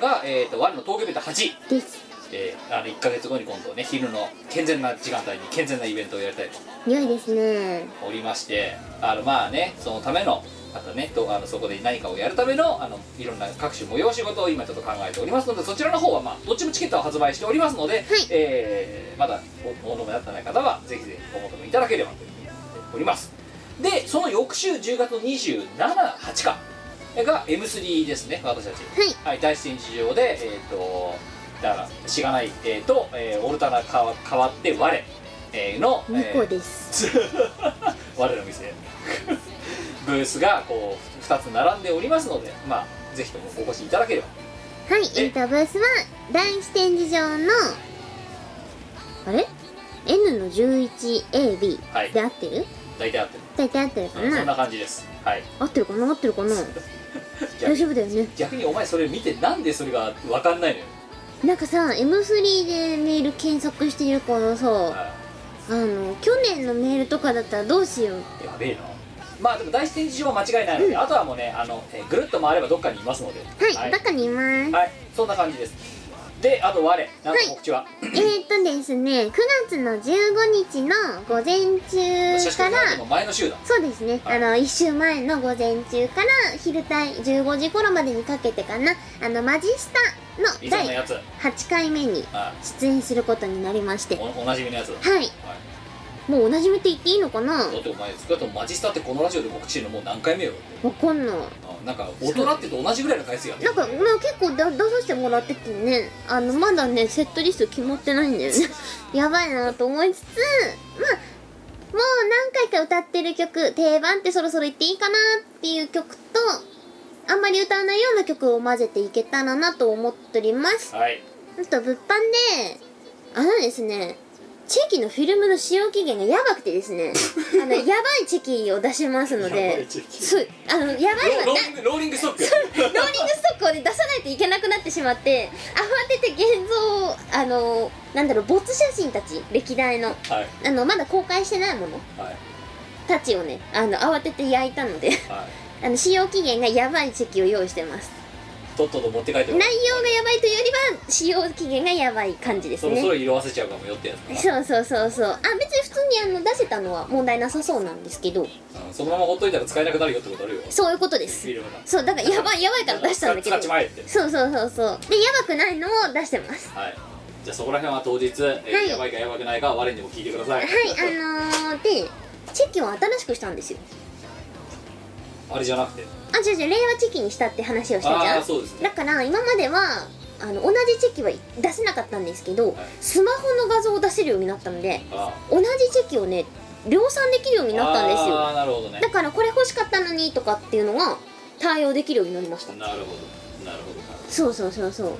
Speaker 1: が、えー、と我のトークイベント8
Speaker 2: です
Speaker 1: えーあの1か月後に今度ね昼の健全な時間帯に健全なイベントをやりたいと
Speaker 2: 良いですね
Speaker 1: おりましてあのまあねそのためのあとねとあのそこで何かをやるためのあのいろんな各種催し事を今ちょっと考えておりますのでそちらの方はまあどっちもチケットを発売しておりますので、えーまだおお求めだったない方はぜひぜひお求めいただければというふうに思っておりますでその翌週10月278かが M3 ですね私たちはい、大自然市場で、えー、とだからしがない、えー、と、えーオルタナかわ変わって我、えーの、え
Speaker 2: 2
Speaker 1: ー
Speaker 2: 個です、
Speaker 1: 我の店ブースがこう2つ並んでおりますのでまあぜひともお越しいただければ
Speaker 2: はいインターブースは第一展示場のあれ N の 11AB
Speaker 1: はい
Speaker 2: で合ってる
Speaker 1: 大体合ってる、
Speaker 2: 大体合ってるか
Speaker 1: そん
Speaker 2: な
Speaker 1: な感じですはい
Speaker 2: 合ってるかな合っ てるかな
Speaker 1: 逆
Speaker 2: 大
Speaker 1: に
Speaker 2: 丈夫だよね
Speaker 1: 逆にお前それ見てなんでそれが分かんないのよ
Speaker 2: なんかさ M3 でメール検索してるからさ
Speaker 1: は
Speaker 2: あの去年のメールとかだったらどうしよう
Speaker 1: いやべえなまあでも大自然市場は間違いないので、あとはもうねあの、えーぐるっと回ればどっかにいますので
Speaker 2: はい、
Speaker 1: はい
Speaker 2: バカにいます
Speaker 1: はい、そんな感じです。で、あと我、なんか告知は、
Speaker 2: えーっとですね9月の15日の午前
Speaker 1: 社
Speaker 2: 中
Speaker 1: 畜
Speaker 2: か
Speaker 1: さ
Speaker 2: ら
Speaker 1: んの前の週だ。
Speaker 2: そうですね、
Speaker 1: はい
Speaker 2: あの1週前の午前中から昼帯15時頃までにかけてかなあのマジスタ
Speaker 1: い
Speaker 2: の
Speaker 1: つもの
Speaker 2: 第
Speaker 1: やつ、
Speaker 2: 8回目に
Speaker 1: あ
Speaker 2: 出演することになりましては
Speaker 1: おおなじみのやつだ。
Speaker 2: いもうおなじみって言っていいのかな
Speaker 1: だってお前、少なくともマジスタってこのラジオで告知してるのもう何回目よ。
Speaker 2: わかんない
Speaker 1: あなんか、大人ってと同じぐらいの回数やって
Speaker 2: なんか、まあ、結構だ出させてもらっててねあのまだねセットリスト決まってないんだよね やばいなと思いつつまあもう何回か歌ってる曲定番ってそろそろ言っていいかなっていう曲とあんまり歌わないような曲を混ぜていけたらなと思っております
Speaker 1: はい。
Speaker 2: あと物販であのですねチェキのフィルムの使用期限がやばくてで すねあのやばいチェキを出しますの
Speaker 1: やばい
Speaker 2: で
Speaker 1: チェキ
Speaker 2: そうあのやばいは
Speaker 1: ロロ
Speaker 2: な
Speaker 1: ーリングローリングストック。
Speaker 2: ローリングストックを、ね、出さないといけなくなってしまって慌てて現像をあのなんだろう没写真たち歴代の
Speaker 1: はい。
Speaker 2: あのまだ公開してないもの
Speaker 1: はい。
Speaker 2: たちをねあの慌てて焼いたので
Speaker 1: はい。
Speaker 2: あの使用期限がやばいチェキを用意してます
Speaker 1: とっとと持って帰って
Speaker 2: 内
Speaker 1: もらう
Speaker 2: 容がやばいというよりは使用期限がやばい感じです
Speaker 1: そろそ
Speaker 2: ね
Speaker 1: ろ色あせちゃうかもよってやつか
Speaker 2: そうそうそうそうあ別に普通にあの出せたのは問題なさそうなんですけど
Speaker 1: な、うんそのままほっといたら使えなくなるよってことあるよ。
Speaker 2: そういうことで
Speaker 1: フ
Speaker 2: す
Speaker 1: ィルムが。
Speaker 2: そうだからやばいやばいから出したんだけ
Speaker 1: 使
Speaker 2: ど
Speaker 1: っちまえって。
Speaker 2: そうそうそうそうでやばくないのを出してます
Speaker 1: はい。じゃあそこら辺は当日、えー
Speaker 2: はい
Speaker 1: やばいかやばくないかは我にも聞いてください。
Speaker 2: はい、あのー、で、チェキを新しくしたんですよ。
Speaker 1: あれじゃなくて。
Speaker 2: あ、違う違う、令和チェキにしたって話をしたじ
Speaker 1: ああ
Speaker 2: ゃ
Speaker 1: ー、
Speaker 2: ん。
Speaker 1: そうですね
Speaker 2: だ。から、今までは、あの、同じチェキは出せなかったんですけど、
Speaker 1: はい
Speaker 2: スマホの画像を出せるようになったので、
Speaker 1: あー
Speaker 2: 同じチェキをね、量産できるようになったんですよ。
Speaker 1: ああなるほどね
Speaker 2: だから、これ欲しかったのにとかっていうのが、対応できるようになりました。
Speaker 1: なるほどなるほど
Speaker 2: そうそうそうそう。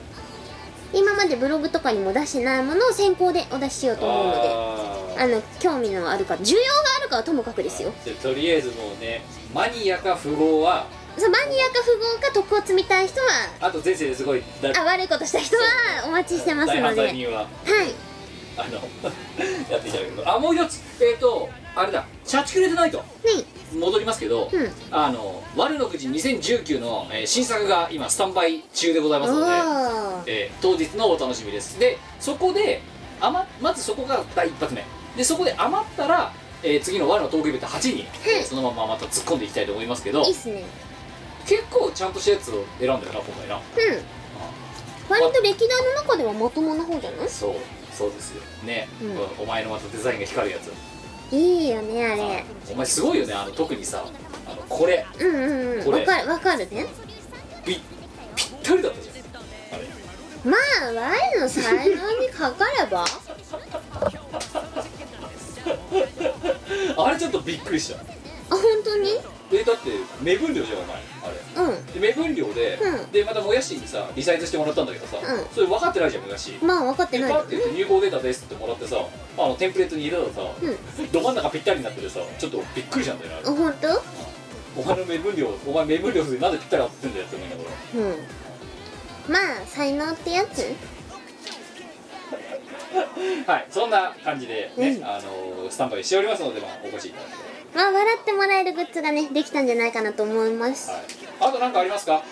Speaker 2: 今までブログとかにも出してないものを先行でお出ししようと思うので、
Speaker 1: あー
Speaker 2: あの、興味のあるか、需要があるかはともかくですよ。
Speaker 1: じゃあとりあえずもうねマニアか富豪は
Speaker 2: そうマニアか富豪か徳を積みたい人は
Speaker 1: あと前世ですごいだ
Speaker 2: あ悪いことした人はお待ちしてます
Speaker 1: 大
Speaker 2: の
Speaker 1: 犯
Speaker 2: では
Speaker 1: 罪
Speaker 2: い
Speaker 1: 人はあの やっていただければあもう一つえっ、とあれだ社畜レてないと
Speaker 2: ね
Speaker 1: 戻りますけど、
Speaker 2: うん
Speaker 1: あの「悪のくじ2019の」えー新作が今スタンバイ中でござい
Speaker 2: お
Speaker 1: ますので、
Speaker 2: ー
Speaker 1: えー当日のお楽しみですでそこで余まずそこが第一発目でそこで余ったらえー次の「我のトークイベント8に」えーそのまままた突っ込んでいきたいと思いますけど
Speaker 2: いいっすね
Speaker 1: 結構ちゃんとしたやつを選んだよな今回な
Speaker 2: うん割と歴代の中ではまともな方じゃない
Speaker 1: そうそうですよね、
Speaker 2: うん
Speaker 1: このお前のまたデザインが光るやつ
Speaker 2: いいよねあれ
Speaker 1: お前すごいよねあの特にさあのこれ
Speaker 2: うんうんうん
Speaker 1: これ
Speaker 2: わかるわかるね
Speaker 1: ぴぴったりだったじゃんあれ
Speaker 2: まあ我の才能にかかれ ば
Speaker 1: あれちょっとびっくりした
Speaker 2: あ本当に
Speaker 1: えだって目分量じゃんお前あれ
Speaker 2: う
Speaker 1: で目分量で、
Speaker 2: うん
Speaker 1: でまたもやしにさリサイズしてもらったんだけどさ、
Speaker 2: うん
Speaker 1: それ分かってないじゃんもやし
Speaker 2: んまあ分かって
Speaker 1: で
Speaker 2: ない
Speaker 1: パ
Speaker 2: よ
Speaker 1: ッて言って入稿データですってもらってさあのテンプレートに入れたらさ、ど真ん中ぴったりになっててさちょっとびっくりしたんだよねあれ
Speaker 2: あ本当
Speaker 1: お前の目分量お前目分量でなぜぴったり合ってんだよって思いながら
Speaker 2: うんまあ才能ってやつ
Speaker 1: はい、そんな感じで、ね
Speaker 2: うん
Speaker 1: あのースタンバイしておりますので、まあ、お越しいただいて、
Speaker 2: まあ笑ってもらえるグッズがねできたんじゃないかなと思います
Speaker 1: はい、あと何かありますか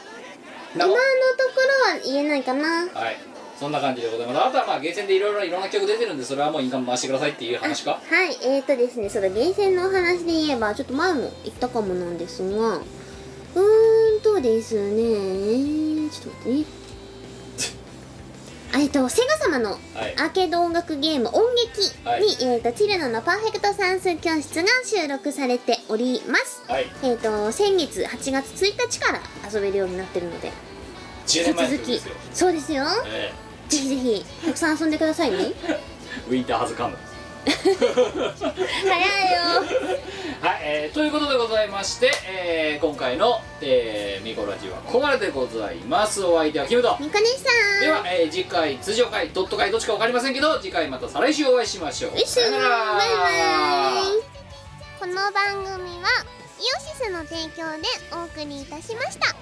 Speaker 2: 今
Speaker 1: なお
Speaker 2: のところは言えないかな
Speaker 1: はいそんな感じでございますあとはまあゲーセンでいろいろいろんな曲出てるんでそれはもう印鑑回してくださいっていう話か
Speaker 2: はいえーとですねその厳選のお話で言えばちょっと前も言ったかもなんですがうーんとですねちょっと 待ってねあえっとセガ様の
Speaker 1: はい
Speaker 2: アーケード音楽ゲーム音劇に、
Speaker 1: はい
Speaker 2: えーとチルノのパーフェクト算数教室が収録されております
Speaker 1: はい
Speaker 2: えーと先月8月1日から遊べるようになってるので
Speaker 1: 10年前
Speaker 2: 引き
Speaker 1: の
Speaker 2: 続
Speaker 1: 曲で
Speaker 2: き
Speaker 1: すよ、
Speaker 2: そうですよ
Speaker 1: え
Speaker 2: ぜひぜひたくさん遊んでくださいね
Speaker 1: えウィンターハズカム
Speaker 2: 早いよ
Speaker 1: はい、えーということでございまして、えー今回の、えーミコラジオはここまででございますお相手はキムと
Speaker 2: みこねさん
Speaker 1: では、えー次回通常回ドット回どっちか分かりませんけど次回また再来週お会いしましょう
Speaker 2: 一緒にバイ
Speaker 1: ら
Speaker 2: バイこの番組はイオシスの提供でお送りいたしました